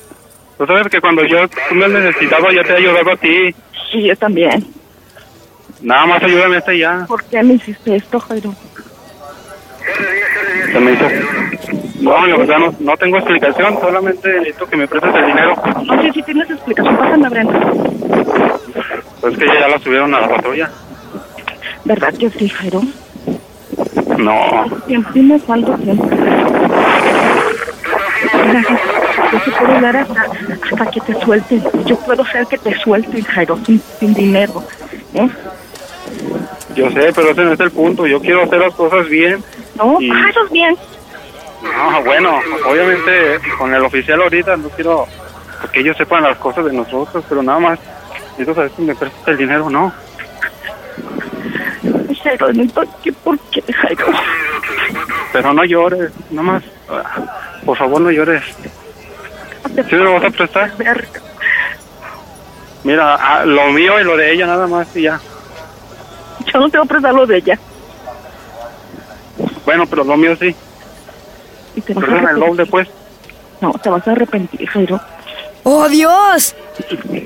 Tú sabes que cuando yo tú me necesitaba, yo te ayudaba a ti. Sí, yo también. Nada más ayúdame este ya. ¿Por qué me hiciste esto, Jairo? Se me hizo. No, la verdad no, no tengo explicación. Solamente necesito que me prestes el dinero. No sé si tienes explicación. Pásame, Brenda. Pues que ya la subieron a la patrulla. ¿Verdad que sí, Jairo? No. Siempre dime cuánto tiempo. Mira, Yo te puedo dar hasta, hasta que te suelten. Yo puedo hacer que te suelten, Jairo, sin, sin dinero. ¿eh? Yo sé, pero ese no es el punto. Yo quiero hacer las cosas bien. No, Y- ah, eso es bien. No, bueno, obviamente con el oficial ahorita no quiero que ellos sepan las cosas de nosotros, pero nada más. Entonces, a ver si me prestas el dinero o no. Jairo, no importa Pues, qué, por qué, Jairo. Pero no llores, nada más. Ah, Por favor, no llores. ¿Sí me lo vas a prestar? Mira, ah, lo mío y lo de ella nada más y ya. Yo no te voy a prestar lo de ella. Bueno, pero lo mío sí. Y te vas a Perdona el arrepentir. doble, pues. No, te vas a arrepentir, Jairo. ¡Oh, Dios!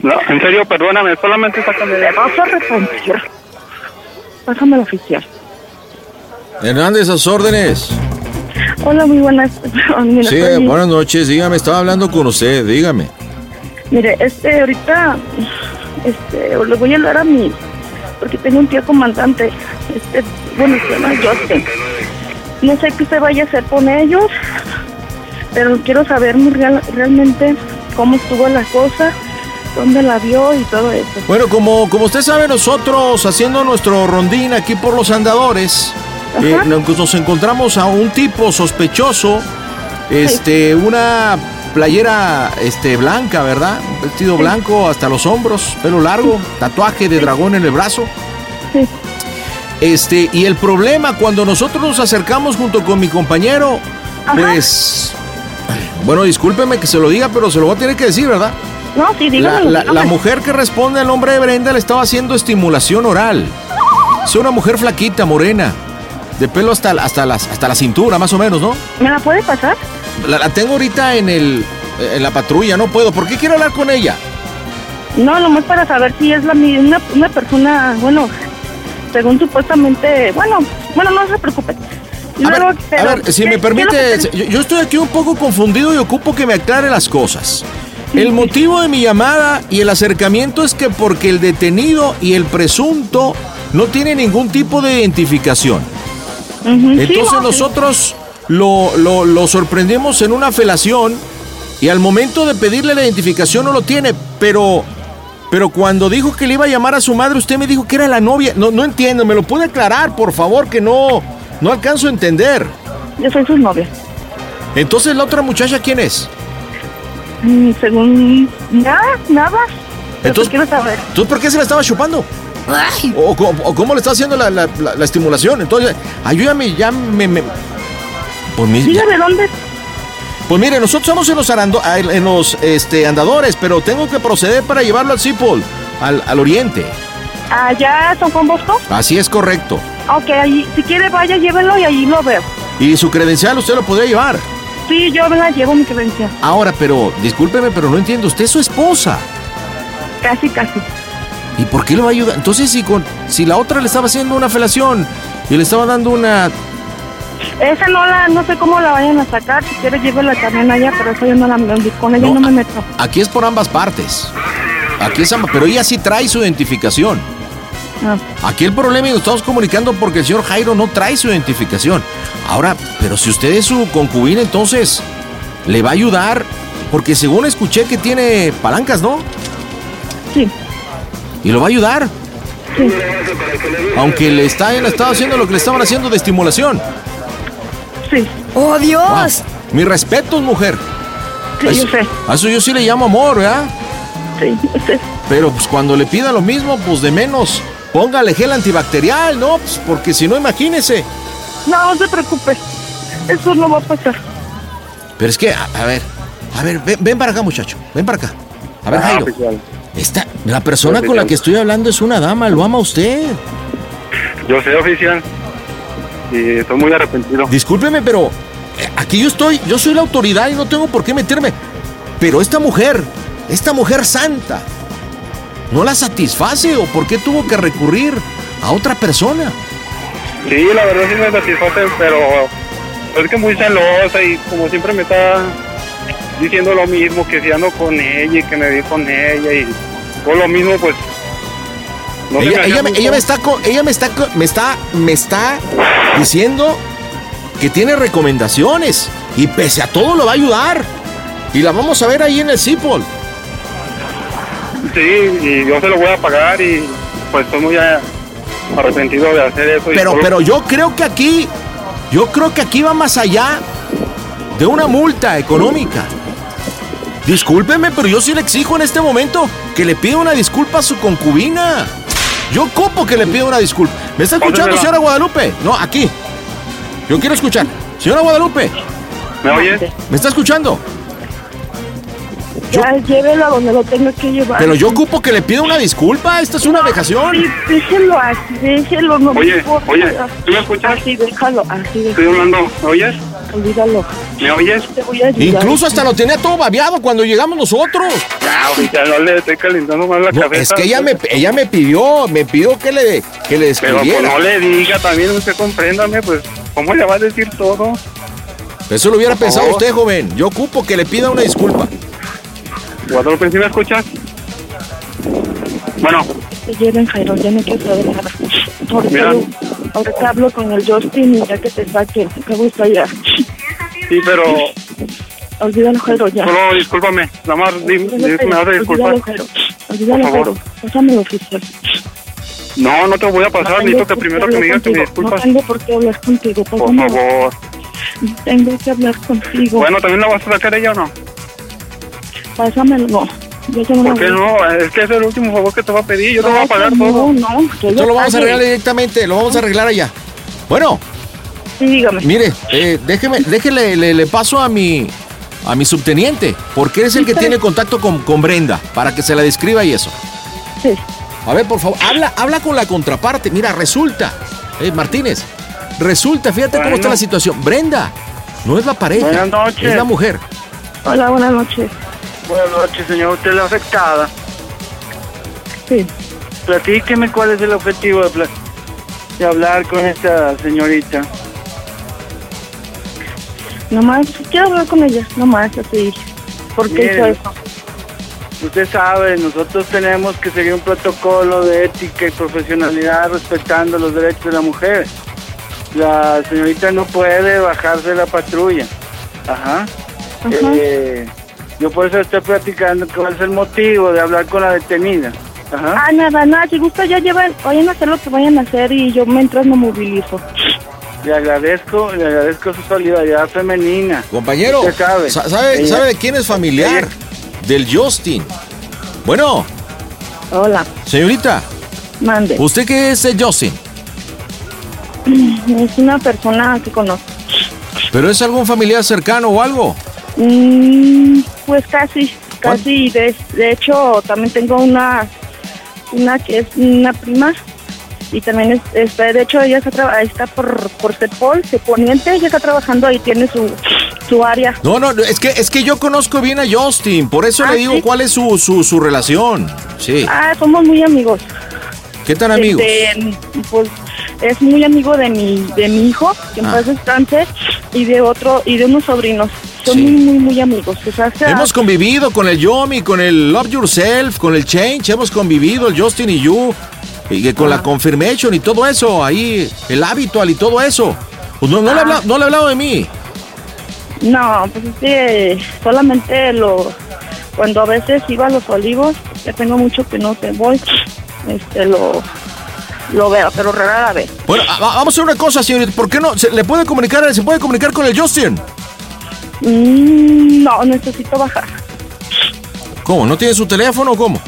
No, en serio, perdóname, solamente sácame de vas a arrepentir. Pásame al oficial. Hernández, a sus órdenes. Hola, muy buenas. [LAUGHS] Mira, Sí, soy- buenas noches. Dígame, estaba hablando con usted, dígame. Mire, este, ahorita, este, le voy a hablar a mi, porque tengo un tío comandante, este, bueno, se llama Justin. No sé qué se vaya a hacer con ellos, pero quiero saber muy real- realmente cómo estuvo la cosa, dónde la vio y todo eso. Bueno, como, como usted sabe, nosotros haciendo nuestro rondín aquí por los andadores, eh, nos, nos encontramos a un tipo sospechoso, este, una playera este, blanca, ¿verdad? Un vestido blanco hasta los hombros, pelo largo, tatuaje de dragón en el brazo. Este, y el problema, cuando nosotros nos acercamos junto con mi compañero, pues. Bueno, discúlpeme que se lo diga, pero se lo voy a tener que decir, ¿verdad? No, sí, La, dígamelo, la- la dígamelo. mujer que responde al nombre de Brenda le estaba haciendo estimulación oral. Es una mujer flaquita, morena, de pelo hasta, la- hasta, las, hasta la cintura, más o menos, ¿no? ¿Me la puede pasar? La, la tengo ahorita en, el, en la patrulla, no puedo. ¿Por qué quiero hablar con ella? No, nomás para saber si es la mi- una, una persona, bueno, según supuestamente, bueno, bueno, no se preocupe. Luego, A pero- ver, si ¿qué- qué es lo me que permite, yo, yo estoy aquí un poco confundido y ocupo que me aclare las cosas. El motivo de mi llamada y el acercamiento es que porque el detenido y el presunto no tienen ningún tipo de identificación. Entonces nosotros lo, lo- lo sorprendemos en una felación y al momento de pedirle la identificación no lo tiene, pero, pero cuando dijo que le iba a llamar a su madre, usted me dijo que era la novia. No, no entiendo, ¿me lo puede aclarar, por favor? Que no, no alcanzo a entender. Yo soy su novia. Entonces la otra muchacha, ¿quién es? Mm, Según nada, nada. Entonces, quiero saber. ¿Tú por qué se la estaba chupando? ¿O, co- o cómo le está haciendo la, la- la- la estimulación? Entonces, ayúdame, ya me... me- Pues, mi- Dígame dónde. Pues mire, nosotros somos en los, arando- ah, en los este, andadores, pero tengo que proceder para llevarlo al Cipol, al, al oriente. Allá Ah, son con Bosco. Así es correcto. Ok, ahí, si quiere vaya, llévenlo y ahí lo veo. Y su credencial usted lo podría llevar. Sí, yo me la llevo mi credencial. Ahora, pero, discúlpeme, pero no entiendo, usted es su esposa. Casi, casi. ¿Y por qué lo va a ayudar? Entonces, si, con, si la otra le estaba haciendo una felación y le estaba dando una... Esa no la, no sé cómo la vayan a sacar. Si quiere, llévela también allá, pero eso yo no la con ella no, me meto. Aquí es por ambas partes. Aquí es ambas, pero ella sí trae su identificación. Ah. Aquí el problema y nos estamos comunicando porque el señor Jairo no trae su identificación. Ahora, pero si usted es su concubina, entonces le va a ayudar porque según escuché que tiene palancas, ¿no? Sí. Y lo va a ayudar, Sí. aunque le está, le estaba haciendo lo que le estaban haciendo de estimulación. Sí. ¡Oh, Dios! Mis respetos, mujer. Sí, a yo eso, sé. a eso yo sí le llamo amor, ¿verdad? Sí, yo sé. Pero pues cuando le pida lo mismo, pues de menos. Póngale gel antibacterial, ¿no? Pues, porque si no, imagínese. No, no se preocupe. Eso no va a pasar. Pero es que, a, a ver, a ver, ven, ven para acá, muchacho. Ven para acá. A ver, Ah, Jairo. pues, vale. Esta, la persona Pues, con la que estoy hablando es una dama, lo ama usted. Yo soy oficial. Y estoy muy arrepentido. Discúlpeme, pero eh, aquí yo estoy, yo soy la autoridad y no tengo por qué meterme. Pero esta mujer, esta mujer santa, ¿no la satisface o por qué tuvo que recurrir a otra persona? Sí, la verdad sí me satisface, pero es que muy celosa y como siempre me está diciendo lo mismo, que si ando con ella y que me vi con ella y todo lo mismo, pues... no se me ella, hacía ella me, mucho. ella me está, co- ella me está, co- me está, me está diciendo que tiene recomendaciones y pese a todo lo va a ayudar. Y la vamos a ver ahí en el Cipol. Sí, y yo se lo voy a pagar y pues estoy muy a- arrepentido de hacer eso. y Pero, todo. pero yo creo que aquí, yo creo que aquí va más allá de una multa económica. Discúlpeme, pero yo sí le exijo en este momento que le pida una disculpa a su concubina. Yo copo que le pida una disculpa. ¿Me está escuchando, Pásenmela. señora Guadalupe? No, aquí. Yo quiero escuchar. Señora Guadalupe, ¿Me oyes? ¿me está escuchando? Ya, llévelo a donde lo tenga que llevar. Pero yo copo que le pida una disculpa. Esta es una Sí, vejación. déjelo así, déjelo, no me Oye, importa. oye, ¿tú me escuchas? Así, déjalo, así, Estoy déjalo. hablando, ¿me oyes? Olvídalo. ¿Me oyes? Te voy a ayudar. Incluso hasta lo tenía todo babeado cuando llegamos nosotros. Ya, oficial, no le estoy calentando más la cabeza. Es que ella me, ella me pidió, me pidió que le, que le Pero describiera. pues, no le diga también, usted compréndame, pues, ¿cómo le va a decir todo? Eso lo hubiera Por pensado favor. usted, joven. Yo ocupo que le pida una disculpa. Guadalupe, ¿sí me escuchas? Bueno, Te lleven, Jairo, ya no quiero saber nada. Ahorita, Mira. lo- ahorita hablo con el Justin y ya que te saque, me gusta ya. sí, pero Olvídalo, Jairo, ya. pues, solo discúlpame. Nada más di- di- me vas a disculpar. Olvídalo, Jairo. Olvídalo, Por Jairo. favor. Pásame el oficial. No, no te voy a pasar, tengo necesito que por qué primero que hablar me digas que me contigo. disculpas. No tengo por qué hablar contigo. Por pásame- favor. Tengo que hablar contigo. Bueno, ¿también la vas a sacar ella o no? Pásamelo, no. Yo tengo una ¿Por qué no? Es que es el último favor que te va a pedir, yo te voy a pagar no, todo. No, no. que Esto ella lo vamos a pague. arreglar directamente, lo vamos a arreglar allá. Bueno, Sí, dígame. mire, eh, déjeme, déjele, le, le paso a mi, a mi subteniente, porque es el que tiene contacto con, con Brenda, para que se la describa y eso. Sí. A ver, por favor, habla, habla con la contraparte. Mira, resulta, eh, Martínez, resulta, fíjate cómo está Bueno. la situación. Brenda, no es la pareja, Buenas noches. es la mujer. Hola, buenas noches. Buenas noches, señor. Usted es la afectada. Sí. Platíqueme cuál es el objetivo de, pla- de hablar con esta señorita. Nomás quiero hablar con ella. Nomás, así. ¿Por qué Mire, hizo eso? Usted sabe, nosotros tenemos que seguir un protocolo de ética y profesionalidad respetando los derechos de la mujer. La señorita no puede bajarse de la patrulla. Ajá. Ajá. Eh, yo por eso estoy platicando cuál es el motivo de hablar con la detenida. Ajá. Ah, nada, nada. Si gusta, ya llevan. Vayan a hacer lo que vayan a hacer y yo mientras me movilizo. Le agradezco, le agradezco su solidaridad femenina. Compañero, Usted sabe. sa- ¿sabe, Ella- sabe de quién es familiar? Del Justin. Bueno, Hola, señorita, mande. [CLEARS THROAT] ¿usted qué es el Justin? Es una persona que conozco. ¿Pero es algún familiar cercano o algo? Mm, pues casi, casi. De, de hecho, también tengo una una que es una prima y también es- está, de hecho ella está, traba- está por, por Cepol, Ceponiente, ella está trabajando ahí, tiene su, su área. No, no, es que, es que yo conozco bien a Justin, por eso Ah, le digo ¿sí? cuál es su, su, su relación. Sí. Ah, somos muy amigos. ¿Qué tan amigos? Este, pues es muy amigo de mi, de mi hijo, que en Ah. paz descanse, y de otro, y de unos sobrinos. Son muy, muy, muy amigos. O sea, se- Hemos convivido con el Yomi, con el Love Yourself, con el Change, hemos convivido el Justin y You, y que con Ah. la Confirmation y todo eso, ahí, el Habitual y todo eso. Pues no, no, Ah. le, he hablado, no le he hablado de mí. No, pues es que solamente lo cuando a veces iba a los olivos, ya tengo mucho que no te voy, este lo lo veo, pero rara vez. Bueno, a- a- vamos a hacer una cosa, señorita. ¿Por qué no? ¿Se, ¿Le puede comunicar, se puede comunicar con el Justin? Mm, no, necesito bajar. ¿Cómo? ¿No tiene su teléfono o cómo?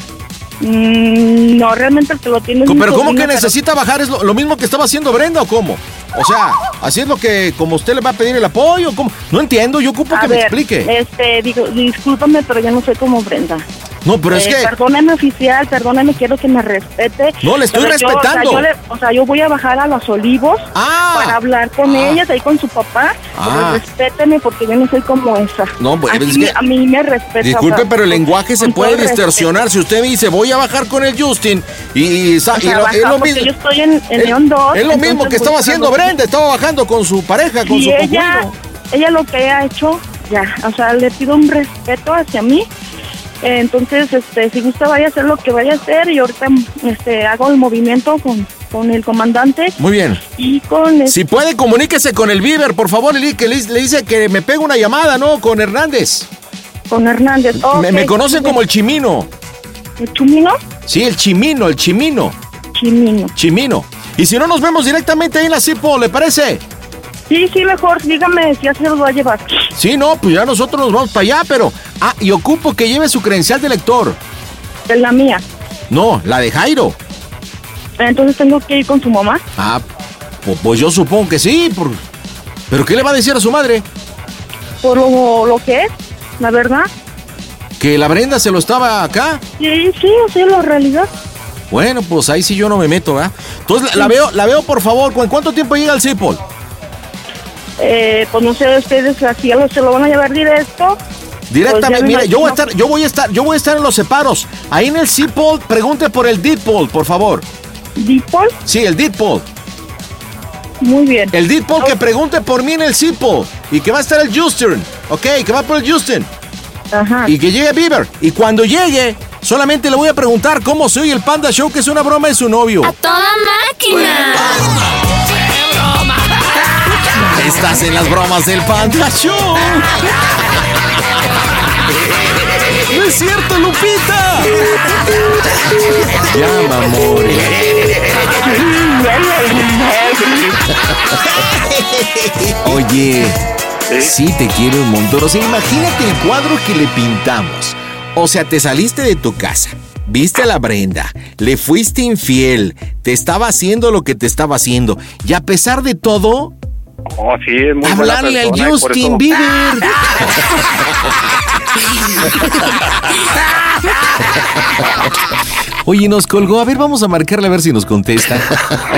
Mm, no, realmente el que lo tiene es mi Pero ¿cómo sobrino, que necesita bajar? ¿Es lo, lo mismo que estaba haciendo Brenda o cómo? O sea, así es lo que, como usted le va a pedir el apoyo, ¿cómo? No entiendo, yo ocupo A que me ver, explique. Este, digo, discúlpame, pero yo no soy como Brenda. No, pero es Eh, que... Perdóname, oficial, perdóname, quiero que me respete. No, le estoy Pero yo, respetando. o, sea, yo le- o sea, yo voy a bajar a los olivos para hablar con ellas, ahí con su papá. Ah. Pero respéteme porque yo no soy como esa. No, pues, Así es que- a mí me respeta. o Disculpe, sea, pero el lenguaje se con todo puede el respeto. distorsionar. Si usted me dice, voy a bajar con el Justin, y, y sa- O sea, y lo- baja, es lo porque mismo. yo estoy en, en es- León 2. es lo entonces, mismo que pues, estaba haciendo cuando- Brenda, estaba bajando con su pareja, con y su ella, concuño. ella lo que ha hecho, ya, o sea, le pido un respeto hacia mí. Eh, Entonces, este, si gusta, vaya a hacer lo que vaya a hacer y ahorita este, hago el movimiento con, con el comandante. Muy bien. Y con este, Si puede, comuníquese con el Bieber, por favor, y que le, le dice que me pegue una llamada, ¿no? Con Hernández. Con Hernández. Me, me conocen como el Chimino. ¿El Chumino? Sí, el Chimino, el Chimino. Chimino. Chimino. Y si no, nos vemos directamente ahí en la CIPO, ¿le parece? Sí, sí, mejor, dígame si se los va a llevar. Sí, no, pues ya nosotros nos vamos para allá, pero... Ah, y ocupo que lleve su credencial de lector. Es la mía. No, la de Jairo. Entonces tengo que ir con su mamá. Ah, pu- pues yo supongo que sí. por- ¿Pero qué le va a decir a su madre? Por lo, lo que es, la verdad. ¿Que la Brenda se lo estaba acá? Sí, sí, o sea, la realidad. Bueno, pues ahí sí yo no me meto, ¿verdad? Entonces la, la veo, la veo por favor. ¿Cu- ¿En cuánto tiempo llega el Cipol? Eh, pues no sé ustedes así ya lo- se lo van a llevar directo. Directamente, Pues ya me mira, yo voy imagino. a estar, yo voy a estar, yo voy a estar en los separos. Ahí en el Cipol, pregunte por el Deadpool, por favor. ¿Deadpool? Sí, el Deadpool. Muy bien. El Deadpool que pregunte por mí en el Cipol. Y que va a estar el Justin. Ok, que va por el Justin. Ajá. Y que llegue Bieber. Y cuando llegue, solamente le voy a preguntar cómo soy el Panda Show, que es una broma de su novio. Toda máquina. Estás en las bromas del Panda Show. ¡No es cierto, Lupita! Llama, amor. Oye, ¿Eh? sí te quiero un montón. O sea, imagínate el cuadro que le pintamos. O sea, te saliste de tu casa, viste a la Brenda, le fuiste infiel, te estaba haciendo lo que te estaba haciendo. Y a pesar de todo, Oh, sí, es muy buena hablarle al persona y por Justin [LAUGHS] eso- Bieber. Oye, nos colgó. A ver, vamos a marcarle a ver si nos [LAUGHS] contesta.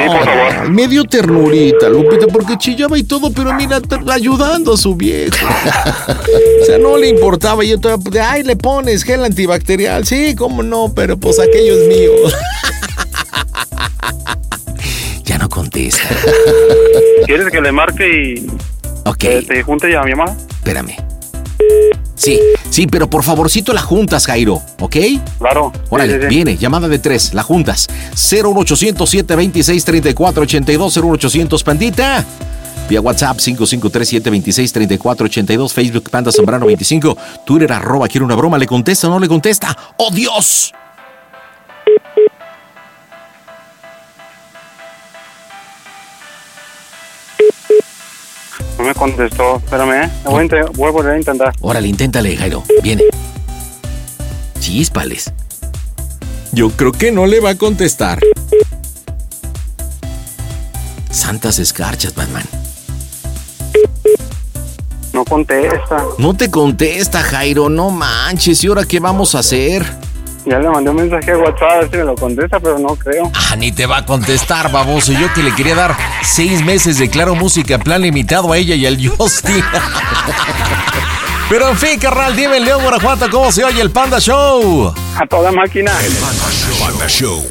Oh, medio ternurita, Lupita, porque chillaba y todo, pero mira, t- ayudando a su viejo. [LAUGHS] O sea, no le importaba. Y yo todavía, pues, ay, le pones gel antibacterial. Sí, cómo no, pero pues aquello es mío. [LAUGHS] ya no contesta. ¿Quieres que le marque y eh, te junte ya a mi mamá? Espérame. Sí, sí, pero por favorcito la juntas, Jairo, ¿ok? Claro. Órale, Sí, sí, sí. viene, llamada de tres, la juntas. 01800 726 3482 01800 Pandita. Vía WhatsApp 553-726-3482, Facebook Panda Zambrano 25, Twitter arroba quiero una broma, ¿le contesta o no le contesta? ¡Oh Dios! No me contestó. Espérame, ¿eh? Voy a inte- voy a volver a intentar. Órale, inténtale, Jairo, viene. Chispales. Yo creo que no le va a contestar. Santas escarchas, Batman. No contesta. No te contesta, Jairo, no manches. ¿Y ahora qué vamos a hacer? Ya le mandé un mensaje a WhatsApp a ver si me lo contesta, pero no creo. Ah, ni te va a contestar, baboso. Yo que le quería dar seis meses de Claro Música, plan limitado a ella y al Justin. Pero en fin, carnal, dime en León, Guanajuato, ¿cómo se oye el Panda Show? A toda máquina. El Panda Show. Panda Show.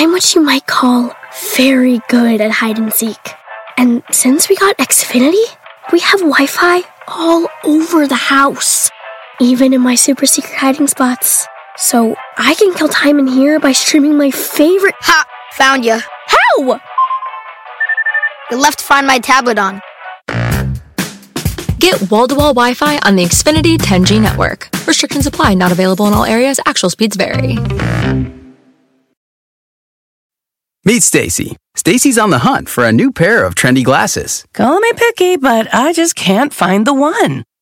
I'm what you might call very good at hide and seek. And since we got Xfinity, we have Wi Fi all over the house, even in my super secret hiding spots. So I can kill time in here by streaming my favorite. Ha! Found you. How? You left Find My tablet on. Get wall to wall Wi Fi on the Xfinity 10G network. Restrictions apply, not available in all areas. Actual speeds vary. Meet Stacy. Stacy's on the hunt for a new pair of trendy glasses. Call me picky, but I just can't find the one.